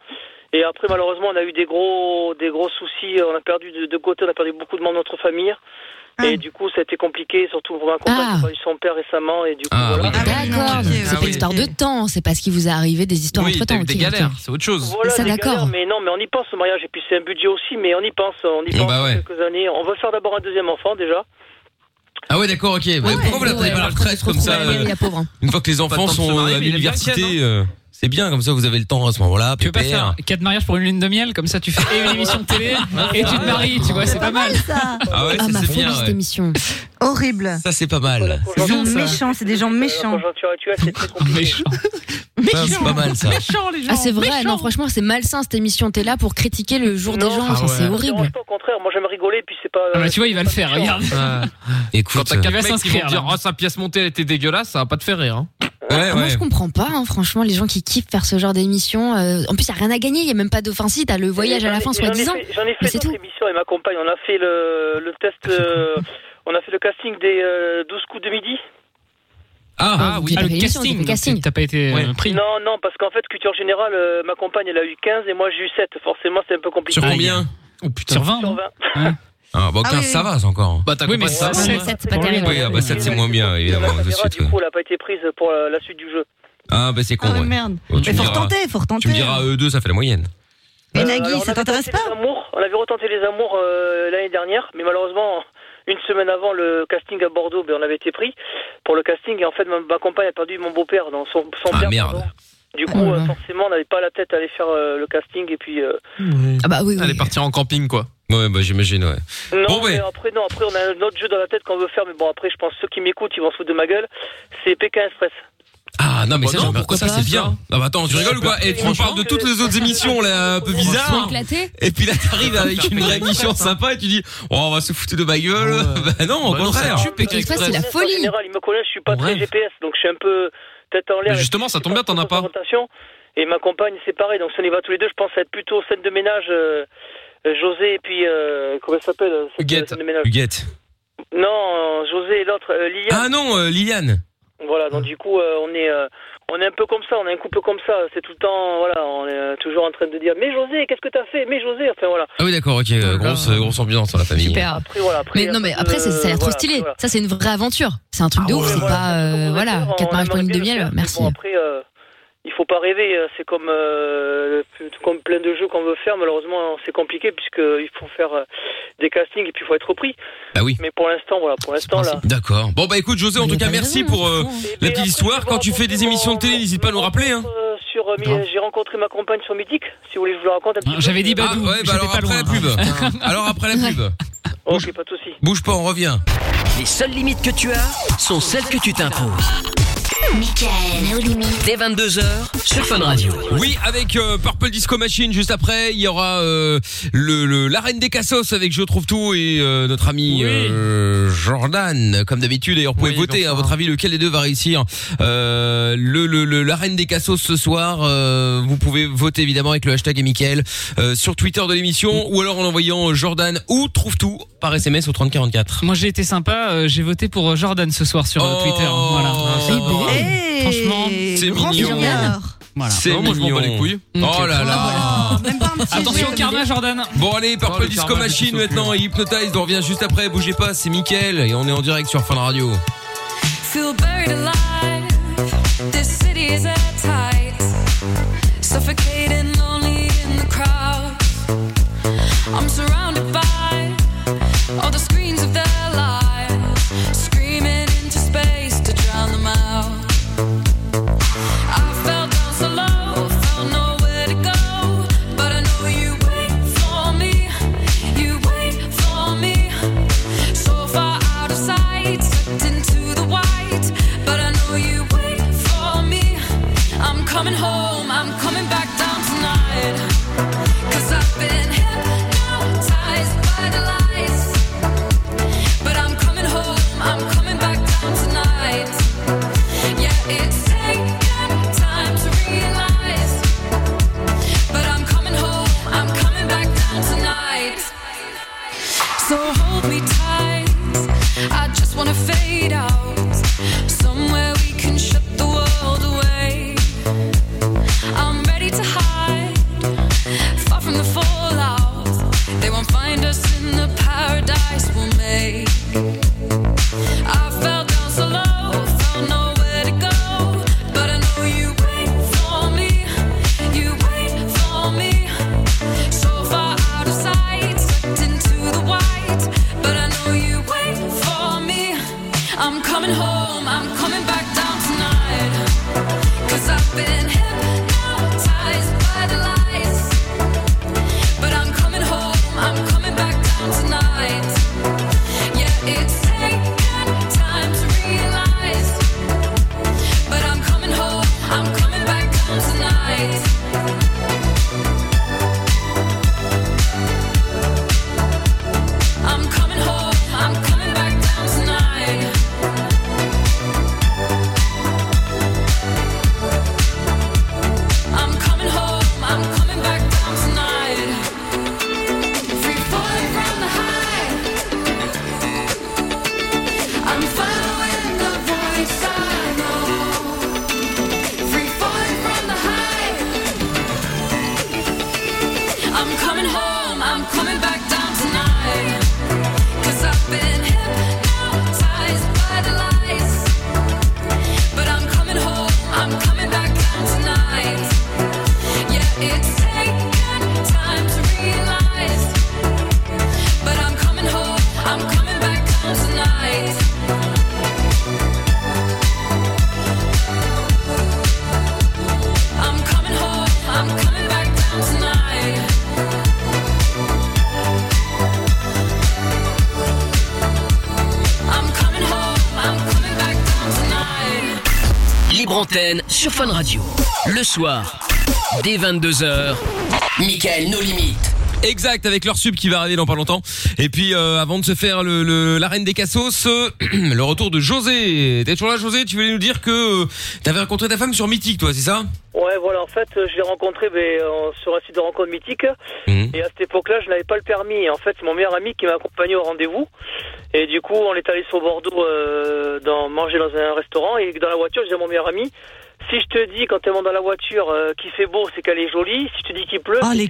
Et après, malheureusement, on a eu des gros, des gros soucis. On a perdu de, de côté, on a perdu beaucoup de membres de notre famille. Ah. Et du coup, ça a été compliqué, surtout pour ma compagne qui a perdu son père récemment. Et du coup, Ah, voilà. Ah, euh, D'accord, Ah c'est pas une histoire de temps, c'est parce qu'il vous est arrivé des histoires entre temps. c'est autre chose. Voilà, Ça, des d'accord. galères, Mais non, mais on y pense au mariage. Et puis, c'est un budget aussi, mais on y pense. On y pense bah ouais. quelques années. On veut faire d'abord un deuxième enfant déjà. Ah ouais d'accord, ok. Bah, Pourquoi vous la prenez pas la retraite comme ça euh, La bah pauvre. hein. Une fois que les Pas le enfants temps de se sont marier, à mais il est bien l'université, Ken, euh, c'est bien comme ça vous avez le temps à ce moment-là. Tu veux pas pépère. faire 4 mariages pour une lune de miel Comme ça, tu fais et une émission de télé et tu te maries, tu vois, c'est pas mal. Ça, Ah ouais, Ah, ça ma c'est phobie, bien. cette ouais. émission. horrible. Ça c'est pas mal. Ils sont bien, ça. méchants, c'est des gens Euh, La méchants. conjoncture actuelle, c'est très compliqué. Ça, C'est pas mal ça. Ah, c'est vrai, non, franchement, c'est malsain cette émission. T'es là pour critiquer le jour des gens, Ah ça, c'est ouais. horrible. Au contraire, moi j'aime rigoler, puis c'est pas. Ah bah, tu vois, il va le faire, regarde. Quand Écoute, euh, t'as Il quatre va mecs qui vont s'inscrire. dire là. oh sa pièce montée elle était dégueulasse, ça va pas te faire rire. Hein. ouais, Ah, Moi, je ouais. comprends pas, hein, franchement, les gens qui kiffent faire ce genre d'émission. euh, en plus, y a rien à gagner, y a même pas de. Enfin, si, t'as le voyage à la fin, J'en ai- soi-disant. J'en ai fait, j'en ai Mais fait c'est d'autres émissions avec ma compagne. On a fait le, le test, euh, on a fait le casting des euh, 12 coups de midi. Ah, Ah, oui, Ah, le t'as fait l'émission, t'as fait casting. le casting. donc T'as pas été euh, Ouais. pris. Non, non, parce qu'en fait, culture générale, euh, ma compagne, elle a eu 15 et moi j'ai eu 7. Forcément, c'est un peu compliqué. Sur combien Oh putain. Sur 20 Sur non 20. Ah bon, Ah 15 oui, ça oui. va c'est encore. Bah t'as Oui, mais compris ça. ça, ouais, c'est ouais, c'est pas terrible. Oui, ah bah ça c'est moins bien évidemment Elena de Ferreira, suite. du ouais. coup, elle a pas été prise pour la, la suite du jeu. Ah bah c'est con. Ah ouais, ouais. merde. Bon, tu Mais me faut diras. retenter, faut retenter. Tu me diras eux deux ça fait la moyenne. Et Euh, Nagui, alors, on ça avait t'intéresse tenté pas les amours, On avait retenté les amours euh, l'année dernière, mais malheureusement, une semaine avant le casting à Bordeaux, ben, on avait été pris pour le casting. Et en fait, ma, ma compagne a perdu mon beau-père dans son, son Ah, père. merde. pardon. Du Ah, coup, là, euh, là. forcément, on n'avait pas la tête à aller faire euh, le casting. Et puis, euh, Ah, bah oui, Elle oui. est partie en camping quoi. Ouais bah j'imagine ouais. non, Bon, ouais. mais après, non, après, on a un autre jeu dans la tête qu'on veut faire. Mais bon, après, je pense que ceux qui m'écoutent, ils vont se foutre de ma gueule. C'est Pékin Express. Ah non mais Bah ça non, j'aime pourquoi ça pas, c'est ça. bien. Ah bah attends tu rigoles ou quoi Et tu me parles de toutes les autres émissions là un peu Ils sont bizarres. éclatés. Et puis là t'arrives avec une vraie émission sympa et tu dis oh on va se foutre de ma gueule. <laughs> Bah non au Bah non, ça contraire. tue, Pékin Pékin Express, Express. la En folie. général, ils me connaissent, je suis pas Ouais. très GPS, donc je suis un peu euh, tête en l'air. Mais justement, ça tombe bien, t'en as pas. Confrontation. Et ma compagne, c'est pareil, donc si on y va tous les deux, je pense être plutôt scène de ménage. euh, euh, José et puis euh, comment elle s'appelle euh, cette Huguette. scène de ménage Huguette. Non, euh, José et l'autre euh, Liliane. Ah non euh, Liliane. Voilà, donc du coup euh, on est euh, on est un peu comme ça, on est un couple comme ça, c'est tout le temps, voilà, on est euh, toujours en train de dire, mais José, qu'est-ce que t'as fait Mais José, enfin voilà. Ah oui, d'accord, ok. euh, Grosse, grosse ambiance dans la famille. Super. mais non, mais euh, après, ça, ça a l'air trop stylé. Ça, c'est une vraie aventure. C'est un Ah truc de ouf. C'est pas. euh, voilà, quatre mariages pour une demi-heure. Merci. Bon, après, euh, il faut pas rêver. euh, C'est comme, euh, comme plein de jeux qu'on veut faire. Malheureusement, c'est compliqué puisqu'il faut faire euh, des castings et puis il faut être repris. Bah oui. Mais pour l'instant, voilà, pour l'instant, là. D'accord. Bon, Eh bah écoute, José, en tout cas, merci pour euh, la petite histoire. Quand tu fais des émissions de télé, n'hésite pas à nous rappeler. Hein. euh, Sur, euh, mes- j'ai rencontré ma compagne sur Mythique. Si vous voulez, je vous la raconte un petit peu. J'avais dit Badou. Ah, ouais, bah alors après la pub. <laughs> alors après la pub. Ok, pas de soucis. Bouge pas, on revient. Les seules limites que tu as sont celles que tu t'imposes. Michael, aux limites. Dès 22h sur Fun Radio. Oui, avec euh, Purple Disco Machine juste après, il y aura euh, le, le- la reine des cassos avec Je trouve tout et euh, notre ami euh, Jordan. Comme d'habitude, d'ailleurs, vous pouvez voter. hein, À votre avis, lequel des deux va réussir euh, le, le, le- la reine des cassos ce soir euh, Vous pouvez voter évidemment avec le hashtag et Mickaël euh, sur Twitter de l'émission ou alors en envoyant Jordan ou trouve tout par SMS au 3044. Moi j'ai été sympa, euh, j'ai voté pour euh, Jordan ce soir sur euh, Twitter. Oh, Voilà. oh. eh, Ah, Franchement, c'est mignon. Voilà. C'est Non, moi, je m'en mignon. bats les couilles. Oh là Ah, là. Attention au karma, Jordan. Bon allez, Oh, Purple le Disco karma, Machine je me souviens maintenant et Hypnotize, on revient juste après, bougez pas, c'est Mickaël et on est en direct sur Fun Radio. Feel buried alive. This city is at tight. Suffocating, lonely in the crowd. I'm surrounded by all the screens of their lives, screaming into space to drown them out. I fell down so low, found nowhere to go. But I know you wait for me. You wait for me. So far out of sight, sucked into the white. But I know you wait for me. I'm coming home, I'm coming back down tonight. Cause I've been hypnotized by the lights. But I'm coming home, I'm coming back down tonight. Yeah, it's taken time to realize. But I'm coming home, I'm coming back down tonight. So hold me tight. I just wanna fade out. Somewhere we can shut the world away. I'm ready to hide, far from the fallout. They won't find us in the paradise we'll make. I fell down so low, found nowhere to go. But I know you wait for me. You wait for me. So far out of sight, sucked into the white. But I know you wait for me. I'm coming home, I'm coming back down tonight. Cause I've been hypnotized by the lights. But I'm coming home, I'm coming back down tonight. Yeah, it's taken time to realize. But I'm coming home, I'm coming back down tonight. I'm coming home, I'm coming back down tonight. I'm coming home, I'm coming back down tonight. Free falling from the high. I'm following the voice I know. Free falling from the high. I'm coming home, I'm coming back down tonight. Cause I've been hypnotized by the lights. But I'm coming home, I'm coming back down tonight. Yeah, it's taken time to realize. But I'm coming home, I'm coming back down tonight. I'm coming home, I'm coming back down tonight. I'm coming home, I'm coming back down tonight. Libre antenne sur Fun Radio. Le soir, dès 22h, Michael, nos limites. Exact, avec leur sub qui va arriver dans pas longtemps. Et puis euh, avant de se faire le, le- la reine des cassos, euh, <clears throat> le retour de José. T'es toujours là José, tu voulais nous dire que euh, t'avais rencontré ta femme sur Mythique toi, c'est ça Ouais, voilà, en fait, euh, je l'ai rencontré ben, euh, sur un site de rencontre Mhm. mythique. Et à cette époque-là, je n'avais pas le permis. Et en fait, c'est mon meilleur ami qui m'a accompagné au rendez-vous. Et du coup, on est allé sur Bordeaux euh, dans, manger dans un restaurant. Et dans la voiture, je disais à mon meilleur ami si je te dis quand t'es dans la voiture euh, qu'il fait beau, c'est qu'elle est jolie. Si je te dis qu'il Ah, pleut, c'est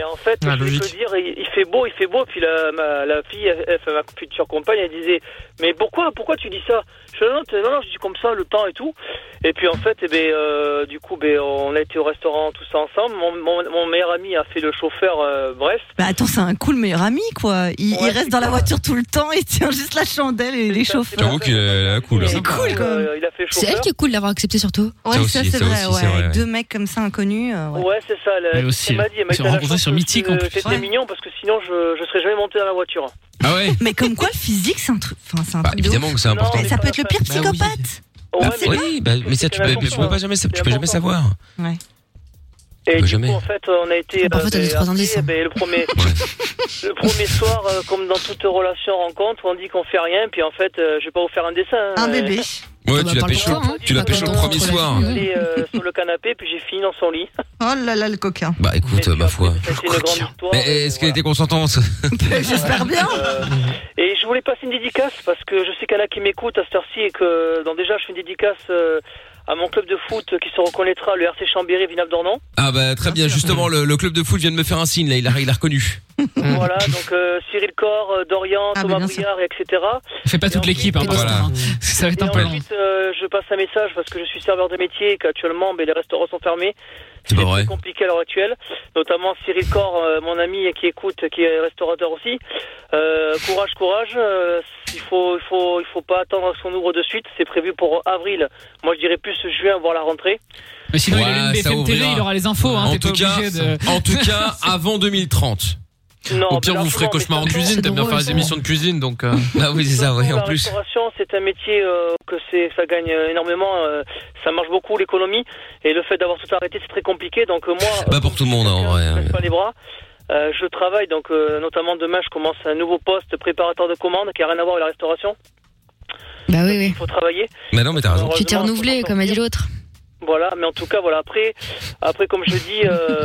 <laughs> et en fait, Ah, je vais logique. te dire, il, il fait beau, il fait beau. Puis la, ma, la fille, elle- elle- enfin, ma future compagne, elle disait, mais pourquoi, pourquoi tu dis ça Je dis, non, t'es- non, non, je dis comme ça, le temps et tout. Et puis en fait, eh ben, euh, du coup, ben, on a été au restaurant tous ensemble. Mon, mon- mon meilleur ami a fait le chauffeur, euh, bref. Bah attends, c'est un cool meilleur ami, quoi. Il, il reste dans la voiture tout le temps et tient juste la chandelle et les chauffeurs. J'avoue qu'il est cool. C'est cool, quand même. euh, il a fait C'est elle qui est cool d'avoir accepté surtout. Ouais, Ça ça aussi, c'est ça vrai, aussi, ouais. c'est vrai, Avec ouais. deux mecs comme ça inconnus. euh, ouais. Ouais, c'est ça. Elle, Mais aussi, elle hein. m'a dit, elle m'a ils dit, se sont la rencontrés chance sur que Mythique, je- en plus. C'était Ouais. mignon parce que sinon, je, je serais jamais monté dans la voiture. hein. Ah <laughs> ouais Bah, Mais comme quoi, le physique, c'est un truc. Enfin, c'est un truc de évidemment ouf. que c'est important. Mais ça peut être le pire Bah oui. psychopathe. Bah, c'est oui, bah, mais ça, tu peux, hein. mais tu peux pas jamais, tu peux jamais savoir. Ouais. Et Bah, du jamais. coup, en fait, on a été. Ah Bah, en fait, t'as ben, des trois appelés, indices, hein. ben, le premier, <laughs> le premier soir, euh, comme dans toute relation rencontre, on dit qu'on fait rien, puis en fait, euh, je vais pas vous faire un dessin. Un hein, bébé. Ouais, tu l'as pêché, parle-toi, hein. tu l'as pêché le premier soir. Je suis allé, euh, sur le canapé, puis j'ai fini dans son lit. Oh là là, le coquin. Bah écoute, ma foi. C'était une grande histoire. Mais est-ce qu'elle était consentante J'espère bien. Euh, et je voulais passer une dédicace parce que je sais qu'il y en a qui m'écoutent à cette heure-ci et que donc déjà je fais une dédicace euh, à mon club de foot qui se reconnaîtra, le RC Chambéry Villeneuve <laughs> d'Ornon. Ah bah très bien, justement, le, le club de foot vient de me faire un signe, là, il a, il a reconnu. Voilà, donc euh, Cyril Corr, euh, Dorian, Ah, Thomas Briard, etc. Fais pas toute l'équipe, hein, parce que, Voilà. hein, <laughs> ça va être un Et peu long. ensuite, euh, je passe un message parce que je suis serveur de métier et qu'actuellement ben, les restaurants sont fermés. C'est pas vrai. compliqué à l'heure actuelle, notamment Cyril Corr, euh, mon ami qui écoute, qui est restaurateur aussi. Euh, courage, courage. euh, il faut, il faut, il faut pas attendre son ouvre de suite. C'est prévu pour avril. Moi, je dirais plus juin, voire la rentrée. Mais sinon, Ouais, il a une ça BFM TV, ouvrira. il aura les infos. Hein, en, t'es tout pas cas, obligé de... en <laughs> tout cas, avant 2030. Non, Au pire, mais vous ferez largement, cauchemar en mais cuisine, c'est t'aimes bien drôle, faire les ça. émissions de cuisine, donc. <laughs> euh, Ah oui, c'est ça, oui, en la plus. restauration, c'est un métier euh, que c'est, ça gagne euh, énormément, euh, ça marche beaucoup l'économie et le fait d'avoir tout arrêté, c'est très compliqué. Donc euh, moi, <laughs> Bah pour tout le monde, hein, en vrai. je ne hein. baisse pas les bras. Euh, je travaille donc euh, notamment demain, je commence un nouveau poste préparateur de commandes qui a rien à voir avec la restauration. Bah oui, oui. Il faut travailler. Bah non, mais t'as raison. Tu t'es Heureusement, renouvelé, comme a dit l'autre. Voilà, mais en tout cas, voilà. Après, après, comme je dis,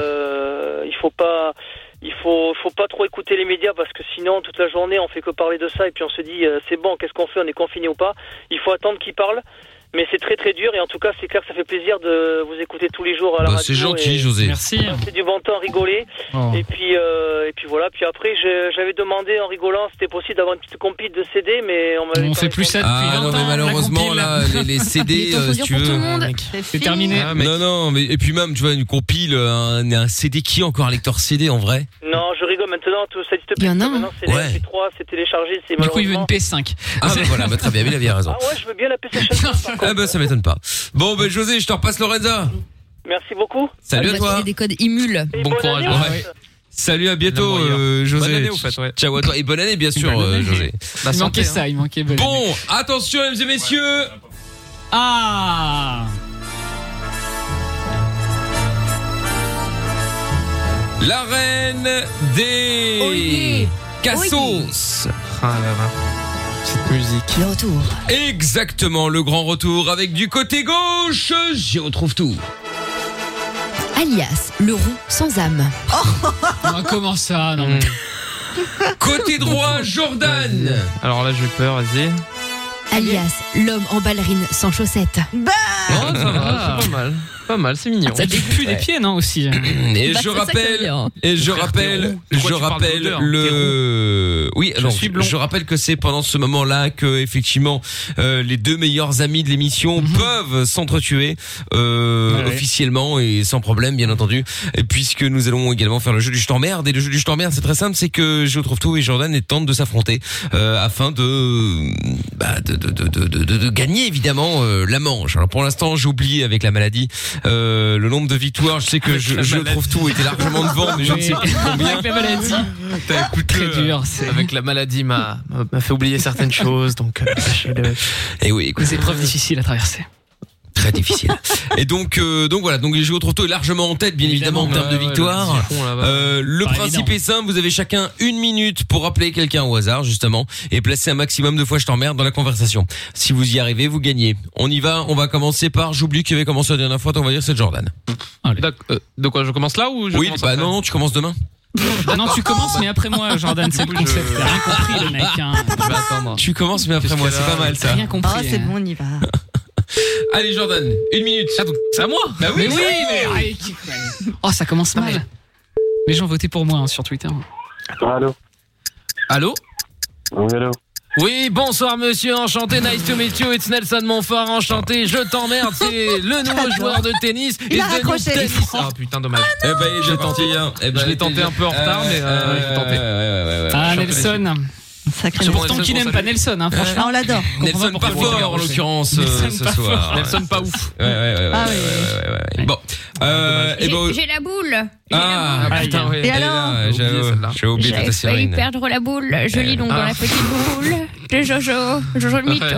euh, il faut pas, il faut, faut pas trop écouter les médias parce que sinon, toute la journée, on fait que parler de ça et puis on se dit, euh, c'est bon, qu'est-ce qu'on fait, on est confiné ou pas. Il faut attendre qu'ils parlent, mais c'est très très dur et en tout cas, c'est clair que ça fait plaisir de vous écouter tous les jours à la Bah, radio. c'est gentil, et- José. Merci. passer du bon temps, rigoler. Oh. Et puis, euh, et puis voilà. Puis après, je- j'avais demandé en rigolant, si c'était possible d'avoir une petite compile de CD, mais on m'avait On pas fait répondu. plus ça depuis Ah non, 20 mais ans, malheureusement, la là, compile. <laughs> les, les Il CD, est temps de euh, si dire tu pour tout veux. le monde. C'est terminé. Non, non, Ah, mais et puis même, tu vois, une compile, euh, un, un CD qui encore, un lecteur CD en vrai Non, je rigole maintenant. Tout ça, Il y en a un. maintenant, c'est les Ouais. MP3, c'est téléchargé, c'est Du coup, il veut une malheureusement. PS5. Ah bah voilà, bah, très bien, il avait raison. Ah ouais, je veux bien la PlayStation. par contre. Ah bah ça m'étonne pas. Bon, bah José, je te repasse Lorenza. Merci beaucoup. Salut On à va toi. hein. passer des codes immules. Et Bon bonne courage, année, hein. ouais. en fait. Salut, à bientôt, Le moyen. euh, José. Bonne année, au fait, ouais. Ciao à toi. Et bonne année, bien sûr, Bonne euh, année. José. Bah, Il santé, manquait hein. ça, il manquait Bonne année. Bon, attention, mesdames et messieurs. Ah La reine des Olé. cassos. Ah là là. Cette musique. Le retour. Exactement, le grand retour avec du côté gauche. J'y retrouve tout. Alias, le roux sans âme. Ah, Comment ça non, mais- <laughs> Côté droit, Jordan. Alors là, j'ai peur, vas-y. Alias, l'homme en ballerine sans chaussettes. Ah, Oh, ça va, c'est pas mal. Pas mal, c'est mignon. Ça te pue des pieds, non, aussi hein. <coughs> Et Bah, c'est ça je que rappelle, t'as dit, hein. et je Frère, t'es rappelle, roux. Pourquoi je tu parles rappelle d'odeur le, oui, alors, suis blond. je rappelle que c'est pendant ce moment-là que, effectivement, euh, les deux meilleurs amis de l'émission peuvent s'entretuer, euh, Mhm. Ouais, ouais. officiellement et sans problème, bien entendu, et puisque nous allons également faire le jeu du je t'emmerde, et le jeu du je t'emmerde, c'est très simple, c'est que je trouve tout et Jordan est tentent de s'affronter, euh, afin de, bah, de, de, de, de, de- de- de gagner, évidemment, euh, la manche. Alors, pour l'instant, j'ai oublié avec la maladie, euh, le nombre de victoires, je sais que je, la je maladie. trouve tout était largement devant, mais je ne sais plus combien. Avec la maladie. T'as écouté, Très euh, dur. c'est- Avec la maladie, m'a m'a- m'a fait oublier certaines choses, donc euh, je le- Eh oui, écoute, Des épreuves difficiles à traverser. très difficile. Et donc, euh, donc voilà, donc les jeux trop tôt est largement en tête, bien évidemment, en termes de Ouais, ouais, victoire. le petit fond, là-bas. Euh, le Pas principe évident. est simple, vous avez chacun une minute pour appeler quelqu'un au hasard justement et placer un maximum de fois je t'emmerde dans la conversation. Si vous y arrivez, vous gagnez. On y va, on va commencer par, j'oublie qui avait commencé la dernière fois, donc on va dire c'est Jordan. D'ac- euh, De quoi je commence là ou je oui, commence bah après non, non, tu commences demain. Bah Non, tu commences, mais après moi, Jordan, c'est le concept. T'as rien compris, le mec. hein. Tu commences, mais après Bah, moi, c'est pas mal ça. Rien compris. Oh, c'est hein. bon, on y va. <laughs> Allez, Jordan, une minute. c'est à moi Bah oui, Mais oui, mais- mais. Oh, ça commence mal. Les gens votaient pour moi hein, sur Twitter. Allô Allô Oui, allô Oui, bonsoir monsieur, enchanté, nice to meet you, it's Nelson Montfort, enchanté, je t'emmerde, c'est le nouveau joueur de tennis, Il a it's the new raccroché. tennis. Ah putain, dommage. eh ben, il est déjà parti, hein. Eh ben, Je l'ai tenté un peu en retard, mais, euh, je l'ai tenté. Ah, Je suis Nelson. Sacré C'est pourtant qui n'aime pas Nelson, hein, franchement. Ah, on l'adore. Nelson pas fort en l'occurrence euh, ce soir. Nelson pas ouf. Ouais, ouais, ouais, ouais, Ah ouais, ouais, ouais, ouais. Bon, euh, eh J'ai ben, j'ai la boule. ah, J'ai la putain, boule. oui. Et elle est alors là, j'avais- J'ai oublié de J'avais ta failli sirène. perdre la boule. Je lis donc dans Ah. la petite boule de Jojo, Jojo le mytho. Ouais,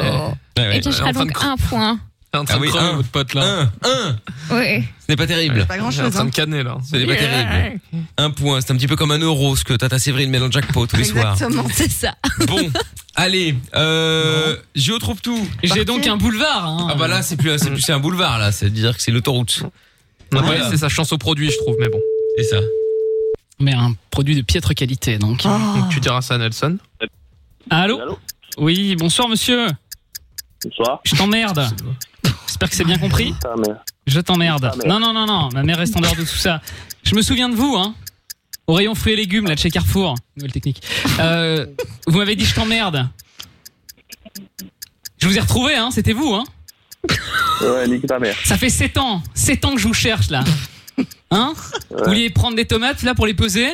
ouais, Et tu ouais, en seras train de donc un point. T'es en train Ah oui, de crever, un, votre pote là. Un Oui. Ce n'est pas terrible. C'est pas grand-chose, J'ai en train de hein. canner là. Ce n'est pas terrible. Un point, c'est un petit peu comme un euro ce que Tata Séverine met dans le jackpot tous les soirs. Exactement, c'est ça. Bon, allez, euh, Géo trouve tout. J'ai donc un boulevard. hein. Ah bah là, c'est plus, c'est plus c'est un boulevard là, c'est-à-dire que c'est l'autoroute. Après, c'est sa chance au produit, je trouve, mais bon. C'est ça. Oh. Mais un produit de piètre qualité, donc. Oh. Donc, tu diras ça à Nelson. Allô Oui, bonsoir monsieur. Bonsoir. Je t'emmerde. J'espère que c'est bien compris. Je t'emmerde. Ta mère. Non, non, non, non, ma mère reste en dehors de tout ça. Je me souviens de vous, hein. Au rayon fruits et légumes, là, de chez Carrefour. Nouvelle technique. Euh, vous m'avez dit je t'emmerde. Je vous ai retrouvé, hein, c'était vous, hein. Ouais, nique ta mère. Ça fait 7 ans, 7 ans que je vous cherche, là. Hein Vous vouliez prendre des tomates, là, pour les peser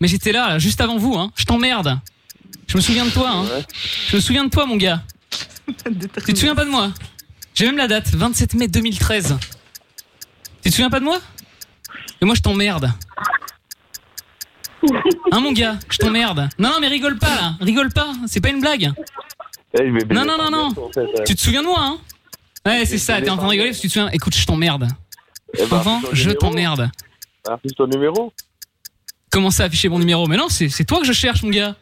Mais j'étais là, là, juste avant vous, hein. Je t'emmerde. Je me souviens de toi, hein. Je me souviens de toi, mon gars. Tu te souviens pas de moi J'ai même la date, 27 mai 2013. Tu te souviens pas de moi Et moi je t'emmerde. Hein mon gars, je t'emmerde. Non non mais rigole pas là, rigole pas, c'est pas une blague. Non non non non. Tu te souviens de moi hein Ouais c'est ça, t'es en train de rigoler parce que tu te souviens. Écoute, je t'emmerde. Eh ben, Avant, affiche ton je numéro. t'emmerde. Affiche ton numéro. Comment ça afficher mon numéro Mais non, c'est c'est toi que je cherche mon gars.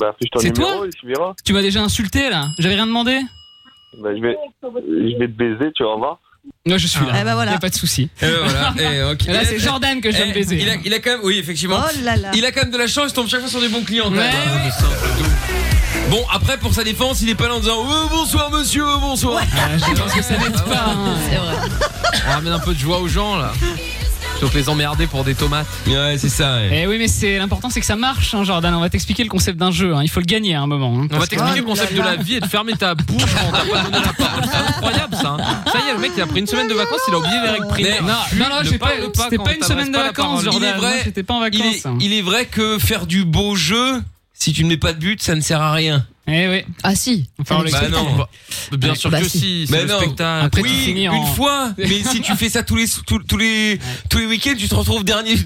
Bah, affiche ton C'est numéro toi et tu verras. Tu m'as déjà insulté là, j'avais rien demandé. Bah, je vais, je vais te baiser, tu vas voir. Moi je suis là. Eh ben voilà. Y a pas de souci. Eh ben <laughs> voilà, eh, ok. Là, c'est Jordan que je viens de Eh, baiser. Il a, il a quand même, oui, effectivement. Oh là là. Il a quand même de la chance, il tombe chaque fois sur des bons clients. quand même. Bon, après, pour sa défense, il est pas là en disant Euh, bonsoir monsieur, bonsoir. Ah, Ah je pense que ça n'aide pas. C'est vrai. hein. On ramène un peu de joie aux gens là. Plutôt que les emmerder pour des tomates. Ouais, c'est ça. Eh oui, mais c'est l'important, c'est que ça marche, hein, Jordan. On va t'expliquer le concept d'un jeu. hein. Il faut le gagner à un moment. hein. On va Parce que- t'expliquer le concept ah, de la vie et de fermer ta bouche quand t'as pas donné ta parole. C'est incroyable ça. hein. Ça y est, le mec il a pris une semaine de vacances, il a oublié les règles primaires. Mais non, Fuis, non, non, ne j'ai pas- parle c'était quand pas une semaine de t'adresses pas la vacances, parole. Jordan. Moi, j'étais pas en vacances, Il est, hein. il est vrai que faire du beau jeu, si tu ne mets pas de but, ça ne sert à rien. Eh oui. Ah si. Enfin, on bah l'explique. non. Bien sûr que si, c'est Mais le non. spectacle. Après, tu oui, finis une en- fois. <laughs> Mais si tu fais ça tous les tous, tous les tous les week-ends, tu te retrouves dernier du,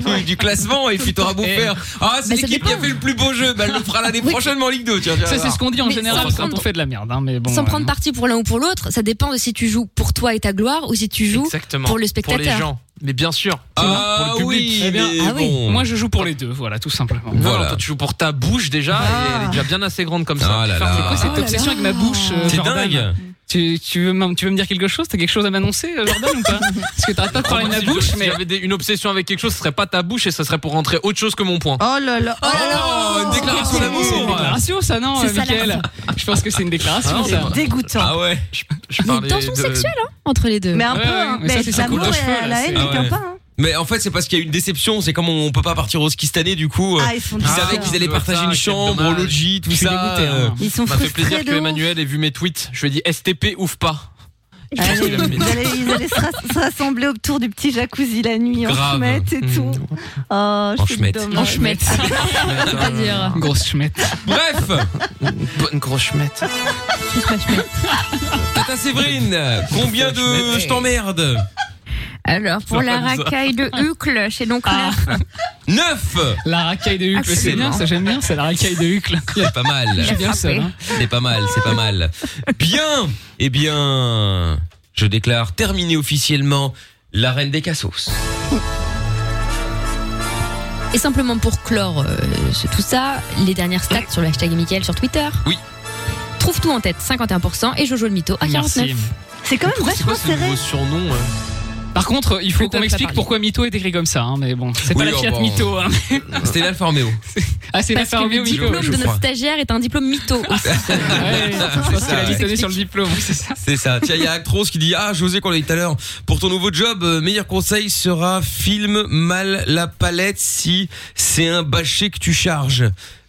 du- du classement et puis t'auras beau Et- faire. Ah, c'est Mais ça l'équipe qui a fait le plus beau jeu. Bah, elle le fera l'année prochaine en Ligue 2. Tiens, Ça, c'est ce qu'on dit en Mais général sans quand on prendre- fait de la merde. hein, mais bon, Sans euh, prendre parti pour l'un ou pour l'autre, ça dépend de si tu joues pour toi et ta gloire ou si tu joues Exactement. pour le spectateur. Pour les gens. Mais bien sûr. Ah pour le public. oui, Eh bien, mais ah oui. bon. Moi, je joue pour les deux, voilà, tout simplement. Voilà. toi, tu joues pour ta bouche déjà. et elle est déjà bien assez grande comme ça. Ah là Faire- là. C'est quoi Cette obsession avec ma bouche, euh, C'est Jordan dingue. Tu, tu veux, m- tu veux me dire quelque chose T'as quelque chose à m'annoncer, euh, Jordan, ou pas Parce que t'arrêtes pas de parler de ma Si je- bouche, si mais. j'avais des- une obsession avec quelque chose, ce serait pas ta bouche et ce serait pour rentrer autre chose que mon point. Oh là là. Oh là là. une déclaration d'amour. C'est une déclaration, ça, non, C'est euh, ça, la Mickaël Je pense que c'est une déclaration, Ah, ça. c'est <laughs> dégoûtant. Ah ouais. Je parlais Tension de- sexuelle hein, entre les deux. Mais un peu, ouais, hein. mais ça, Mais c'est ça coule de l'amour cheveux, et là, la c'est- haine Ah n'écoutent ouais. pas. hein. Mais en fait, c'est parce qu'il y a eu une déception. C'est comme on, on peut pas partir au ski cette année, du coup. euh, Ah, ils sont ils bizarres. savaient qu'ils allaient partager Ah, une quel chambre, au dommage. logis, tout Je suis ça. dégoûté, euh, hein. Ils sont Ça m'a fait plaisir frustrés que de ouf. Emmanuel ait vu mes tweets. Je lui ai dit STP ouf pas. Je <laughs> pense Allez, qu'il aime bien. Ils allaient, ils allaient se ras- se rassembler autour du petit jacuzzi la nuit en Grave. schmette et tout. Oh, Mm. En c'est schmette. dommage. En schmette. Schmette, pas hein. dire. Grosse schmette. Bref, Bonne grosse schmette. Tata Séverine, combien de je t'emmerde Alors, pour la Comme ça. racaille de Hucle, c'est donc Ah. là. <laughs> 9 La racaille de Hucle, c'est bien, Excellent. ça j'aime bien, c'est la racaille de Hucle. <laughs> C'est pas mal. Je suis bien seul. hein. C'est pas mal, c'est pas mal. Bien Eh bien, je déclare terminé officiellement la reine des cassos. Et simplement pour clore euh, ce- tout ça, les dernières stats sur le hashtag Mickaël sur Twitter. Oui. Trouve tout en tête 51% et Jojo le mytho à 49. Merci. C'est quand même C'est quoi vachement ce serré. nouveau surnom euh Par contre, il faut Plus qu'on de m'explique Paris. pourquoi Mito est écrit comme ça, hein, mais bon, c'est pas Oui, la oh, Fiat bon. Mito. hein. C'était l'Alfa Romeo. Ah, c'est la Parce que Romeo le Mito. diplôme de notre stagiaire est un diplôme <laughs> mytho aussi. Euh, Parce ça, qu'elle a ouais. missionné sur le diplôme, c'est ça. C'est ça. Tiens, il y a Actros qui dit Ah, José, qu'on a dit tout à l'heure, pour ton nouveau job, euh, meilleur conseil sera filme mal la palette si c'est un bâché que tu charges.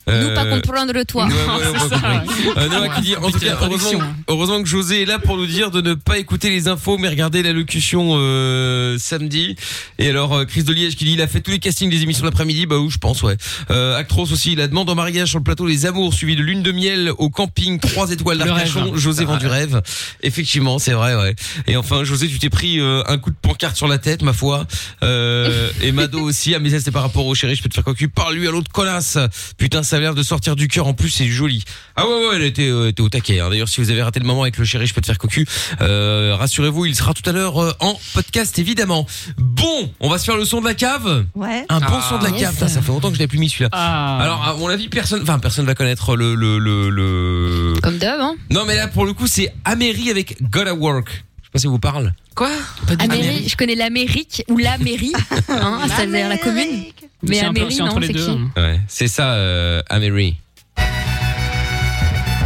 Nous, pas Euh, comprendre toi. Ouais, <laughs> ouais, <laughs> ouais, ouais, ouais. Euh, Noah qui dit, en tout Compliqué cas, la traduction. heureusement, heureusement que José est là pour nous dire de ne pas écouter les infos, mais regarder l'allocution euh, samedi. Et alors, euh, Chris de Liège qui dit, il a fait tous les castings des émissions de l'après-midi, bah où je pense, ouais. Euh, Actros aussi, la demande en mariage sur le plateau Les Amours, suivi de Lune de Miel au camping, trois étoiles Le d'Arcachon, rêve. José vend du Ah. rêve. <laughs> Effectivement, c'est vrai, ouais. Et enfin, José, tu t'es pris euh, un coup de pancarte sur la tête, ma foi. Euh, et Mado aussi, ah mais ça c'est par rapport au chéri, je peux te faire cocu. Parle-lui à l'autre connasse. Putain, ça a l'air de sortir du cœur. En plus, c'est joli. Ah ouais, ouais, elle était, euh, était au taquet. hein. D'ailleurs, si vous avez raté le moment avec le chéri, je peux te faire cocu. euh, Rassurez-vous, il sera tout à l'heure euh, en podcast, évidemment. Bon, on va se faire le son de la cave. Ouais. Un Ah, bon son de la cave. Putain, Ça fait longtemps que je l'ai plus mis celui-là. Ah. Alors, à mon avis, personne, enfin, personne va connaître le, le, le, le- Comme d'hab, hein. Non, mais là, pour le coup, c'est Améry avec Gotta Work. Je sais pas si vous parle. Quoi Amérique, je connais l'Amérique ou la mairie, <laughs> hein, c'est-à-dire la commune. Mais C'est un peu- Amérique, c'est non, entre les c'est deux. qui Ouais, c'est ça, euh, Améry.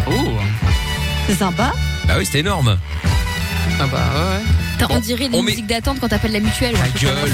Oh. C'est sympa. Bah oui, c'était énorme. Ah bah ouais. Attends, On dirait des on met- musiques d'attente quand t'appelles la mutuelle. Ta gueule.